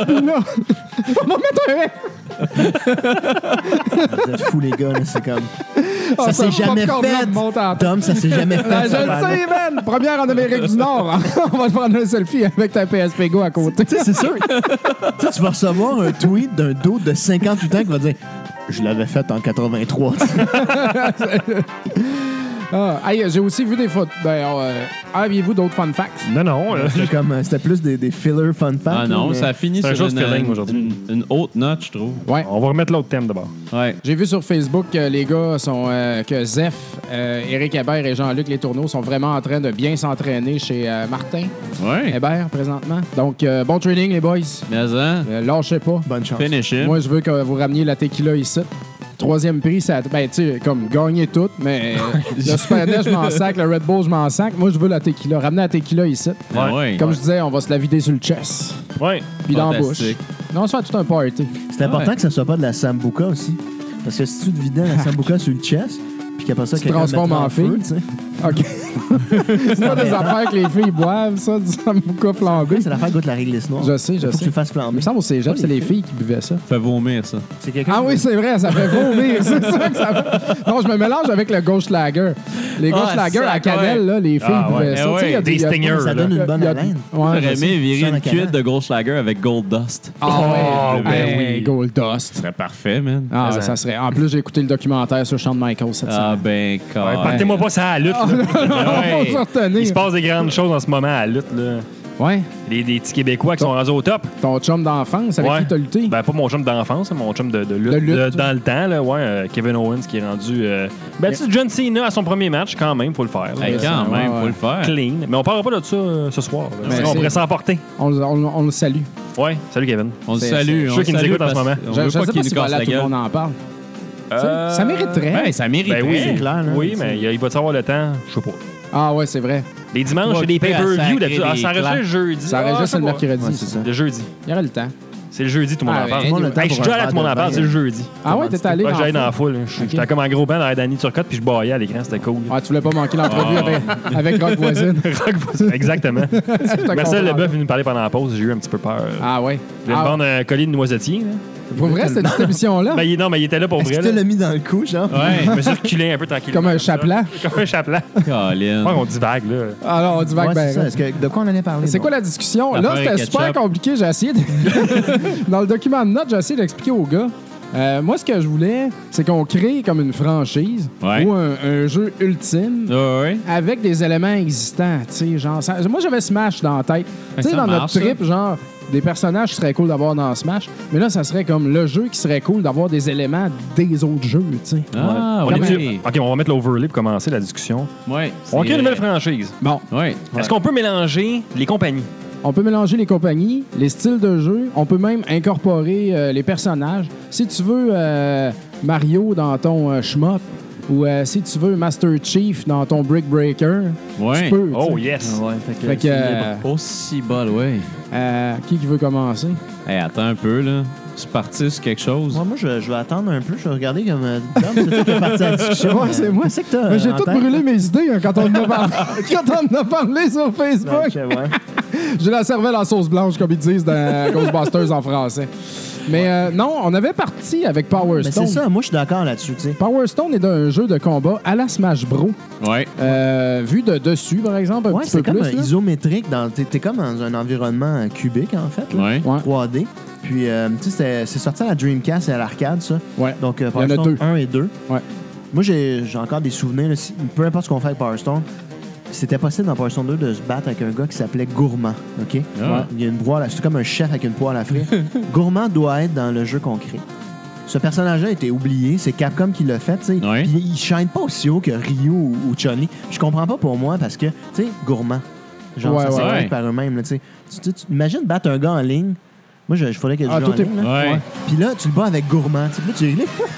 on va mettre un F. Vous êtes fous, les gars, là, c'est comme. Ah, Ça s'est le jamais popcorn là fait! monte en tête. Tom, ça s'est jamais Ben, fait. Ah. je ça, le par- sais, man! Première en Amérique du Nord. on va te prendre un selfie avec ta PSP Go à côté. Tu sais, c'est sûr. tu sais, tu vas recevoir un tweet d'un dos de 58 ans qui va dire Je l'avais fait en 83. Ah, hey, j'ai aussi vu des photos. Ben, euh, aviez-vous d'autres fun facts? Non, non. euh, C'était comme, euh, c'était plus des, des filler fun facts. Ah non, mais- ça finit C'est un sur chose une, feeling, une- aujourd'hui. une- une haute note, je trouve. Ouais. On va remettre l'autre thème d'abord. Ouais. J'ai vu sur Facebook que les gars sont euh, que Zef, euh, Éric Hébert et Jean-Luc Les Tourneaux sont vraiment en train de bien s'entraîner chez euh, Martin Ouais. Hébert présentement. Donc euh, bon training les boys. Mais hein, Euh, lâchez pas. Bonne chance. finish him. Moi je veux que vous rameniez la tequila ici. Troisième prix, ça ben tu sais comme gagner tout, mais euh, le Super NES, je m'en sac, le Red Bull je m'en sac. Moi je veux la tequila, ramener la tequila ici. Ah ouais. Comme je disais, on va se la vider sur le chest, Ouais. puis dans la bouche. Fantastique. Non, on se fait tout un party. C'est important Ouais. que ça soit pas de la Sambuca aussi. Parce que si tu te vidais la Sambuca sur le chest, puis qu'après ça, Tu te quelqu'un transformes mettra en feu, fille. tu sais. OK. C'est pas des affaires que les filles boivent, ça, du sambuca flambé. C'est l'affaire goûte la réglisse noire. Je sais, je Faut que sais. tu le fasses Il me flamber. semble au cégep, Oui, c'est les les filles qui buvaient ça. Fait vomir, ça. C'est quelqu'un Ah qui- oui, c'est vrai, ça fait vomir. c'est ça que ça fait. Ah, Non, je me mélange avec le gauche lager. Les gauche lager sac, à cannelle, ouais. là, les filles Ah ouais. buvaient ça. Eh Tu sais, il y a ouais, Des il y a- stingers. Ça là. donne une bonne il y a- haleine. Ouais, J'aurais je sais. aimé virer Sean une à cuite canard. de Ghost Lager avec Gold Dust. Ah Oh, ouais. ben Hey, oui. Gold Dust. Très parfait, man. Ah, ça serait. En plus, j'ai écouté le documentaire sur Shawn Michaels cette Ah ben, Ouais, quand. Partez-moi pas ça à la lutte. Ah, là. semaine. Ouais. Faut se retenir. Il se passe des grandes choses en ce moment à la lutte. Là. Ouais. Les, des petits Québécois qui sont rendus au top. Ton chum d'enfance, avec Ouais. qui t'as lutté? Ben, pas mon chum d'enfance, mon chum de, de lutte, De lutte. de- dans le temps. Là, ouais, euh, Kevin Owens qui est rendu. euh, ben, tu sais, John Cena à son premier match, quand même, faut le faire. là. Hey, quand Ouais, même, ouais. faut le faire. Clean. Mais on parlera pas de ça euh, ce soir. là. Mais Sinon, on c'est- pourrait s'emporter. On, le- on le- on le salue. Ouais. Salut, Kevin. On le C'est- salue. c'est- on ceux qui le nous salue écoutent en ce parce- moment. on Je, veut je pas sais qu'il pas nous si voilà, casse la tout le gueule. monde en parle. Euh, Ça- hein. ça mériterait. Ben, ça mérite. Euh, Ben oui, c'est clair, là. oui, mais il va te savoir le temps. Je sais pas. Ah ouais, c'est vrai. Les dimanches, Va c'est des couper à pay-per-view. sacrer d'habitude. Ah, des Ça enregistre claques. le jeudi. Ça Ah, je enregistre sais le pas. mercredi. Ouais, ça. c'est ça. Le jeudi. Il y aurait le temps. C'est le jeudi, tout le monde Ah, en parle. ouais. Tout le monde a le temps Hey, je suis pour déjà un allé à tout le monde en verre de parle, c'est vin. le jeudi. Ah ouais, t'es allé Ouais, j'allais dans dans la foule. hein. Je- Ok. J'étais comme en gros band avec Danny Turcotte, puis je baillais à l'écran, c'était cool. Ah, tu voulais pas manquer l'entrevue avec, avec Rock Voisine. Rock Voisine. Exactement. Je te comprends. Marcel Leboeuf venu nous parler pendant la pause, j'ai eu un petit peu peur. Ah ouais. Je voulais Ah, me prendre un collier de noisetier. là. pour vrai, cette distribution-là, Ben, il- non, mais il était là pour Est-ce vrai. que tu là. l'as mis dans le cou, genre Ouais. Je me suis reculé un peu tranquillement. comme un ça. chapelan. Comme un chapelan. Colin. Ouais, on divague, là. Alors, on dit Ouais, vague c'est ça. ben. Est-ce que- De quoi on allait parler C'est donc? quoi la discussion? L'affaire Là, c'était avec super ketchup. compliqué. J'ai essayé de... Dans le document de notes, j'ai essayé d'expliquer aux gars Euh, moi, ce que je voulais, c'est qu'on crée comme une franchise Ouais. ou un, un jeu ultime Ouais, avec des éléments existants. tu sais, Genre, ça- moi, j'avais Smash dans la tête. Fait Tu que sais, ça dans marche, notre trip, genre, des personnages seraient cool d'avoir dans Smash, mais là, ça serait comme le jeu qui serait cool d'avoir des éléments des autres jeux. tu sais. Ah, On ouais. est dessus. OK, on va mettre l'overlay pour commencer la discussion. Ouais. On crée c'est- une nouvelle franchise. Bon, Ouais. Est-ce qu'on peut mélanger les compagnies? on peut mélanger les compagnies, les styles de jeu, on peut même incorporer euh, les personnages. Si tu veux euh, Mario dans ton euh, shmup, ou euh, si tu veux Master Chief dans ton Brick Breaker, Ouais. tu peux. tu sais. Oh, Ah yes! Ouais, fait que, Fait que, c'est euh, libre. aussi bol, ouais. Euh, qui qui veut commencer? Euh, Hey, attends un peu, là. C'est parti sur quelque chose. Moi, moi, je, je vais attendre un peu. Je vais regarder comme. euh, Dom, c'est toi qui es parti à la discussion. Ouais, c'est moi. Qu'est-ce que t'as. Mais Ben, j'ai en tout tête? brûlé mes idées hein, quand, on en a parlé, quand on en a parlé sur Donc, Facebook. euh, ouais. J'ai la cervelle en sauce blanche, comme ils disent dans Ghostbusters en français. Mais euh, non, on avait parti avec Power Mais Stone. Ben, c'est ça, moi, je suis d'accord là-dessus, tu sais. Power Stone est un jeu de combat à la Smash Bros. Ouais. Euh, vu de dessus, par exemple, un Ouais, petit peu c'est comme plus. euh, là. isométrique. Dans, t'es, t'es comme dans un environnement euh, cubique, en fait. là. Ouais. Ouais. 3D. Puis, euh, tu sais, c'était- c'est sorti à la Dreamcast et à l'arcade, ça. Ouais. Donc, euh, Il y en Power a Stone deux. 1 et 2. Ouais. Moi, j'ai, j'ai encore des souvenirs. là, si- peu importe ce qu'on fait avec Power Stone, c'était possible dans Power Stone 2 de se battre avec un gars qui s'appelait Gourmand. OK? Ah. Il y a une poêle, à- c'est comme un chef avec une poêle à frire. Gourmand doit être dans le jeu qu'on crée. Ce personnage-là a été oublié. C'est Capcom qui l'a fait. tu sais. Ouais. Puis il shine pas aussi haut que Ryu ou, ou Chun-Li. Je comprends pas pour moi parce que, tu sais, gourmand. Genre, Ouais, ça ouais. s'explique par eux-mêmes. là, tu sais. Tu- tu- tu- Imagine battre un gars en ligne. Moi, je, je faudrait que je Ah, joue tout en est- ligne, là. Ouais. Puis là, tu le bats avec gourmand. tu sais. Puis là, tu ris.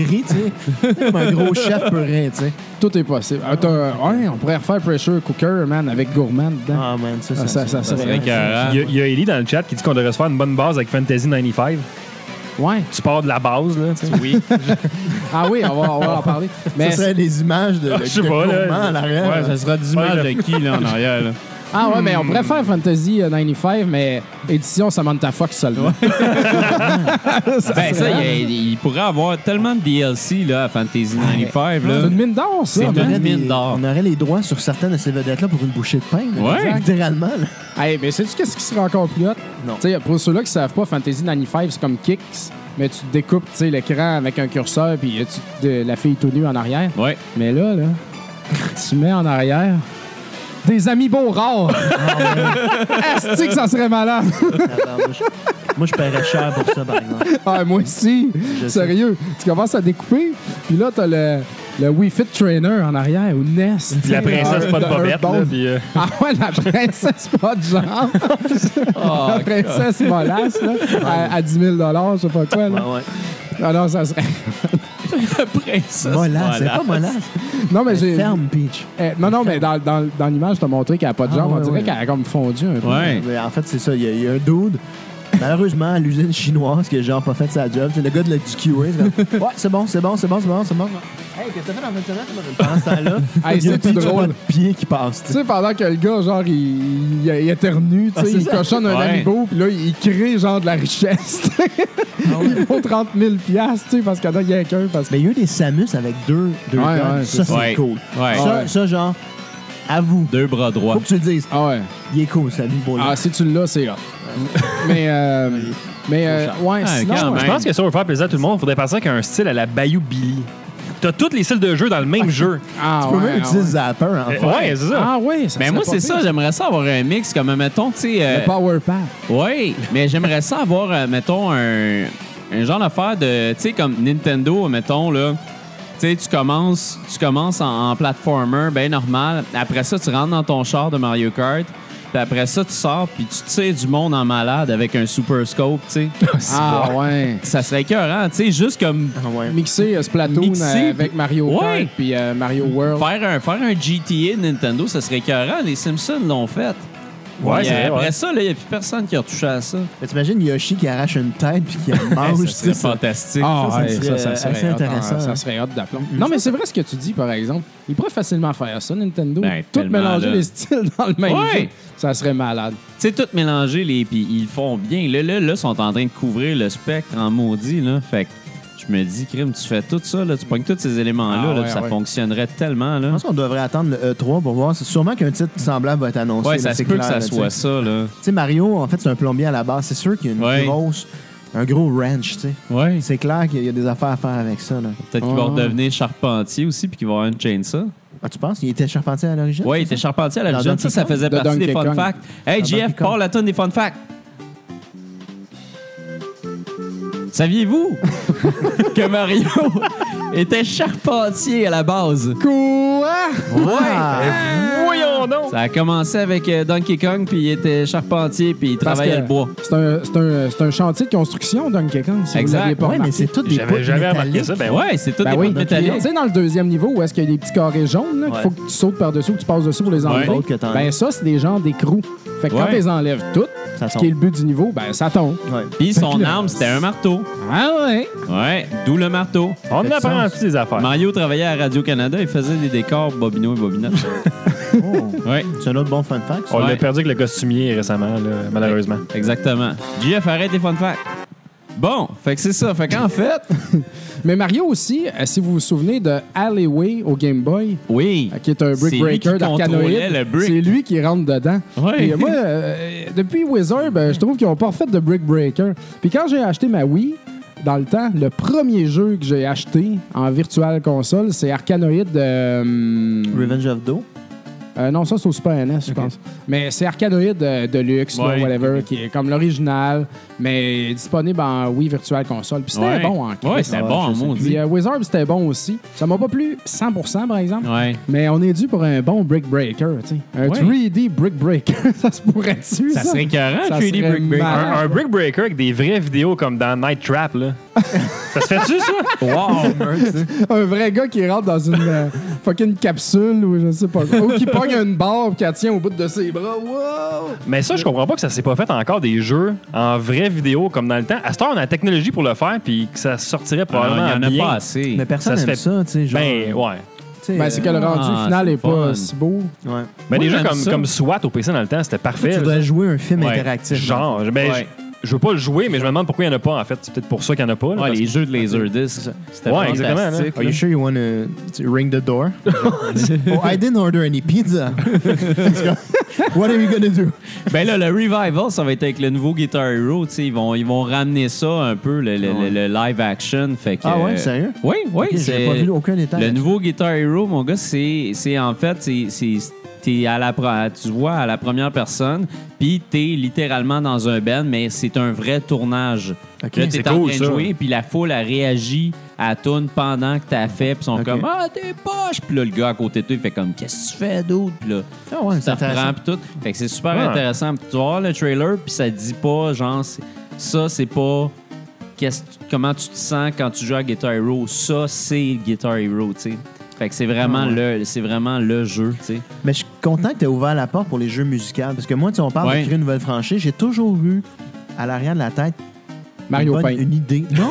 il rit, tu sais. comme un gros chef peut rire, tu sais. Tout est possible. Ah, t'as- ouais, on pourrait refaire Pressure Cooker, man, avec Gourmand dedans. Ah, man, ça, Ah, ça, ça, ça, ça serait- C'est écœurant. Il y, a, il y a Ellie dans le chat qui dit qu'on devrait se faire une bonne base avec Fantasy 95. Ah. Ouais. Tu pars de la base, là. tu sais. Oui. Ah oui, on va, on va en parler. Mais ça serait les images Ah, de, je sais de pas, là. gourmand à l'arrière. Ouais, ça sera du mal de qui, là, en arrière, là. Ah ouais, Hmm. mais on pourrait faire Fantasy euh, 95, mais édition Samantha Fox seulement. Ben, ça, il, y a- il pourrait avoir tellement de DLC, là, à Fantasy 95, là. C'est une mine d'or, ça. C'est man. une- aurait mine des- d'or. on aurait les droits sur certaines de ces vedettes-là pour une bouchée de pain. là, Ouais. Littéralement. là. Hey, mais sais-tu qu'est-ce qui serait encore plus hot? Non. Tu sais, pour ceux-là qui savent pas, Fantasy 95, c'est comme Kicks, mais tu te découpes tu sais, l'écran avec un curseur, puis euh, tu- de- la fille tout nue en arrière. Ouais. Mais là, là, tu mets en arrière des amis beaux rares. Ah, Est-ce que ça serait malade? Tabarnouche. Ah, ben, Moi, je paierais cher pour ça, par exemple. ah, moi aussi. Je sais. Sérieux. Tu commences à découper, puis là, t'as le, le Wii Fit Trainer en arrière, ou Nest. Puis la princesse, pas de bobette, là. Puis, euh, Ah ouais, la princesse pas de genre. la princesse molasse, là, à, à 10 000 je sais pas quoi. Là. Ouais, ouais. Ah non, ça serait... Princesse. Molasse, c'est pas molasse. Non, mais j'ai... Ferme, Peach. Eh, non, non, mais dans, dans, dans l'image, je t'ai montré qu'elle a pas de Ah, jambe. ouais, On dirait ouais. qu'elle a comme fondu un peu. Ouais. Mais en fait, c'est ça. Il y, a- il y a un dude. Malheureusement, à l'usine chinoise, qui a genre pas fait sa job. C'est le gars de la, du QA. c'est comme, ouais, c'est bon, c'est bon, c'est bon, c'est bon, c'est bon. Hey, qu'est-ce que t'as fait en fin de semaine? Pendant ce temps-là, Hey, il y a c'est Peach qui a pas drôle. de pied qui passe. tu Tu sais. sais, pendant que le gars, genre, il, il, il éternue, Ah, tu sais, il cochonne un Ouais. amiibo, puis là, il crée, genre, de la richesse. Ah Il vaut 30 000 piastres, tu sais, parce qu'il y en a rien qu'un. Parce que... Mais il y a eu des Samus avec deux, deux Ouais, guns. ouais, ça, c'est c'est Ouais. cool. Ouais. Ça, Ouais. ça, genre, avoue. Deux bras droits. Faut que tu le dises. Ah ouais. Il est cool, ça, lui, beau Ah, si tu l'as, c'est là. mais, euh, mais, euh, ouais, Ah, sinon, quand je- Je pense que si on veut faire plaisir à tout le monde, il faudrait passer avec un style à la Bayou Billy. T'as tous les styles de jeu dans le même jeu. Ah, Tu peux ouais, même ah, utiliser ouais. Zapper, en Euh, fait. Ouais, c'est ça. Ah ouais, ça Mais serait moi, pas c'est pire. ça, j'aimerais ça avoir un mix comme, mettons, tu sais. euh, Le Power Pack. Oui, mais j'aimerais ça avoir, euh, mettons, un, un genre d'affaire de. Tu sais, comme Nintendo, mettons, là. Tu sais, tu commences, tu commences en, en platformer, bien normal. Après ça, tu rentres dans ton char de Mario Kart. Puis après ça, tu sors, puis tu tires du monde en malade avec un super scope, tu sais. Ah ouais. ça serait écœurant, tu sais, juste comme. Ah ouais. Mixer euh, Splatoon Mixer, euh, avec Mario ouais. Kart puis euh, Mario World. Faire un, faire un GTA de Nintendo, ça serait écœurant. Les Simpsons l'ont fait. Ouais, Puis, c'est vrai, euh, Après ouais. ça, il n'y a plus personne qui a retouché à ça. Mais t'imagines Yoshi qui arrache une tête puis qui la mange. Hey, tu sais, ça serait Oh, ça- fantastique. Ah, ça, ça ouais, serait, euh, assez hot, hein, intéressant, ça hein. serait hot d'aplomb. Non, mais c'est vrai ce que tu dis, par exemple. Ils pourraient facilement faire ça, Nintendo. Ben, Tout tellement, mélanger là. les styles dans le même Ouais. jeu. Ça serait malade. Tu sais, tout mélangé, les, puis ils le font bien. Là, là, là, sont en train de couvrir le spectre en maudit, là. Fait que je me dis, Crime, tu fais tout ça, là, tu pognes tous ces éléments-là, Ah là, ouais, puis ça ouais. fonctionnerait tellement, Je là. pense qu'on devrait attendre le E3 pour voir. C'est sûrement qu'un titre semblable va être annoncé. Ouais, là, ça se c'est peut que clair, ça là, soit Tu ça, là. sais, Mario, en fait, c'est un plombier à la base. C'est sûr qu'il y a une Ouais. grosse un gros ranch, tu sais. Ouais. C'est clair qu'il y a des affaires à faire avec ça. là. Peut-être qu'il Ouais, va ouais. redevenir charpentier aussi, puis qu'il va avoir une chainsaw. Ah, tu penses qu'il était charpentier à l'origine? Oui, il c'est était charpentier à Dans l'origine. Donkey Ça, ça Kong? faisait De partie des Donkey fun Kong. facts. Hey, Dans JF, Donkey Kong. parle la tonne des fun facts. Saviez-vous que Mario était charpentier à la base? Quoi? ça? Ouais! Voyons donc! Ça a commencé avec euh, Donkey Kong, puis il était charpentier, puis il Parce travaillait que le bois. C'est un, c'est un- c'est un chantier de construction, Donkey Kong, si Exact. vous l'aviez pas Ouais, mais remarqué. c'est toutes des poutres J'avais jamais remarqué métalliques. ça. Ben ouais. Ouais, c'est tout Ben des oui, boîtes Tu métalliques. sais, dans le deuxième niveau, où est-ce qu'il y a des petits carrés jaunes, là, qu'il Ouais. faut que tu sautes par-dessus ou que tu passes dessus pour les enlever, L'autre que t'enlèves. ben ça, c'est des genres d'écrous. Fait que quand Ouais. tu les enlèves toutes, Ça ce qui est tombe. le but du niveau, ben ça tombe. Ouais. Puis Fait son que là- arme, c'était un marteau. Ah ouais? Ouais, d'où le marteau. On fait apprend sens. toutes les affaires. Mario travaillait à Radio-Canada, il faisait des décors Bobino et Bobinette. Oh. ouais. C'est un autre bon fun fact. ça. On l'a Ouais. perdu avec le costumier récemment, là, malheureusement. Exactement. JF, arrête les fun facts. Bon, fait que c'est ça. Fait qu'en fait, Mais Mario aussi, euh, si vous vous souvenez de Alleyway au Game Boy, oui. euh, qui est un C'est lui brick breaker qui contrôlait le d'arcanoïde, brick. c'est lui qui rentre dedans. Ouais. Et, euh, moi, euh, depuis Wizard, ben, je trouve qu'ils ont pas refait de brick breaker. Puis quand j'ai acheté ma Wii, dans le temps, le premier jeu que j'ai acheté en virtual console, c'est Arcanoid de... euh, Revenge of Do. Euh, non, ça, c'est au Super NS, je pense. Mais c'est Arcanoid euh, Deluxe, là, Ouais. whatever, qui est comme l'original, mais disponible en Wii Virtual Console. Puis c'était Ouais. bon en Ouais, Chris. c'était bon hein, Ah, en maudit. Puis euh, Wizard, c'était bon aussi. Ça m'a pas plu 100%, par exemple. Ouais. Mais on est dû pour un bon Brick Breaker, tu sais. Un Ouais. 3D Brick Breaker, ça se pourrait-tu, ça? Ça serait écœurant, Ça 3D serait brick breaker. Un, malade. un Brick Breaker avec des vraies vidéos comme dans Night Trap, là. ça se fait-tu, ça? Wow! Un vrai gars qui rentre dans une euh, fucking capsule ou je sais pas. quoi. Ou qui pogne une barre puis qu'elle tient au bout de ses bras. Wow! Mais ça, je comprends pas que ça s'est pas fait encore des jeux en vraie vidéo comme dans le temps. À cette heure, on a la technologie pour le faire, puis que ça sortirait Ah non, probablement Il n'y en bien. a pas assez. Mais personne Ça se n'aime fait- ça, tu sais. genre, Ben, ouais. tu sais, Ben, c'est que le rendu Ah, final c'est est pas fun. si beau. euh, ouais. Mais Moi, des jeux j'aime comme, ça. comme SWAT au PC dans le temps, c'était Toi, parfait. tu là. voudrais jouer un film Ouais. interactif. Genre, ben, Ouais. je, je veux pas le jouer, mais je me demande pourquoi il n'y en a pas, en fait. C'est peut-être pour ça qu'il n'y en a pas. là, Ouais, parce les jeux de Laserdisc. C'était Ouais, exactement, Ah, fantastique, Are you là. sure you want to ring the door? oh, I didn't order any pizza. What are you going to do? Ben là, le revival, ça va être avec le nouveau Guitar Hero. tu sais, Ils vont, ils vont ramener ça un peu, le, le- le- le live action. Fait que, Ah ouais, euh, sérieux? Oui, oui. Ok, c'est- J'ai pas vu aucun détail. Le nouveau Guitar Hero, mon gars, c'est c'est en fait, c'est- c'est- t'es à la pre- tu vois à la première personne, puis t'es littéralement dans un band, mais c'est un vrai tournage. Ok, Là, c'est t'es en cool, train de ça. jouer, puis la foule a réagi à tune pendant que t'as fait, puis sont Ok. comme ah t'es poche, puis là le gars à côté de toi il fait comme qu'est-ce que tu fais d'autre, puis là Ah ouais, c'est ça reprend intéressant. puis tout. Fait que c'est super Ouais. intéressant. Puis tu vois le trailer puis ça dit pas genre c'est- ça c'est pas qu'est-ce comment tu te sens quand tu joues à Guitar Hero. Ça c'est Guitar Hero, tu sais. Fait que c'est vraiment Ah le c'est vraiment le jeu, tu sais. Mais je suis content que tu aies ouvert la porte pour les jeux musicaux. Parce que moi, tu sais, on parle Ouais. de créer une nouvelle franchise. J'ai toujours eu à l'arrière de la tête Mario une, bonne- Paint. une idée. Non!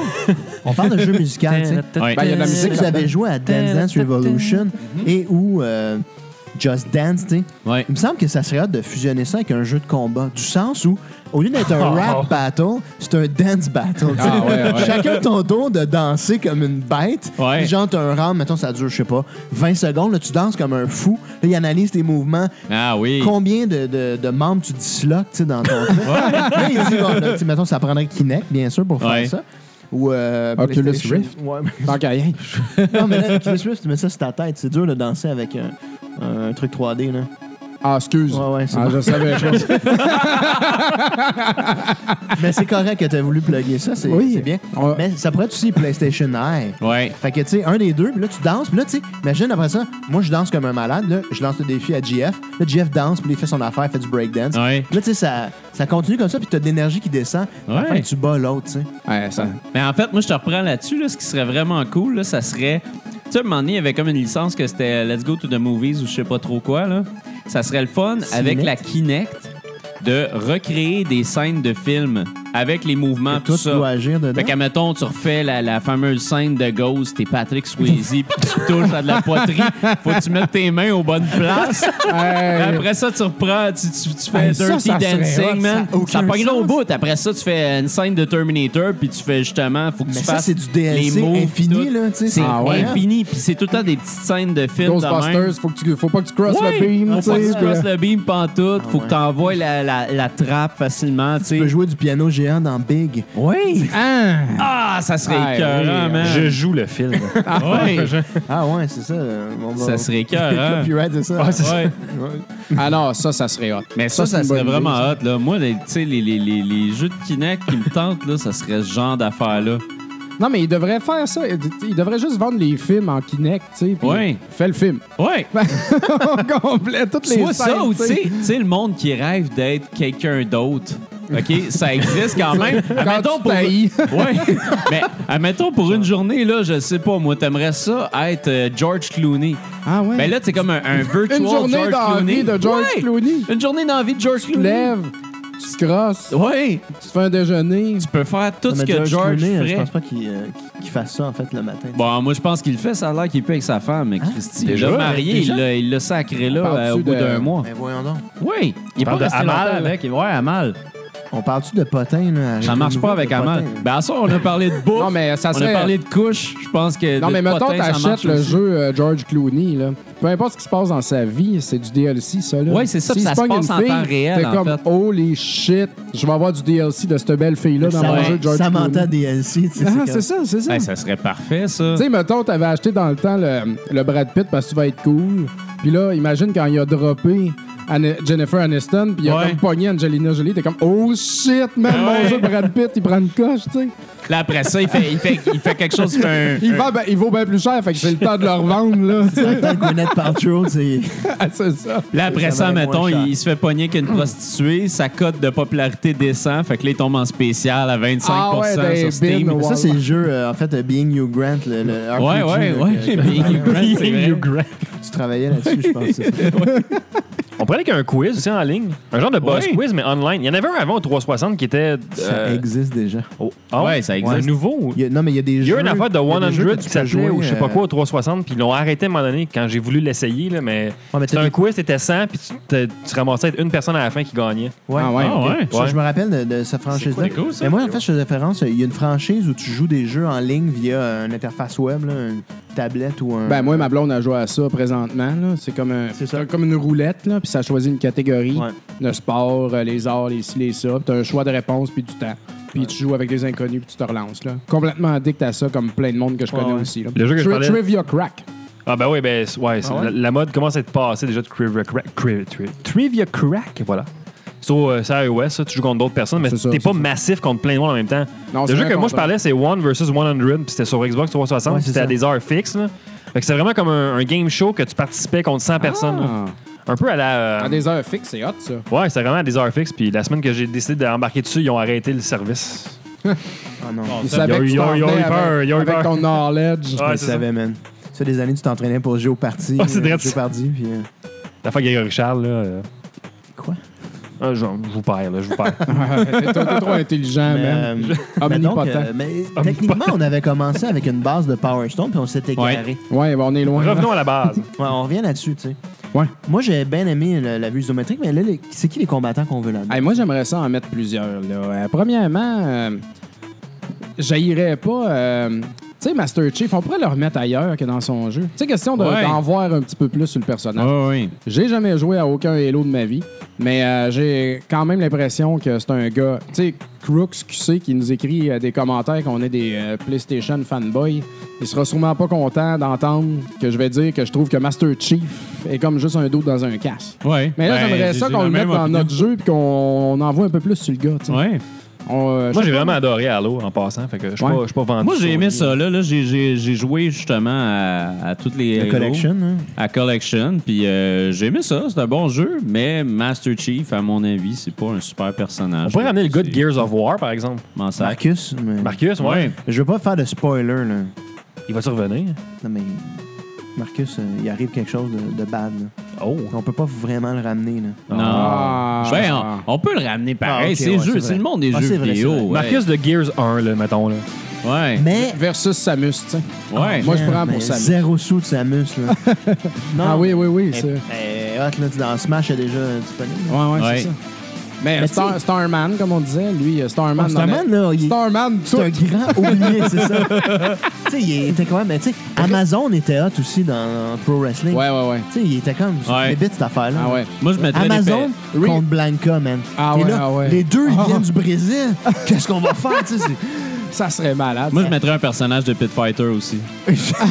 on parle de jeux musicaux. tu sais. Ouais. Ben, il y a de la Si musique. Euh, Mm-hmm. vous avez joué à Dance Dance Revolution et ou euh, Just Dance, tu sais, Ouais. il me semble que ça serait hâte de fusionner ça avec un jeu de combat. Du sens où, au lieu d'être un Oh. rap battle, c'est un dance battle. tu sais. Ah ouais, ouais. Chacun ton tour de danser comme une bête. Ouais. Puis genre, t'as un round, mettons, ça dure, je sais pas, 20 secondes. Là, tu danses comme un fou. Là, il analyse tes mouvements. Ah oui. Combien de, de- de membres tu disloques, tu sais, dans ton truc. Là, il dit, bon, là, tu sais, mettons, ça prendrait Kinect, bien sûr, pour faire Ouais. ça. Ou euh, Oculus PlayStation. Rift. Ouais, Tant qu'à rien. non, mais là, Oculus Rift, tu mets ça sur ta tête. C'est dur de danser avec un, un truc 3D, là. Ah, excuse. Ouais, ouais, c'est ah, bon. je savais pas. Mais c'est correct que tu voulu plugger ça, c'est Oui. c'est bien. On- Mais ça pourrait être aussi PlayStation Eye. Ouais. Fait que, tu sais, un des deux, puis là, tu danses, puis là, tu sais, imagine après ça, moi, je danse comme un malade, là, je lance le défi à GF, là, GF danse, puis il fait son affaire, il fait du breakdance. Ouais. Puis Là, tu sais, ça, ça continue comme ça, puis t'as de l'énergie qui descend. Ouais. Enfin, tu bats l'autre, tu sais. Ouais, ça. Mais en fait, moi, je te reprends là-dessus. Là, ce qui serait vraiment cool, là, ça serait. Tu sais, à un moment donné, il y avait comme une licence que c'était Let's Go to the Movies ou je sais pas trop quoi. Là. Ça serait le fun avec la Kinect de recréer des scènes de films avec les mouvements, Toi, Ah, tout tu dois ça. agir dedans. Fait qu'à mettons, tu refais la, la fameuse scène de Ghost, t'es Patrick Swayze, puis tu touches à de la poitrine, faut que tu mettes tes mains aux bonnes places. Puis Hey, Après ça, tu reprends, tu, tu- tu fais Hey, ça, Dirty ça serait hot, Dancing, man. ça a aucun Ça pogne au sens. bout. Après ça, tu fais une scène de Terminator, puis tu fais justement, faut que Mais tu ça, fasses c'est du les DLC moves, infini, tout. là, tu sais. hein? C'est Ah ouais. infini, puis c'est tout le temps des petites scènes de films de même. Ghostbusters, faut, que tu, faut pas que tu crosses Ouais, le beam, tu faut sais. que tu puis- euh, crosses le beam pantoute, faut que ouais. t'envoies la, la, la trappe facilement, tu Tu peux sais. jouer du piano GF géant dans Big. Oui! Hein? Ah, ça serait Ah, écœurant, oui, man. Je joue le film. Ouais. Ah ouais, c'est ça. euh, on va- Ça serait écœurant. Copyright, c'est ça. Ah, c'est ça. Ouais. Ah non, ça, ça serait hot. Mais Ça, ça, ça, c'est une serait bonne idée, vraiment hot. Là. Moi, les, tu sais, les, les, les, les jeux de Kinect qui me tentent, là, ça serait ce genre d'affaire-là. Non, mais il devrait faire ça. Il il devrait juste vendre les films en Kinect, tu sais. puis Ouais. Fais le film. Ouais! On complète toutes Ben, les Soit ça scènes, ou, tu sais, tu sais, le monde qui rêve d'être quelqu'un d'autre. OK? Ça existe quand même. Quand Admettons tu pour... t'haïs. Ouais. Mais admettons pour une journée, là, je sais pas, moi, t'aimerais ça être euh, George Clooney. Ah ouais. Mais Ben là, c'est comme un, un virtual Une journée George dans la Clooney. vie de George Ouais. Clooney. Une journée dans la vie de George Tu te Clooney. lèves, tu te crosses, Ouais. tu te fais un déjeuner. Oh. Tu peux faire tout Non, ce mais que George Clooney, euh, Je ferait. pense pas qu'il euh, qu'il fasse ça, en fait, le matin. Bon, moi, je pense qu'il le fait. Ça a l'air qu'il est plus avec sa femme, mais Christy. Hein? Déjà? il l'a marié, Déjà? il l'a- il l'a sacré là Parles-tu euh, au bout de- d'un mois. Mais Ben, voyons donc. Oui, il est pas parle de resté Amal longtemps avec. Ouais, Amal. On parle-tu de potin, là? Ça marche pas avec Amal. Ben, à ça, on a parlé de bouffe. Non, mais ça on serait- a parlé de couche. Je pense que. Non, de mais mettons, potin, ça t'achètes marche le aussi. jeu euh, George Clooney, là. Peu importe ce qui se passe dans sa vie, c'est du DLC, ça, là. Ouais, c'est ça, S'il puis ça se pogne passe une en fille, temps réel, T'es en comme, fait. holy shit, je vais avoir du DLC de cette belle fille-là dans mon jeu de George Samantha Clooney. DLC, tu sais. Ah, Ben, c'est c'est ça, c'est ça. Hey, Ben, ça serait parfait, ça. Tu sais, mettons, t'avais acheté dans le temps le, le Brad Pitt parce que tu vas être cool. Puis là, imagine quand il a droppé Anne- Jennifer Aniston, puis il a Ouais. comme pogné Angelina Jolie, t'es comme, oh shit, man, mon Ouais. jeu Brad Pitt, il prend une coche, tu sais. Là, après ça, il fait, il fait, il fait quelque chose. Il fait un- Il, va, ben- il vaut bien plus cher, fait que c'est le temps de le revendre, là. tu sais. ça. Gwyneth Paltrow, c'est... Ah, c'est ça. Là, Ça après ça, valait mettons, moins cher. il, il se fait pogner qu'une prostituée. Sa cote de popularité descend. Fait que là, il tombe en spécial à 25 Ah ouais, ben, sur Steam. bin, ouais. Ça, c'est le jeu, euh, en fait, euh, Being You Grant, le, le RPG. Ouais, ouais, euh, là, ouais. que- que Being You Grant, c'est vrai. You Grant. Tu travaillais là-dessus, je pense. c'est ça. On pourrait aller avec un quiz aussi en ligne. Un genre de boss Ouais. quiz, mais online. Il y en avait un avant au 360 qui était. Ça euh, existe déjà. oh, ah Ouais, ça existe. Un nouveau. ou- Il y a- non, mais il y a des Il y jeux... a eu une affaire de il y a des jeux 100 que tu qui peux s'appelait jouer, ou je sais euh, pas quoi au 360, puis ils l'ont arrêté à un moment donné quand j'ai voulu l'essayer, là, mais Ouais, mais c'était t'as un des- quiz, c'était 100, puis tu, te- tu ramassais une personne à la fin qui gagnait. Ouais. Ah ouais. Ah ouais. Ça, Je me rappelle de, de cette franchise-là. C'est cool, ça. Mais moi, en fait, je fais référence. Il y a une franchise où tu joues des jeux en ligne via une interface web, là, une tablette ou un. Ben moi, ma blonde a joué à ça présentement. là. C'est comme, un- C'est ça. t'as comme une roulette, là, puis ça choisit une catégorie. Ouais. Le sport, euh, les arts, les ci, les ça. Puis t'as un choix de réponse, puis du temps. Puis tu joues avec des inconnus, puis tu te relances. Là. Complètement addict à ça, comme plein de monde que je connais ouais. aussi. Là. Le jeu que je Tri- parlais- Trivia Crack. Ah ben oui, ben c- ouais, c'est- ouais? La, la mode commence à être passée déjà de Trivia Crack. Cri- Tri- Trivia Crack, voilà. So, euh, C'est iOS, ça, tu joues contre d'autres personnes, mais C'est ça, t'es c'est pas ça. massif contre plein de monde en même temps. Non, c'est le jeu un que moi je contrat. parlais, c'est One versus 100, puis c'était sur Xbox 360, Ouais, puis c'est c'était à ça. des heures fixes. là. Fait que c'est vraiment comme un, un game show que tu participais contre 100 personnes. là. Un peu à la... euh, Ah! À des heures fixes, c'est hot, ça. Ouais, c'était vraiment à des heures fixes, puis la semaine que j'ai décidé d'embarquer dessus, ils ont arrêté le service. Ah non. Ils savaient Yo, que tu yo, t'en yo, venais yo, avec, yo, yo, avec yo. ton knowledge. Ah, Je le c'est ça. savais, man. Ça, des années, tu t'entraînais pour jouer au parti. Ah, c'est euh, drôle, jouer au ça. parti, puis. euh, L'affaire Grégory Charles, là... euh, Quoi? ah, je, je vous perds, là, je vous perds. T'es t'es trop intelligent, Mais, Ah, man. euh, mais donc, Omnipotent. euh, mais techniquement, on avait commencé avec une base de Power Stone, puis on s'est égaré. Ouais, ben, on est loin. là. Revenons à la base. Ouais, on revient là-dessus, tu sais. Ouais. Moi, j'ai bien aimé le- la vue isométrique, mais là, les- c'est qui les combattants qu'on veut là-dedans? Hey, moi, j'aimerais ça en mettre plusieurs. Là. Euh, premièrement, euh, j'haïrais pas. euh, tu sais, Master Chief, on pourrait le remettre ailleurs que dans son jeu. Tu sais, question de- Ouais. d'en voir un petit peu plus sur le personnage. Ah oui. J'ai jamais joué à aucun Halo de ma vie, mais euh, j'ai quand même l'impression que c'est un gars. Tu sais, Crooks QC qui nous écrit euh, des commentaires qu'on est des euh, PlayStation fanboys. Il sera sûrement pas content d'entendre que je vais dire que je trouve que Master Chief est comme juste un dos dans un casque. Ouais. Mais là, Ben, j'aimerais j'ai- ça j'ai qu'on la le mette même dans opinion. notre jeu et qu'on envoie un peu plus sur le gars. tu sais. Ouais. On, euh, Moi, je- j'ai vraiment adoré Halo en passant. Fait que je suis Ouais. pas, je suis pas vendu. Moi, j'ai sur aimé lui. ça. Là, là j'ai- j'ai j'ai joué justement à, à toutes les. La oh. Halo, collection, hein? À Collection. Puis euh, j'ai aimé ça. C'est un bon jeu. Mais Master Chief, à mon avis, c'est pas un super personnage. On pourrait ramener le gars de C'est- Gears of War, par exemple. Comment ça? Marcus, mais- Marcus, ouais. Ouais. Je veux pas faire de spoiler, là. Il va survenir. Non, mais Marcus, euh, il arrive quelque chose de, de bad. là. Oh. On peut pas vraiment le ramener. Là. Non. Ah. Ben, on, on peut le ramener pareil. Ah, ok, c'est ouais, le jeu- c'est c'est vrai. le monde des Ah, jeux c'est vrai, vidéo. c'est vrai. ouais. Marcus de Gears 1, là, mettons. Là. Ouais. Mais. Versus Samus, tu sais. Ouais. Moi, je prends mais pour Samus. Zéro sou de Samus, là. non. Ah oui, oui, oui. Eh, c'est- Ouais, eh, hot, là, dans Smash, elle est déjà disponible. là. ouais, Ouais. c'est ça. Mais, Mais Star- tu- Starman, comme on disait, lui, euh, Starman. Ah, Starman, dans la- là, il- Starman, C'est un tout. grand oublié, c'est ça. sais, il était quand même. Mais tu sais, Amazon était hot aussi dans Pro Wrestling. Ouais, ouais, ouais. Tu sais, il était comme. C'est Ouais. une bébite, cette affaire-là. Ah ouais. Moi, je mettrais Amazon Oui. contre Blanca, man. Ah T'es ouais, là, ah ouais. Les deux, ils Ah. viennent du Brésil. Qu'est-ce qu'on va faire, tu sais? c'est- Ça serait malade. Moi, je mettrais un personnage de Pit Fighter aussi.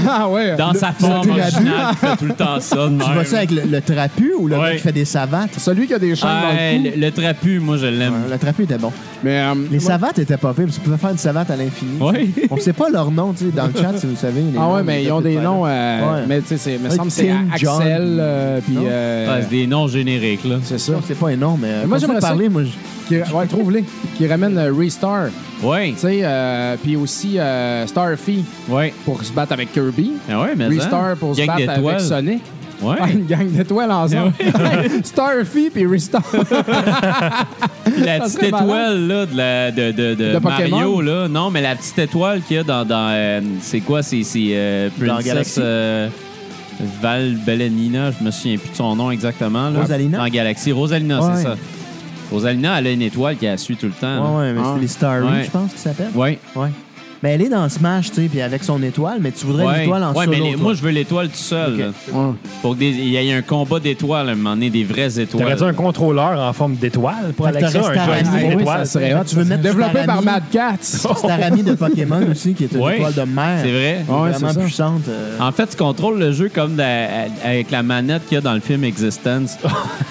ah ouais. Dans sa forme trapu. originale, il fait tout le temps ça. de Tu même. vas ça avec le, le trapu ou le Ouais. mec qui fait des savates? Celui qui a des chaînes Ah, dans le le, cou. le trapu, moi, je l'aime. Ouais, Le trapu était bon. Mais euh, Les moi- savates étaient pas pires, parce que tu pouvais faire une savate à l'infini. Oui. On sait pas leur nom, tu sais, dans le chat, si vous savez. les Ah ouais, noms mais ils ont Pit des Fighters. noms. euh, Ouais. Mais tu sais, c'est- me Ouais, semble que c'est Tim, John. Axel, euh, puis. Non. euh, Ah, c'est des noms génériques, là. c'est ça. Non, c'est pas énorme, mais. Moi, Moi, j'aimerais j'aimerais ça- parler, moi. je- Qui, ouais, trouve-les. Qui ramène euh, Restar, Oui, tu sais, euh, puis aussi euh, Starfy oui. pour se battre avec Kirby. Ah ouais, mais Restar pour se Gang battre avec d'étoiles. Sonic. Ouais. Ah, une gang d'étoiles ensemble. Starfy puis Restar. Puis la Ça petite serait étoile là, de, la, de, de, de De Pokémon? Mario, là. Non, mais la petite étoile qu'il y a dans. dans, euh, c'est quoi? C'est c'est, euh, Dans Princess Galaxy? euh, Val Belenina, je me souviens plus de son nom exactement. Là, Rosalina? Dans Galaxy. Rosalina, Ouais. c'est ça. Rosalina, elle a une étoile qui la suit tout le temps. Ouais, ouais, là. mais Ah. c'est les Starry, Ouais. je pense qu'ils s'appellent. Ouais. Ouais. Mais elle est dans Smash, tu sais, puis avec son étoile, mais tu voudrais Ouais, l'étoile en Ouais, solo. mais les- toi. moi, je veux l'étoile tout seul. Ok. là. Pour que des- il y ait un combat d'étoiles à un moment donné, des vraies étoiles. T'aurais-tu un contrôleur en forme d'étoile pour Fait que Alexa? t'aurais Un Starman. joystick Ah oui, d'étoile? ça serait hot. Tu veux mettre Développé Starami? par Mad Cats. C'est ta amie de Pokémon aussi, qui est une Ouais. étoile de mer. C'est vrai? Elle est Ouais, vraiment c'est ça. puissante. euh. En fait, tu contrôles le jeu comme la- avec la manette qu'il y a dans le film Existence.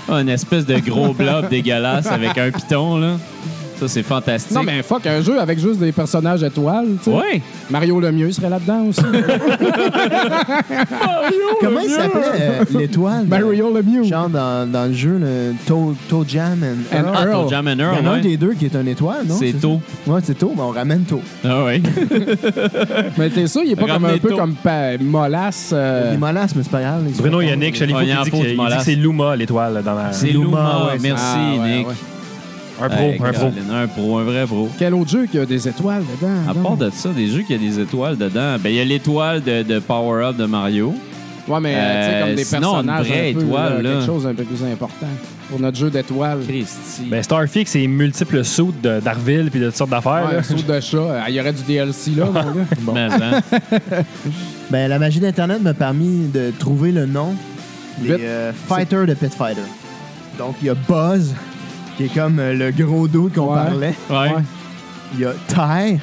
Une espèce de gros blob dégueulasse avec un piton, là. Ça, c'est fantastique. Non, mais fuck, un jeu avec juste des personnages étoiles. tu sais. Ouais! Mario Lemieux serait là-dedans aussi. Comment il s'appelait euh, l'étoile? Mario Lemieux. Genre dans, dans le jeu, le Toe Toe Jam and And Earl. Ah, Earl. ton Jam and Il y Earl, en a un ouais. des deux qui est un étoile, non? C'est ça? tôt. Ouais, c'est Toe, mais on ramène Toe. Ah ouais. Mais t'es sûr, il est pas comme un Ramenez peu tôt. comme pa- Molasse. Il euh, est mollasse, mais c'est pas grave. il se Bruno fait Yannick, tomber. Chalifou, Ouais, il y a qui un dit pot qu'il- de il dit que molasse. c'est Luma, l'étoile, dans la... C'est Luma, Luma. ouais, c'est- Merci, Ah, ouais, Nick. ouais. Un pro, Hey, un pro. Caroline, un pro, un vrai pro. Quel autre jeu qui a des étoiles dedans? À donc? part de ça, des jeux qui a des étoiles dedans, ben il y a l'étoile de, de Power Up de Mario. Ouais, mais euh, tu sais, comme des Euh, sinon, une personnages. vraie un peu, étoile, là, là. Quelque chose d'un peu plus important pour notre jeu d'étoiles. Christy. Ben, Starfix, c'est multiples sauts de- d'Arville puis de toutes sortes d'affaires. Ouais, là. un saut de chat. Euh, Il y aurait du DLC là, mon gars. Mais, hein, Ben, la magie d'Internet m'a permis de trouver le nom des Pit- euh, fighters de Pit Fighter. Donc, il y a Buzz, qui est comme euh, le gros dude qu'on Ouais. parlait. ouais. Ouais. Il y a Ty,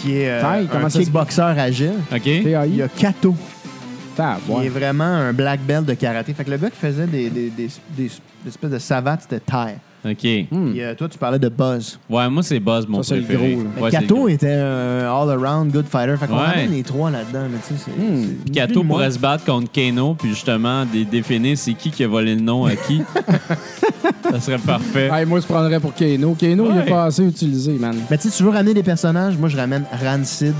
qui est euh, Ty, comment un ça se- kickboxeur agile. OK? Il y TAI. a Kato, Tab, qui est ouais. vraiment un black belt de karaté. Fait que le gars qui faisait des, des- des- des espèces de savates, c'était Ty. OK. Hmm. Puis, euh, toi, tu parlais de Buzz. Ouais, moi, c'est Buzz, mon Ça, c'est le préféré. gros, là. Mais Ouais, c'est le Kato gros. était un all-around good fighter. Fait qu'on Ouais. ramène les trois là-dedans. là, tu sais, c'est- c'est- Puis Kato pourrait se battre contre Kano, puis justement dé- définir c'est qui qui a volé le nom à qui. ça serait parfait. Hey, moi, je prendrais pour Keno. Keno, il est Ouais. pas assez utilisé, man. Mais tu sais, tu veux ramener des personnages, moi je ramène Rancid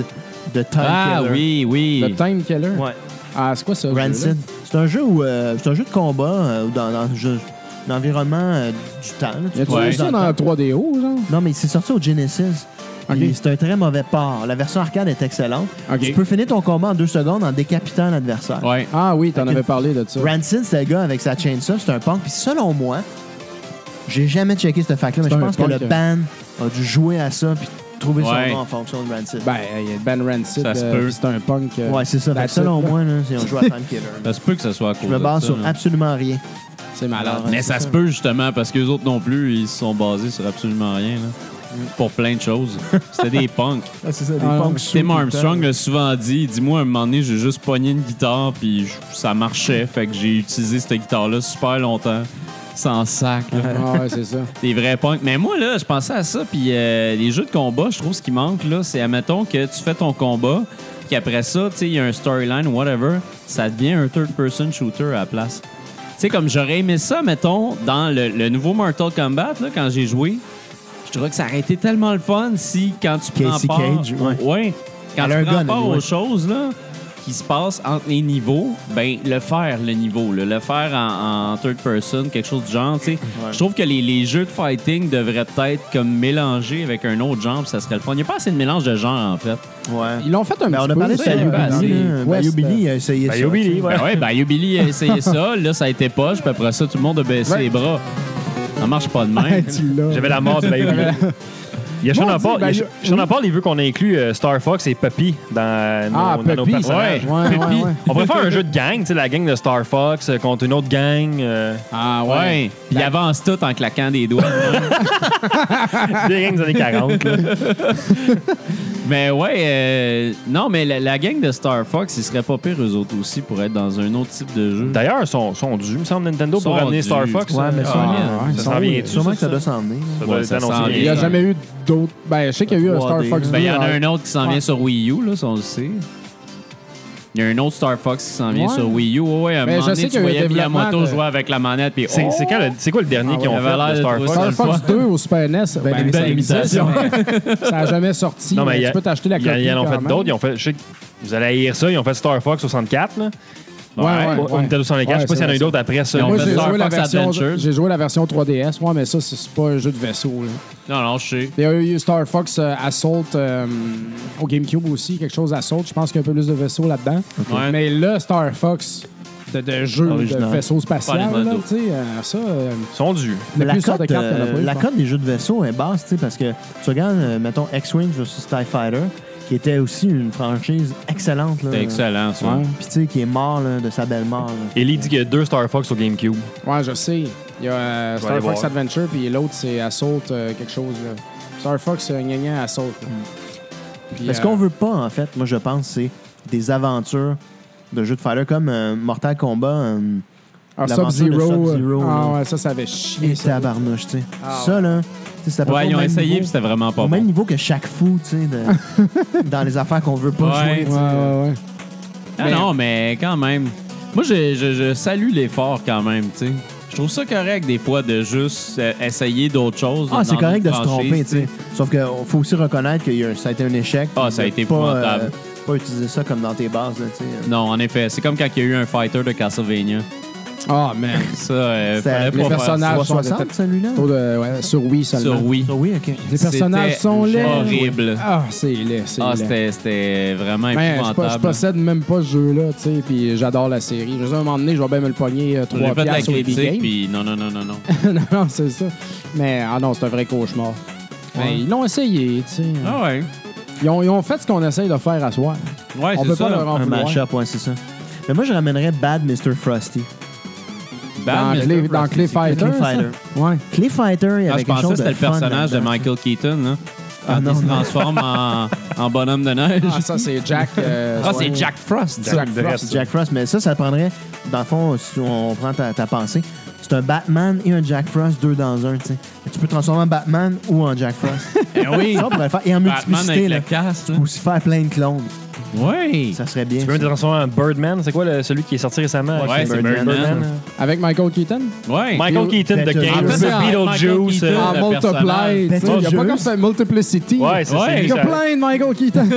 de Time Ah Killer. oui, Le oui. Time Killer. Ouais, Ah, c'est quoi ça? ce jeu-là? Rancid. C'est un jeu où euh, c'est un jeu de combat euh, dans, dans un jeu- l'environnement euh, du temps. là. Y a-tu Ouais. eu ça dans la 3DO, genre? Non, mais c'est sorti au Genesis. Ok. Puis C'est un très mauvais port. La version arcade est excellente. Ok. Tu peux finir ton combat en deux secondes en décapitant l'adversaire. Ouais. Ah oui, t'en Avec avais une- parlé de ça. Rancid, c'est le gars avec sa chainsaw, c'est un punk. Puis selon moi, j'ai jamais checké ce fact-là, mais C'est je un pense que le punk. euh. band a dû jouer à ça puis trouver Ouais. son nom en fonction de Rancid. Ben, il y a Ben Rancid. Ça se euh, peut. C'est un punk. euh, ouais, c'est ça. Fait que that's selon it, là. moi, là, c'est un joueur à Time Killer. Ça se peut que ça soit à cause Je me de base ça, sur là. absolument rien. C'est malade. Alors, Mais ça se peut justement parce que les autres non plus, ils se sont basés sur absolument rien. là. Pour plein de choses. C'était des punks. c'est ça, des Ah, punks non. Tim Armstrong l'a souvent dit. Dis-moi, un moment donné, j'ai juste pogné une guitare, puis je- ça marchait. Fait que j'ai utilisé cette guitare-là super longtemps, sans sac. là. Ah ouais, c'est ça. Des vrais punks. Mais moi, là, je pensais à ça. Puis euh, les jeux de combat, je trouve ce qui manque, là, c'est, admettons que tu fais ton combat, puis après ça, tu sais, il y a un storyline, whatever, ça devient un third-person shooter à la place. Tu sais, comme j'aurais aimé ça, mettons, dans le, le nouveau Mortal Kombat, là, quand j'ai joué, je trouvais que ça aurait été tellement le fun si, quand tu prends Casey part... Cage, ouais. Quand Elle a un tu prends gun, part elle, aux ouais. choses, là qui se passe entre les niveaux, ben le faire le niveau, là, le faire en, en third person, quelque chose du genre, tu sais. Je trouve que les, les jeux de fighting devraient peut-être comme mélanger avec un autre genre, puis ça serait le fun. Il n'y a pas assez de mélange de genres en fait. Ouais. Ils l'ont fait un Ben, petit on a peu. parlé de ça, Bayou Bayou dans Billy, Billy. les West, euh, là. Ben, Bayou Billy euh, a essayé ça. Ben, Yobili, ouais. Ben ouais, ben Yubili a essayé ça, là ça a été poche, puis après ça tout le monde a baissé Ouais. les bras. Ça marche pas de euh, même. tu l'as. J'avais la mort de la Yobili. Il y a Sean Maudit, Apple, ben, il y a- il- Sean oui. Apple, il veut qu'on inclue euh, Star Fox et Puppy dans, euh, nos, Ah, dans nos Puppy. personnages. Ouais, ouais, Puppy. ouais. On pourrait faire un jeu de gang, tu sais, la gang de Star Fox euh, contre une autre gang. euh, Ah ouais. Puis il avance tout en claquant des doigts. des gangs des années 40. là. mais ouais, euh, non, mais la, la gang de Star Fox, ils seraient pas pires eux autres aussi pour être dans un autre type de jeu. D'ailleurs, ils sont, sont dus, me semble, Nintendo pour Sont ramener dus. Star Fox. Ouais, mais ça, Ah, ça, ouais, ouais, ça ça s'en oui, vient-tu, Sûrement que ça ça? doit s'en venir. ça Ouais, doit être ça annoncé sent bientôt. Il n'y a bien. jamais eu d'autres. Ben, je sais qu'il y a eu un Star 3D. Fox Ben, il y en a deux, un autre qui s'en Ouais. vient sur Wii U, là, ça on le sait. Il y a un autre Star Fox qui s'en vient Ouais. sur Wii U. Ouais, ouais, à un Mais moment je donné, sais tu qu'il y a eu un voyais développement Miyamoto de- jouer avec la manette. Puis, C'est oh! c'est quand le- c'est quoi le dernier Ah qu'ils ont ouais, fait avait de l'air Star de Fox? trouver Star Fox 2 au Super NES. Ben, ben, des belle imitation. ça n'a jamais sorti. Non, mais il y a- tu peux t'acheter la Ils, copie. en- ils en ont quand fait même. d'autres. Ils ont fait, je sais que vous allez haïr ça. Ils ont fait Star Fox 64. Là. Ouais, ouais, Au- au ouais. Nintendo 64. je sais Ouais, pas s'il y en a c'est eu d'autres après ça. Ils ont Moi, fait j'ai Star joué, la Fox version, Adventures. j'ai joué la version 3DS, ouais, mais ça, c'est c'est pas un jeu de vaisseau. là. Non, non, je sais. Il y a eu Star Fox euh, Assault euh, au GameCube aussi, quelque chose Assault. Je pense qu'il y a un peu plus de vaisseaux là-dedans. Ouais. Mais là, Star Fox de, de jeu Original. de vaisseau spatial, Pas Nintendo. là, tu sais, euh, ça, euh, Ils sont dus. le la plus sort de cote, cartes qu'il y en a euh, pas eu, la je pense. cote des jeux de vaisseau est basse, tu sais, parce que tu regardes, euh, mettons, X-Wing versus TIE Fighter, qui était aussi une franchise excellente. là. C'est excellent, ça. Ouais. Puis tu sais, qui est mort là, de sa belle mort. là. Ellie dit qu'il y a deux Star Fox au GameCube. Ouais, je sais. Il y a euh, aller Star Fox voir. Adventure, puis l'autre, c'est Assault euh, quelque chose. Là. Star Fox, euh, gna gna, Assault. là. Mm. Puis, Mais ce euh, qu'on veut pas, en fait, moi, je pense, c'est des aventures de jeux de fighter comme euh, Mortal Kombat. euh, ah, l'aventure de Sub-Zero. Sub-Zero, euh, là. Ah ouais, ça, ça avait et chié. ça. tabarnouche, tu sais. Ah ouais. ça, là, tu sais, c'est à peu près Ouais, au ils ont même essayé, puis niveau, c'était vraiment pas au bon. même niveau que chaque fou, tu sais, de- dans les affaires qu'on veut pas Ouais. jouer. tu Ouais, sais. ouais, ouais. Ah non, mais quand même. Moi, je, je- je salue l'effort quand même, tu sais. Je trouve ça correct des fois de juste euh, essayer d'autres choses. Ah, dans c'est correct notre de se franchise, tromper, tu sais. Sauf qu'il faut aussi reconnaître que y a- ça a été un échec. Ah, ça a de été pas, épouvantable. Euh, euh, pas utiliser ça comme dans tes bases, là, tu sais. Non, en effet. C'est comme quand il y a eu un fighter de Castlevania. Ah, man. Ça, euh, C'était- les fallait pas faire ça. personnages- 360, celui-là? Autour de- ouais, sur Wii seulement. Sur Wii. Ah oui, OK. Les personnages C'était sont laids. horrible. Ah, c'est laid, c'est Ah, laid. c'était- c'était vraiment Man, je, po- je épouvantable. hein. possède même pas ce jeu-là, tu sais, puis j'adore la série. Je me suis dit, à un moment donné, je vais bien me le pogner euh, J'ai 3 fait de la piastres sur les critique, big puis non, non, non, non, non. games. non, non, c'est ça. Mais, ah non, c'est un vrai cauchemar. Mais ils l'ont essayé, tu sais. Ah ouais. Ils, ont, ils ont fait ce qu'on essaye de faire à soir. Ouais, On c'est peut ça. pas leur en Un vouloir. match-up, ouais, c'est ça. Mais moi, je ramènerais Bad Mr. Frosty. Dans, Bad Mr. Clay, dans Frosty, Clay Ah, c'est cool. Fighter. Clay Fighter. ça? Ouais. Clay Fighter, il y Ah, avait quelque je pensais que chose de c'était le fun personnage de là-dedans. Michael Keaton, là. Ah, Quand non, il se non. transforme en, en bonhomme de neige. Ah, ça, c'est Jack. euh, Ah, c'est ouais. Jack Frost. Jack Frost. Jack Frost, mais ça, ça prendrait, dans le fond, si on prend ta, ta pensée, c'est un Batman et un Jack Frost, deux dans un, tu sais. Tu peux te transformer en Batman ou en Jack Frost. Eh oui. ça, on pourrait le faire. Et en Batman multiplicité, avec là. le casque. là. Ou se faire plein de clones. Ouais. Ça serait bien. Tu peux me ça. transformer en Birdman. C'est quoi le- celui qui est sorti récemment? Ouais, c'est Birdman. Avec Michael Keaton. Ouais. Michael Bill- Keaton de Beetlejuice. Game, En fait, c'est Beetlejuice. Michael euh, En le Multiply. personnage. Ah, tu sais. Il n'y a pas Beetlejuice. comme ça, Multiplicity. Ouais, c'est Ouais. celui Il y a ça- plein de Michael Keaton.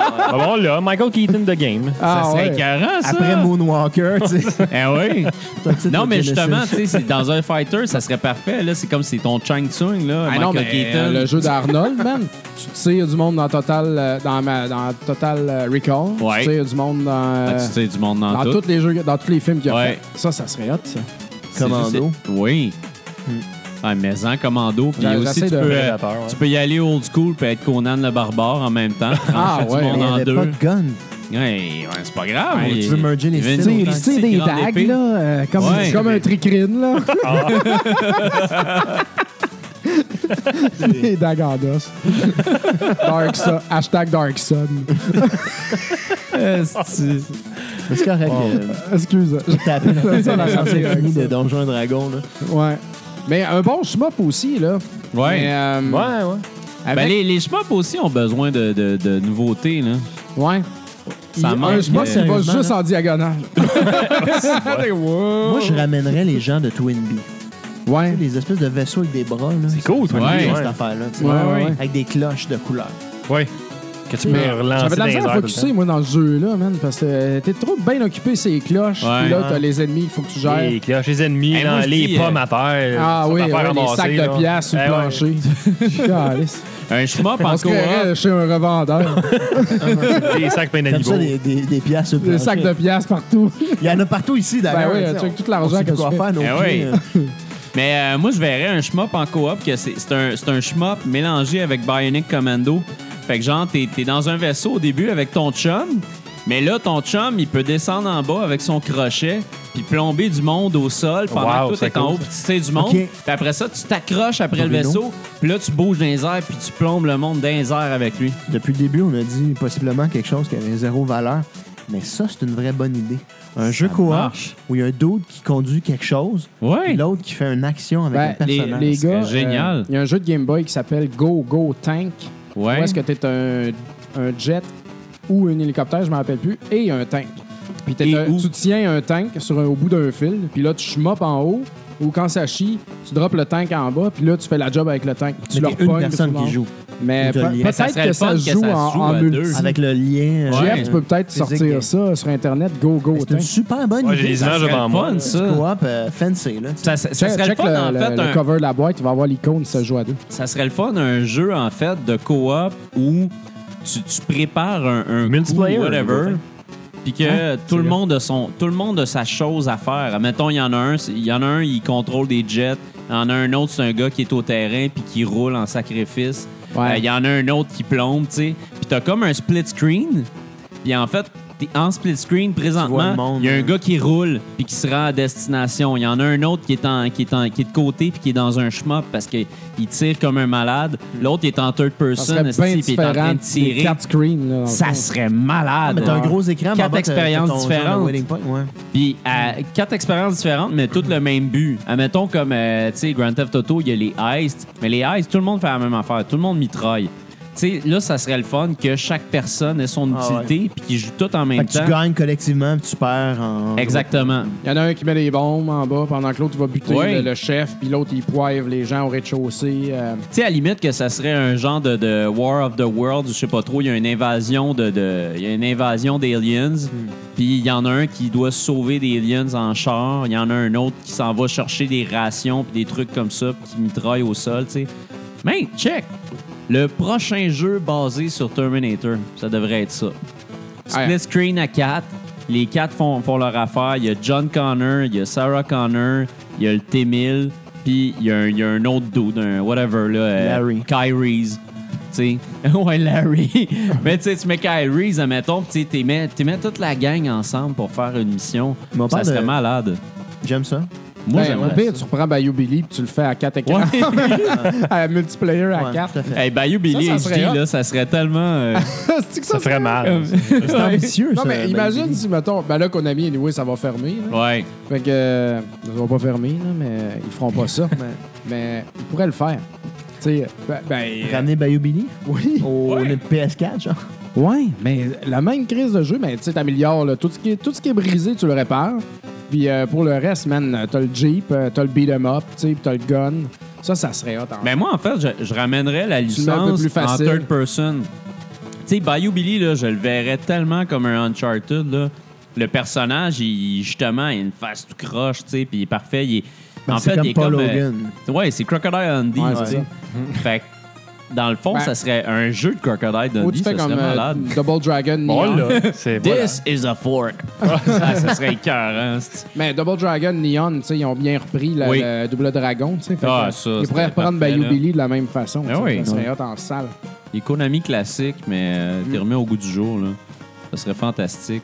Ah Bon, là, Michael Keaton de Game. Ça, Ah, c'est ouais. écœurant, ça. Après Moonwalker, tu sais. Eh oui. T'as le titre Non, de mais Genesis. justement, tu sais, c'est- dans un fighter, ça serait parfait. Là, c'est comme si c'est ton Chang Tsung, là, Ah Michael non, mais Keaton. euh, le jeu d'Arnold, man. Tu tires du monde dans Total, euh, dans, ma- dans Total euh, Recall. Ouais. Tu tires du monde dans, Ah, euh, tu sais, du monde dans, dans, tout. tous les jeux, dans tous les films qu'il a Ouais. fait. Ça, ça serait hot, ça. C'est Commando. juste- Oui. Ah, mais en commando. Puis Hmm. J'a- aussi, j'essaie tu de- peux, euh, Prédateur, ouais. tu peux y aller old school puis être Conan le barbare en même temps. Ah, trancher ouais. Du Mais monde il en n'y avait deux. pas de gun. Ouais, ouais, c'est pas grave. Ouais, Il- tu veux merger les il y avait une styles. autre- Tu sais, une grande épée. euh, comme, Ouais. comme un tricrine, là. Des dagues en os. Dark Sun. Hashtag Dark Sun. Mais c'est correct. euh, Excuse. T'as appelé la Ça, la personne sortie, finie ça. de Donjon et Dragon, là. ouais. Mais un bon shmup aussi, là. Ouais. Mais, euh, Ouais, ouais. Ben, avec- les, les shmups aussi ont besoin de, de- de nouveautés. Là. Ouais. Ça Il- manque, euh, Un shmup, ça va sérieusement, juste là. en diagonale. Moi, je ramènerais les gens de Twin Bee. Tu Ouais. sais, Les espèces de vaisseaux avec des bras, là. C'est cool, toi, Ouais. lui, cette ouais. affaire-là. tu sais. Ouais, ouais, ouais. Avec des cloches de couleur. Ouais. Que tu peux Mais relancer J'avais de dans la les airs misère à tout le temps. focusser, moi, dans ce jeu-là, man, parce que euh, t'es trop bien occupé ces cloches. Ouais, puis là, ouais. t'as les ennemis qu'il faut que tu gères. Les cloches, les ennemis, Hey, dans moi, je les dis, euh, pommes à terre. Ah Euh, ça oui, va ouais, faire des ramasser, sacs là. de piastres sur le Eh ouais. plancher. Calisse. Un shmup On en se créerait coop. chez un revendeur. Des sacs plein Comme d'animaux. ça, des, des, des pièces sur le des plancher. sacs de piastres partout. Il y en a partout ici, d'ailleurs. Ben oui, tu sais, check on- tout l'argent on sait que plus tu quoi fais. faire, non Eh plus, oui. euh. Mais euh, moi, je verrais un shmup en coop, que c'est c'est un, c'est un shmup mélangé avec Bionic Commando. Fait que genre, t'es es dans un vaisseau au début avec ton chum, mais là, ton chum, il peut descendre en bas avec son crochet, puis plomber du monde au sol pendant Wow, que tout c'est est en cool, haut, puis tu sais du monde. Ok. Puis après ça, tu t'accroches après le Bruno. vaisseau, puis là, tu bouges dans les airs, puis tu plombes le monde dans les airs avec lui. Depuis le début, on a dit possiblement quelque chose qui avait zéro valeur. Mais ça, c'est une vraie bonne idée. Un jeu coop marche. où il y a un dude qui conduit quelque chose, puis Ouais! l'autre qui fait une action avec Ben, un personnage. les, les ce gars, serait génial. euh, Il y a un jeu de Game Boy qui s'appelle Go Go Tank. Ouais. Où est-ce que tu es un, un jet ou un hélicoptère, je ne me rappelle plus, et un tank. Puis t'es Et un- où? tu tiens un tank sur un- au bout d'un fil, puis là, tu schmopes en haut, ou quand ça chie, tu droppes le tank en bas, puis là, tu fais la job avec le tank. puis Tu Mais le t'es une repognes, personne tout le qui monde. joue. Mais Ou t'as pe- le lien. peut-être Ça serait que le fun ça que se ça joue se en, joue en à multi. deux. Avec le lien. euh, Jeff, tu peux peut-être physique. sortir ça sur Internet, Go Go C'est une Tank. super bonne Ouais, j'ai idée. les images serait devant le moi. fun, Du ça. coop euh, fancy, là. tu sais. Ça, ça- ça Check- serait le check fun, en le- fait, le un- cover de la boîte, il va avoir l'icône qui se joue à deux. ça serait le fun, un jeu, en fait, de coop où tu, tu prépares un, un Multiplayer, coup, je whatever, puis que tout, le vrai. monde a son, tout le monde a sa chose à faire. Mettons, il y en a un, c'est- il y en a un, il contrôle des jets. Il y en a un autre, c'est un gars qui est au terrain puis qui roule en sacrifice. Euh, Il Ouais. y en a un autre qui plombe, tu sais. Puis t'as comme un split screen. Puis en fait, t'es en split screen le présentement. monde, Il y a un hein. gars qui roule puis qui se rend à destination. Il y en a un autre qui est, en, qui est, en- qui est de côté puis qui est dans un schmop parce qu'il tire comme un malade. Hmm. L'autre il est en third Ça person serait esti, bien puis il est en train différent de des tirer. quatre screens. là, dans le Ça fond. serait malade. Ah, Mais t'as un Ouais. gros écran. Quatre mais en bas, t'as- t'as expériences ton genre de différentes. waiting point, ouais. Puis à quatre expériences différentes, mais toutes le même but. Admettons comme, euh, tu sais, Grand Theft Auto, il y a les heists. Mais les heists, tout le monde fait la même affaire. Tout le monde mitraille. Tu sais, là, ça serait le fun que chaque personne ait son Ah ouais. utilité puis qu'ils jouent tout en Fait même que tu temps. gagnes collectivement, puis tu perds en. Exactement. Il y en a un qui met des bombes en bas pendant que l'autre il va buter Ouais. le, le chef, puis l'autre il poivre les gens au rez-de-chaussée. euh, Tu sais, à la limite que ça serait un genre de, de War of the Worlds, je sais pas trop, il y a une invasion de, de- il y a une invasion d'aliens, puis il y en a un qui doit sauver des aliens en char, il y en a un autre qui s'en va chercher des rations puis des trucs comme ça puis qui mitraille au sol, tu sais. Mais check. Le prochain jeu basé sur Terminator, ça devrait être ça. Split Ouais. screen à 4. Les quatre font, font leur affaire. Il y a John Connor, il y a Sarah Connor, il y a le T-1000, puis il y, a un- il y a un autre dude, un whatever, là. euh, Larry. Kyrie's. Tu sais. ouais, Larry. Mais tu sais, tu mets Kyrie's, admettons, puis tu sais, t'y mets, t'y mets toute la gang ensemble pour faire une mission. Mon Ça père serait de- malade. J'aime ça. Moi, ben, j'aimerais au pire, ça. tu reprends Bayou Billy puis tu le fais à 4 et 4. à multiplayer à Ouais, 4. tout à fait. Hey, Bayou Billy ça serait HD, hot. là, ça serait tellement. euh, C'est que Ça ferait mal. C'est ambitieux, Non, ça, mais Bayou imagine Billy. si, mettons, ben là, Konami, anyway, ça va fermer. là. ouais. Fait que, euh, ça va pas fermer, là, mais ils feront pas ça. mais, ils pourraient le faire. Tu sais, ben, ben, Ramener Bayou Billy oui. au PS4, genre. Ouais, mais la même crise de jeu, mais tu sais, t'améliores. là. Tout, ce qui est- tout ce qui est brisé, tu le répares. Puis euh, pour le reste, man, t'as le Jeep, euh, t'as le beat 'em up, tu sais, puis t'as le gun. Ça, ça serait hot. hein. en- Mais moi, en fait, je, je ramènerais la mets un peu licence plus en facile. third person. Tu sais, Bayou Billy, là, je le verrais tellement comme un Uncharted. Là. Le personnage, il, justement, il a une face tout croche, tu sais, puis il est parfait. Il est, Ben, c'est comme Paul Hogan. euh, ouais, c'est Crocodile Dundee. Ouais, tu c'est sais. ça. Fait que, dans le fond, Ben, ça serait un jeu de Crocodile Ou tu Dundee, fais ça comme serait euh, malade. Double Dragon. Neon. Oh C'est voilà. This is a fork. ça, Ah, ça serait écœurant. c'est- Mais Double Dragon, Neon, tu sais, ils ont bien repris le, Oui. le Double Dragon, tu sais. Fait Ah, que, ça, Ils pourraient c'était reprendre parfait, Bayou là. Ah Billy de la même façon. tu sais, oui, ça serait hot en salle. L'économie classique, mais euh, Mm. t'es remis au goût du jour. Là. Ça serait fantastique.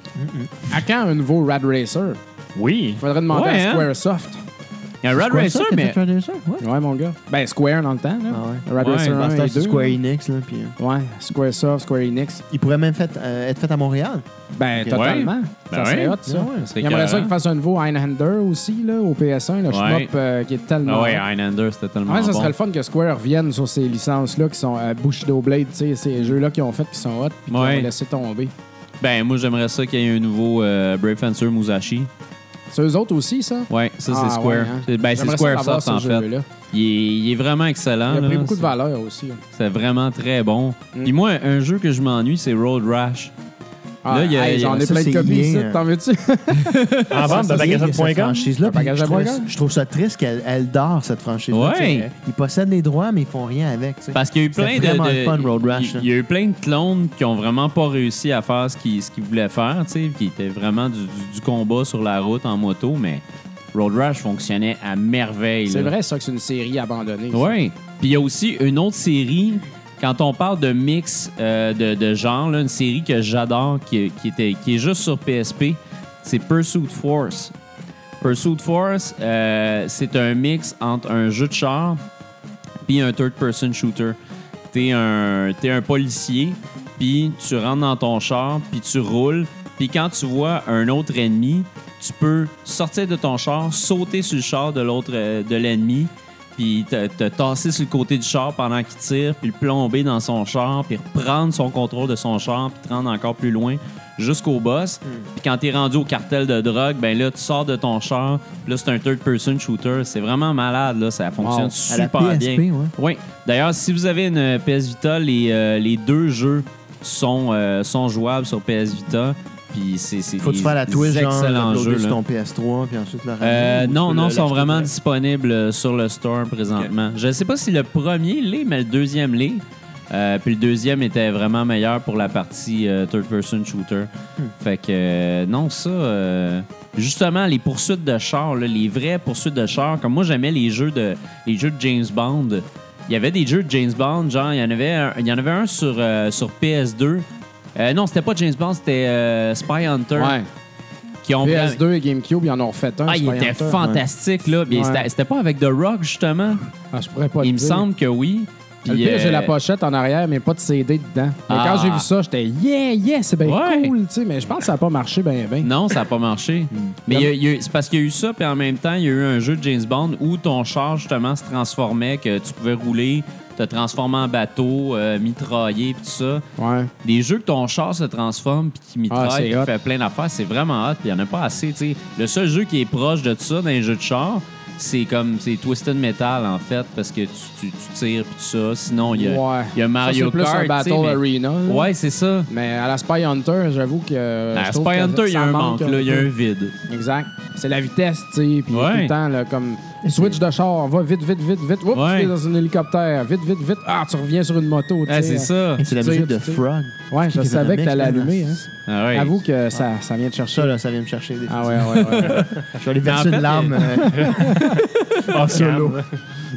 À quand un nouveau Rad Racer? Oui. Faudrait demander Ouais, à hein? Squaresoft. Un Rad Quoi, ça, Racer, qui a mais fait un dessin? Ouais. Ouais, mon gars. Ben, Square dans le temps, là. Ah Rad Ouais, Racer ben, 1 ouais. et 2. C'était Square Enix, là, puis... euh, Ouais, Squaresoft, Square Enix. Il pourrait même fait- euh, être fait à Montréal. Ben, Ok. totalement. Ben ça serait ouais. hot, ça. Ouais, ouais. Ça serait Il aimerait ça écœurant. qu'ils fassent un nouveau Einhander aussi, là, au PS1, le shmup euh, qui est Ah tellement. ouais, hot. Highlander, c'était tellement Ah Ouais, ça bon. serait le fun que Square revienne sur ces licences-là qui sont euh, Bushido Blade, tu sais, ces jeux-là qu'ils ont fait qui sont hot puis qu'ils Ouais. ont laissé tomber. Ben, moi, j'aimerais ça qu'il y ait un nouveau euh, Brave Fencer Musashi. C'est eux autres aussi, ça? Ouais, ça, Ah, c'est Square. ouais, hein. C'est- Ben, c'est J'aimerais ça l'avoir, Squaresoft, ce en fait. jeu-là. Il est, il est vraiment excellent. Il a pris là. beaucoup de C'est- valeur Mm. aussi. là. C'est vraiment très bon. Puis moi, un jeu que je m'ennuie, c'est Road Rash. Ah, Là, il y a- hey, j'en il y ai a- ça, plein de c'est copies lié, ici. hein. euh, T'en veux-tu? En Ah, vente de cette bagageon.com. franchise-là. puis Je, Bagageon.com. trouve- je trouve ça triste qu'elle elle dort, cette franchise-là. Ouais. tu sais. Ils possèdent les droits, mais ils font rien avec. tu sais. Parce qu'il y a eu C'était plein de. vraiment de- le fun, Road Rash, il, là. il y a eu plein de clones qui ont vraiment pas réussi à faire ce qu'ils ce qu'ils voulaient faire, tu sais, qui étaient vraiment du, du- du combat sur la route en moto, mais Road Rash fonctionnait à merveille. C'est là. vrai, ça, que c'est une série abandonnée. ça. Oui. Puis il y a aussi une autre série, quand on parle de mix euh, de, de genre, là, une série que j'adore, qui, qui était, qui est juste sur PSP, c'est Pursuit Force. Pursuit Force, euh, c'est un mix entre un jeu de char puis un third-person shooter. T'es un, t'es un policier, puis tu rentres dans ton char, puis tu roules, puis quand tu vois un autre ennemi, tu peux sortir de ton char, sauter sur le char de l'autre euh, de l'ennemi, puis te, te tasser sur le côté du char pendant qu'il tire, puis le plomber dans son char, puis reprendre son contrôle de son char, puis te rendre encore plus loin jusqu'au boss. Puis quand t'es rendu au cartel de drogue, ben là, tu sors de ton char. puis Là, c'est un third-person shooter. C'est vraiment malade, là. Ça fonctionne Wow. À la super bien. PSP, ouais. Oui. D'ailleurs, si vous avez une PS Vita, les, euh, les deux jeux sont, euh, sont jouables sur PS Vita. Puis c'est c'est Faut-tu des- faire la des twist, genre, excellents l'uploader jeux. sur là. ton PS3, puis ensuite le Euh, ramener, ou tu non, Ah, peux le- non, sont l'acheter vraiment direct? disponibles euh, sur le store présentement. Je ne sais pas si le premier l'est, mais le deuxième l'est. Euh, puis le deuxième était vraiment meilleur pour la partie euh, third-person shooter. Hmm. Fait que, euh, non, ça. euh, justement, les poursuites de chars, là, les vraies poursuites de chars, comme moi j'aimais les jeux de, les jeux de James Bond. Il y avait des jeux de James Bond, genre, il y en avait un, il y en avait un sur, euh, sur PS2. Euh, non, c'était pas James Bond, c'était euh, Spy Hunter. Ouais. Qui ont PS2 et GameCube, ils en ont refait un. ah, il Spy était Hunter. fantastique, là. Puis Ouais. c'était- C'était pas avec The Rock, justement. Ah, je pourrais pas le il me dire. semble que oui. Le Puis, pire, euh, j'ai la pochette en arrière, mais pas de CD dedans. Mais Ah. quand j'ai vu ça, j'étais yeah, yeah, c'est bien Ouais. cool, tu sais. Mais je pense que ça n'a pas marché bien, bien. Non, ça n'a pas marché. Hmm. Mais il y a- il y a eu- c'est parce qu'il y a eu ça, puis en même temps, il y a eu un jeu de James Bond où ton char, justement, se transformait, que tu pouvais rouler, te transformer en bateau, euh, mitrailler, puis tout ça. Ouais. Des jeux que ton char se transforme, puis qui mitraille, Ah, c'est puis qui hot. fait plein d'affaires, c'est vraiment hot, puis il n'y en a pas assez, tu sais. Le seul jeu qui est proche de ça dans les jeux de char, c'est comme c'est Twisted Metal en fait parce que tu, tu- tu tires puis tout ça sinon il y a, Ouais. il y a Mario Ça, c'est plus Kart un Battle tu sais, mais- Arena. là. Ouais, c'est ça. Mais à la Spy Hunter, j'avoue que. euh, À je trouve Spy que Hunter, il y a ça un manque, là, il y a un peu. vide. Exact. C'est la vitesse, tu sais. Puis Ouais. tout le temps, là, comme switch de char, on va vite, vite, vite, vite. Oups, Ouais. tu es dans un hélicoptère. Vite, vite, vite. Ah, tu reviens sur une moto, tu sais. euh, Ah, c'est ça. C'est la Tu sais, musique de tu sais. Frog. Ouais, je Qui fait savais que le mix, t'allais là, allumer. dans- Hein. Ah ouais. Avoue que ça, ça vient de chercher. Ça, là, ça vient me chercher. Des Ah ouais, ouais, ouais. ouais. Je vais aller Mais en verser fait, une larme. euh, Off solo.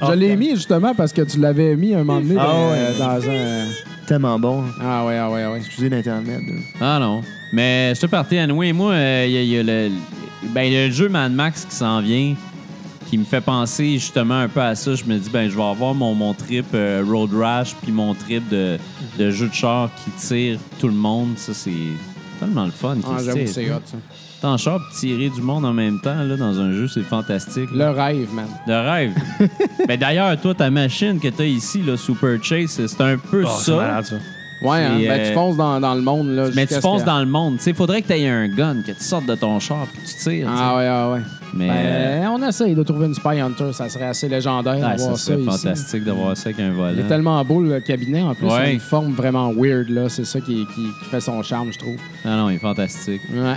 je l'ai mis justement parce que tu l'avais mis un moment donné Ah dans, ouais. dans un. Tellement bon. Ah ouais, ah ouais, ah ouais. Excusez l'Internet. là. Ah non. Mais je te partais, Anoué et moi, euh, il y a- il y, a le, ben, le jeu Mad Max qui s'en vient, qui me fait penser justement un peu à ça. Je me dis, ben je vais avoir mon, mon trip euh, Road Rash, puis mon trip de, de jeu de char qui tire tout le monde. Ça, c'est tellement le fun. Ah, qui se j'avoue que tire. c'est hot, ça. T'es en char, puis tirer du monde en même temps là, dans un jeu, c'est fantastique. là. Le rêve, man. De rêve. Mais d'ailleurs, toi, ta machine que t'as ici, là, Super Chase, c'est un peu Oh, c'est ça. malade, ça. Ouais, hein, C'est, ben, euh, tu fonces dans, dans le monde, là. Mais jusqu'à tu ce que- fonces dans le monde. Il faudrait que tu aies un gun, que tu sortes de ton char et que tu tires. Ah ouais, ah ouais. t'sais. Mais euh, Ben, on essaye de trouver une Spy Hunter, ça serait assez légendaire ah, d'avoir ça ça, serait ici. fantastique de voir ça avec un Il volant. est tellement beau le cabinet en plus, Ouais. il a une forme vraiment weird là, c'est ça qui, qui- qui fait son charme je trouve. Ah non, il est fantastique. Ouais.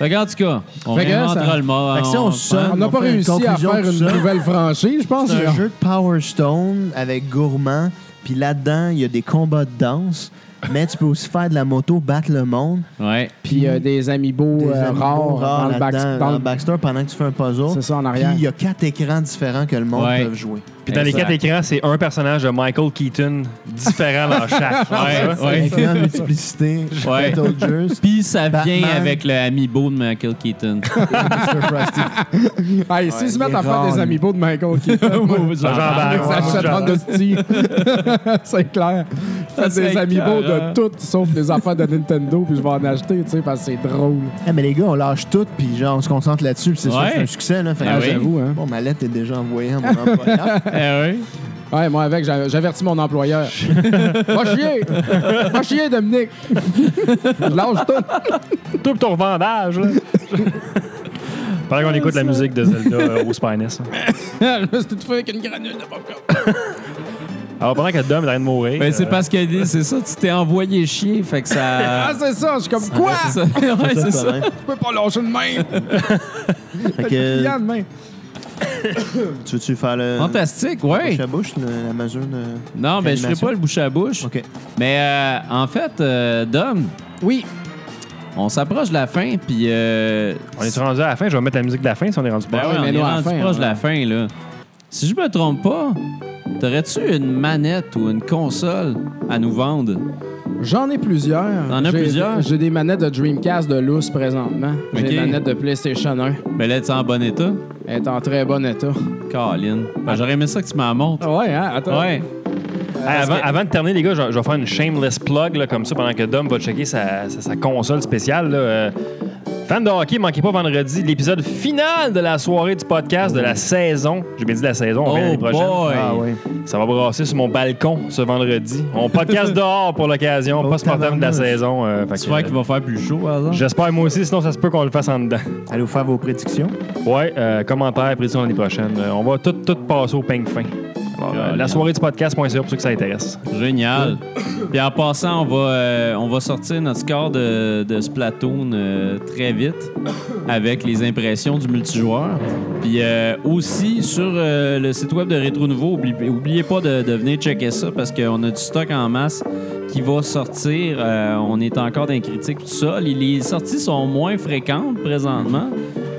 Regarde, en tout cas, on Fait que réinventera ça- le mort. Fait que si on on- sonne- On n'a On pas fait une réussi à conclusion faire tout une ça. nouvelle franchise, je pense. C'est là. un jeu de Power Stone avec gourmand. Puis là-dedans, il y a des combats de danse. Mais tu peux aussi faire de la moto, battre le monde. Ouais. Puis euh, des amiibo Des euh, animaux rares, rares dans le back- là-dedans, dans le- dans le backstore pendant que tu fais un puzzle. C'est ça en Puis arrière. il y a quatre écrans différents que le monde Ouais. peut jouer. Puis dans les Exact. quatre écrans, c'est un personnage de Michael Keaton différent dans chaque. Ouais, ouais. Écran de multiplicité, Ouais. Battle Juice, Puis ça vient Batman. avec le amiibo de Michael Keaton. Mr. Frosty. Hey, s'ils Ouais, se mettent les à faire des rares. amiibo de Michael Keaton, moi, J'en j'achète parle, ouais, moi, j'en en parle. hostie. c'est clair. Faites serait des amiibo écœurant. de toutes, sauf les affaires de Nintendo, puis je vais en acheter, tu sais, parce que c'est drôle. Eh, mais les gars, on lâche tout, puis genre, on se concentre là-dessus, puis c'est sûr Ouais. que c'est un succès. Là, fait Ah que- oui. J'avoue, hein. Bon, ma lettre est déjà envoyée à mon employeur. Eh oui. Ouais, moi avec, j'a- j'avertis mon employeur. Va chier! Va chier, Dominique! Je lâche tout! Tout pour ton revendage. là. Pendant qu'on écoute la musique de Zelda euh, au Spy NES. Je me suis tout fait avec une granule de popcorn. Alors pendant que Dom est en train de mourir. Ben, c'est euh, parce que c'est ça, tu t'es envoyé chier, fait que ça. Ah, c'est ça! Je suis comme, quoi? Ouais, c'est ça. Ouais, c'est ça. Fait Je peux pas lâcher de main! que, Client de main! tu veux-tu faire le. Fantastique, ouais. bouche à bouche, le- la mesure de. Non, mais je ferai L'animation. pas le bouche à bouche. OK. Mais euh, en fait, euh, Dom, Oui, On s'approche de la fin, puis. euh, On est rendu à la fin, je vais mettre la musique de la fin si on est rendu Ben pas. Ah oui, ouais, on mais là, est à la rendu fin, proche de ouais. la fin, là. Si je me trompe pas, t'aurais-tu une manette ou une console à nous vendre? J'en ai plusieurs. T'en as J'ai- plusieurs? J'ai des manettes de Dreamcast de loose présentement. J'ai Ok. des manettes de PlayStation 1. Mais là, tu en bon état? Elle est en très bon état. Caroline. Ben, J'aurais aimé ça que tu m'en montres. Ouais, hein? Attends. Ouais. Ah, avant, avant de terminer, les gars, je, je vais faire une shameless plug là, comme ça pendant que Dom va checker sa, sa- sa console spéciale. là. Euh, fans de hockey, manquez pas vendredi l'épisode final de la soirée du podcast de la saison. J'ai bien dit la saison, on revient Oh l'année prochaine. boy! Ah oui. Ça va brasser sur mon balcon ce vendredi. On podcast dehors pour l'occasion, Oh, pas spontané de la tabarnouche. saison. euh, fait que, J'espère qu'il va faire plus chaud, par exemple. J'espère moi aussi, sinon ça se peut qu'on le fasse en dedans. Allez vous faire vos prédictions. Ouais, euh, commentaire, prédiction l'année prochaine. Euh, on va tout, tout passer au peigne fin. Alors, euh, Ah, la bien. soirée du podcast.ca pour ceux que ça intéresse. Génial. Puis en passant, on va, euh, on va sortir notre score de, de Splatoon euh, très vite avec les impressions du multijoueur. Puis euh, aussi sur euh, le site web de Rétro Nouveau, oublie- oubliez pas de, de venir checker ça parce qu'on a du stock en masse qui va sortir. Euh, on est encore dans les critiques, tout ça. Les, les sorties sont moins fréquentes présentement.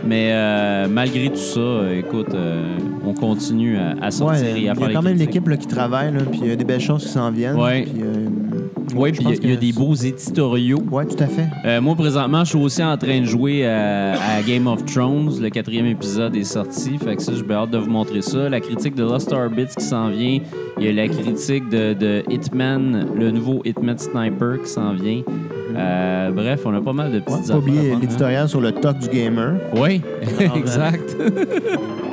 Mais euh, malgré tout ça, euh, écoute, euh, on continue à, à sortir Ouais, il et y à a faire les quand même critiques. l'équipe là, qui travaille, là, puis il y a des belles choses qui s'en viennent. Ouais. puis, euh, Oui, je puis il y a- pense il y, a que- des beaux éditoriaux. Ouais, tout à fait. Euh, moi, présentement, je suis aussi en train de jouer à, à Game of Thrones. Le quatrième épisode est sorti. Fait que ça, j'ai bien hâte de vous montrer ça. La critique de Lost Orbits qui s'en vient. Il y a la critique de, de Hitman, le nouveau Hitman Sniper qui s'en vient. Euh, bref, on a pas mal de Ouais, petites pas oublier affaires. l'éditorial sur le talk du gamer. Oui, Alors, exact.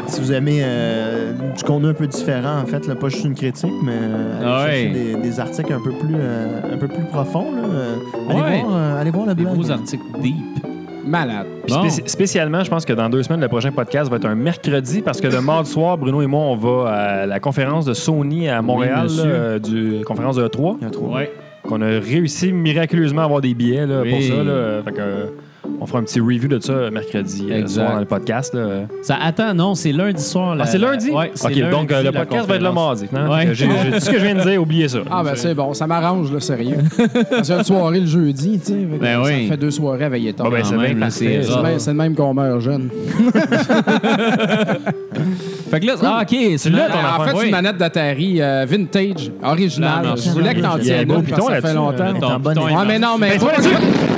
Si vous aimez euh, du contenu un peu différent, en fait, là, pas juste une critique, mais euh, allez Ah ouais. chercher des, des articles un peu plus, euh, un peu plus profonds. là. Euh, Allez, Ouais. voir, euh, allez voir le Des blog. beaux articles deep. Malade. Puis Bon. spéci- spécialement, je pense que dans deux semaines, le prochain podcast va être un mercredi parce que le mardi soir, Bruno et moi, on va à la conférence de Sony à Montréal, monsieur. là, euh, du conférence de 3 Il y a trop. Ouais. qu'on a réussi miraculeusement à avoir des billets là, pour Oui. ça. là. Fait que, euh, on fera un petit review de ça mercredi euh, Exact. soir dans le podcast. là. Ça, attends, non, c'est lundi soir. la- Ah, c'est lundi? Ouais, c'est OK, lundi, donc euh, le la podcast va être le conférence. mardi. finalement. Ouais. Fait que j'ai- j'ai- Tout ce que je viens de dire, oubliez ça. Ah, ben c'est bon, ça m'arrange, le sérieux. Parce qu'il y a une soirée le jeudi, tu sais. fait que Ben ça oui. fait deux soirées à veiller tard. Bon, ben, Quand c'est même, bien là, parfait. Ah, c'est C'est rare. bien- c'est le même qu'on meurt jeune. Fait que là, ah, OK, c'est là ton Ben, en affaire, fait, c'est oui. une manette d'Atari euh, vintage, Là, originale. merci. Je voulais que t'en Il y a un tiennes beau une parce piton que ça là-dessus, fait longtemps. Ton Ton bon piton est Ouais, mais non, mais. Ben, c'est pas là-dessus!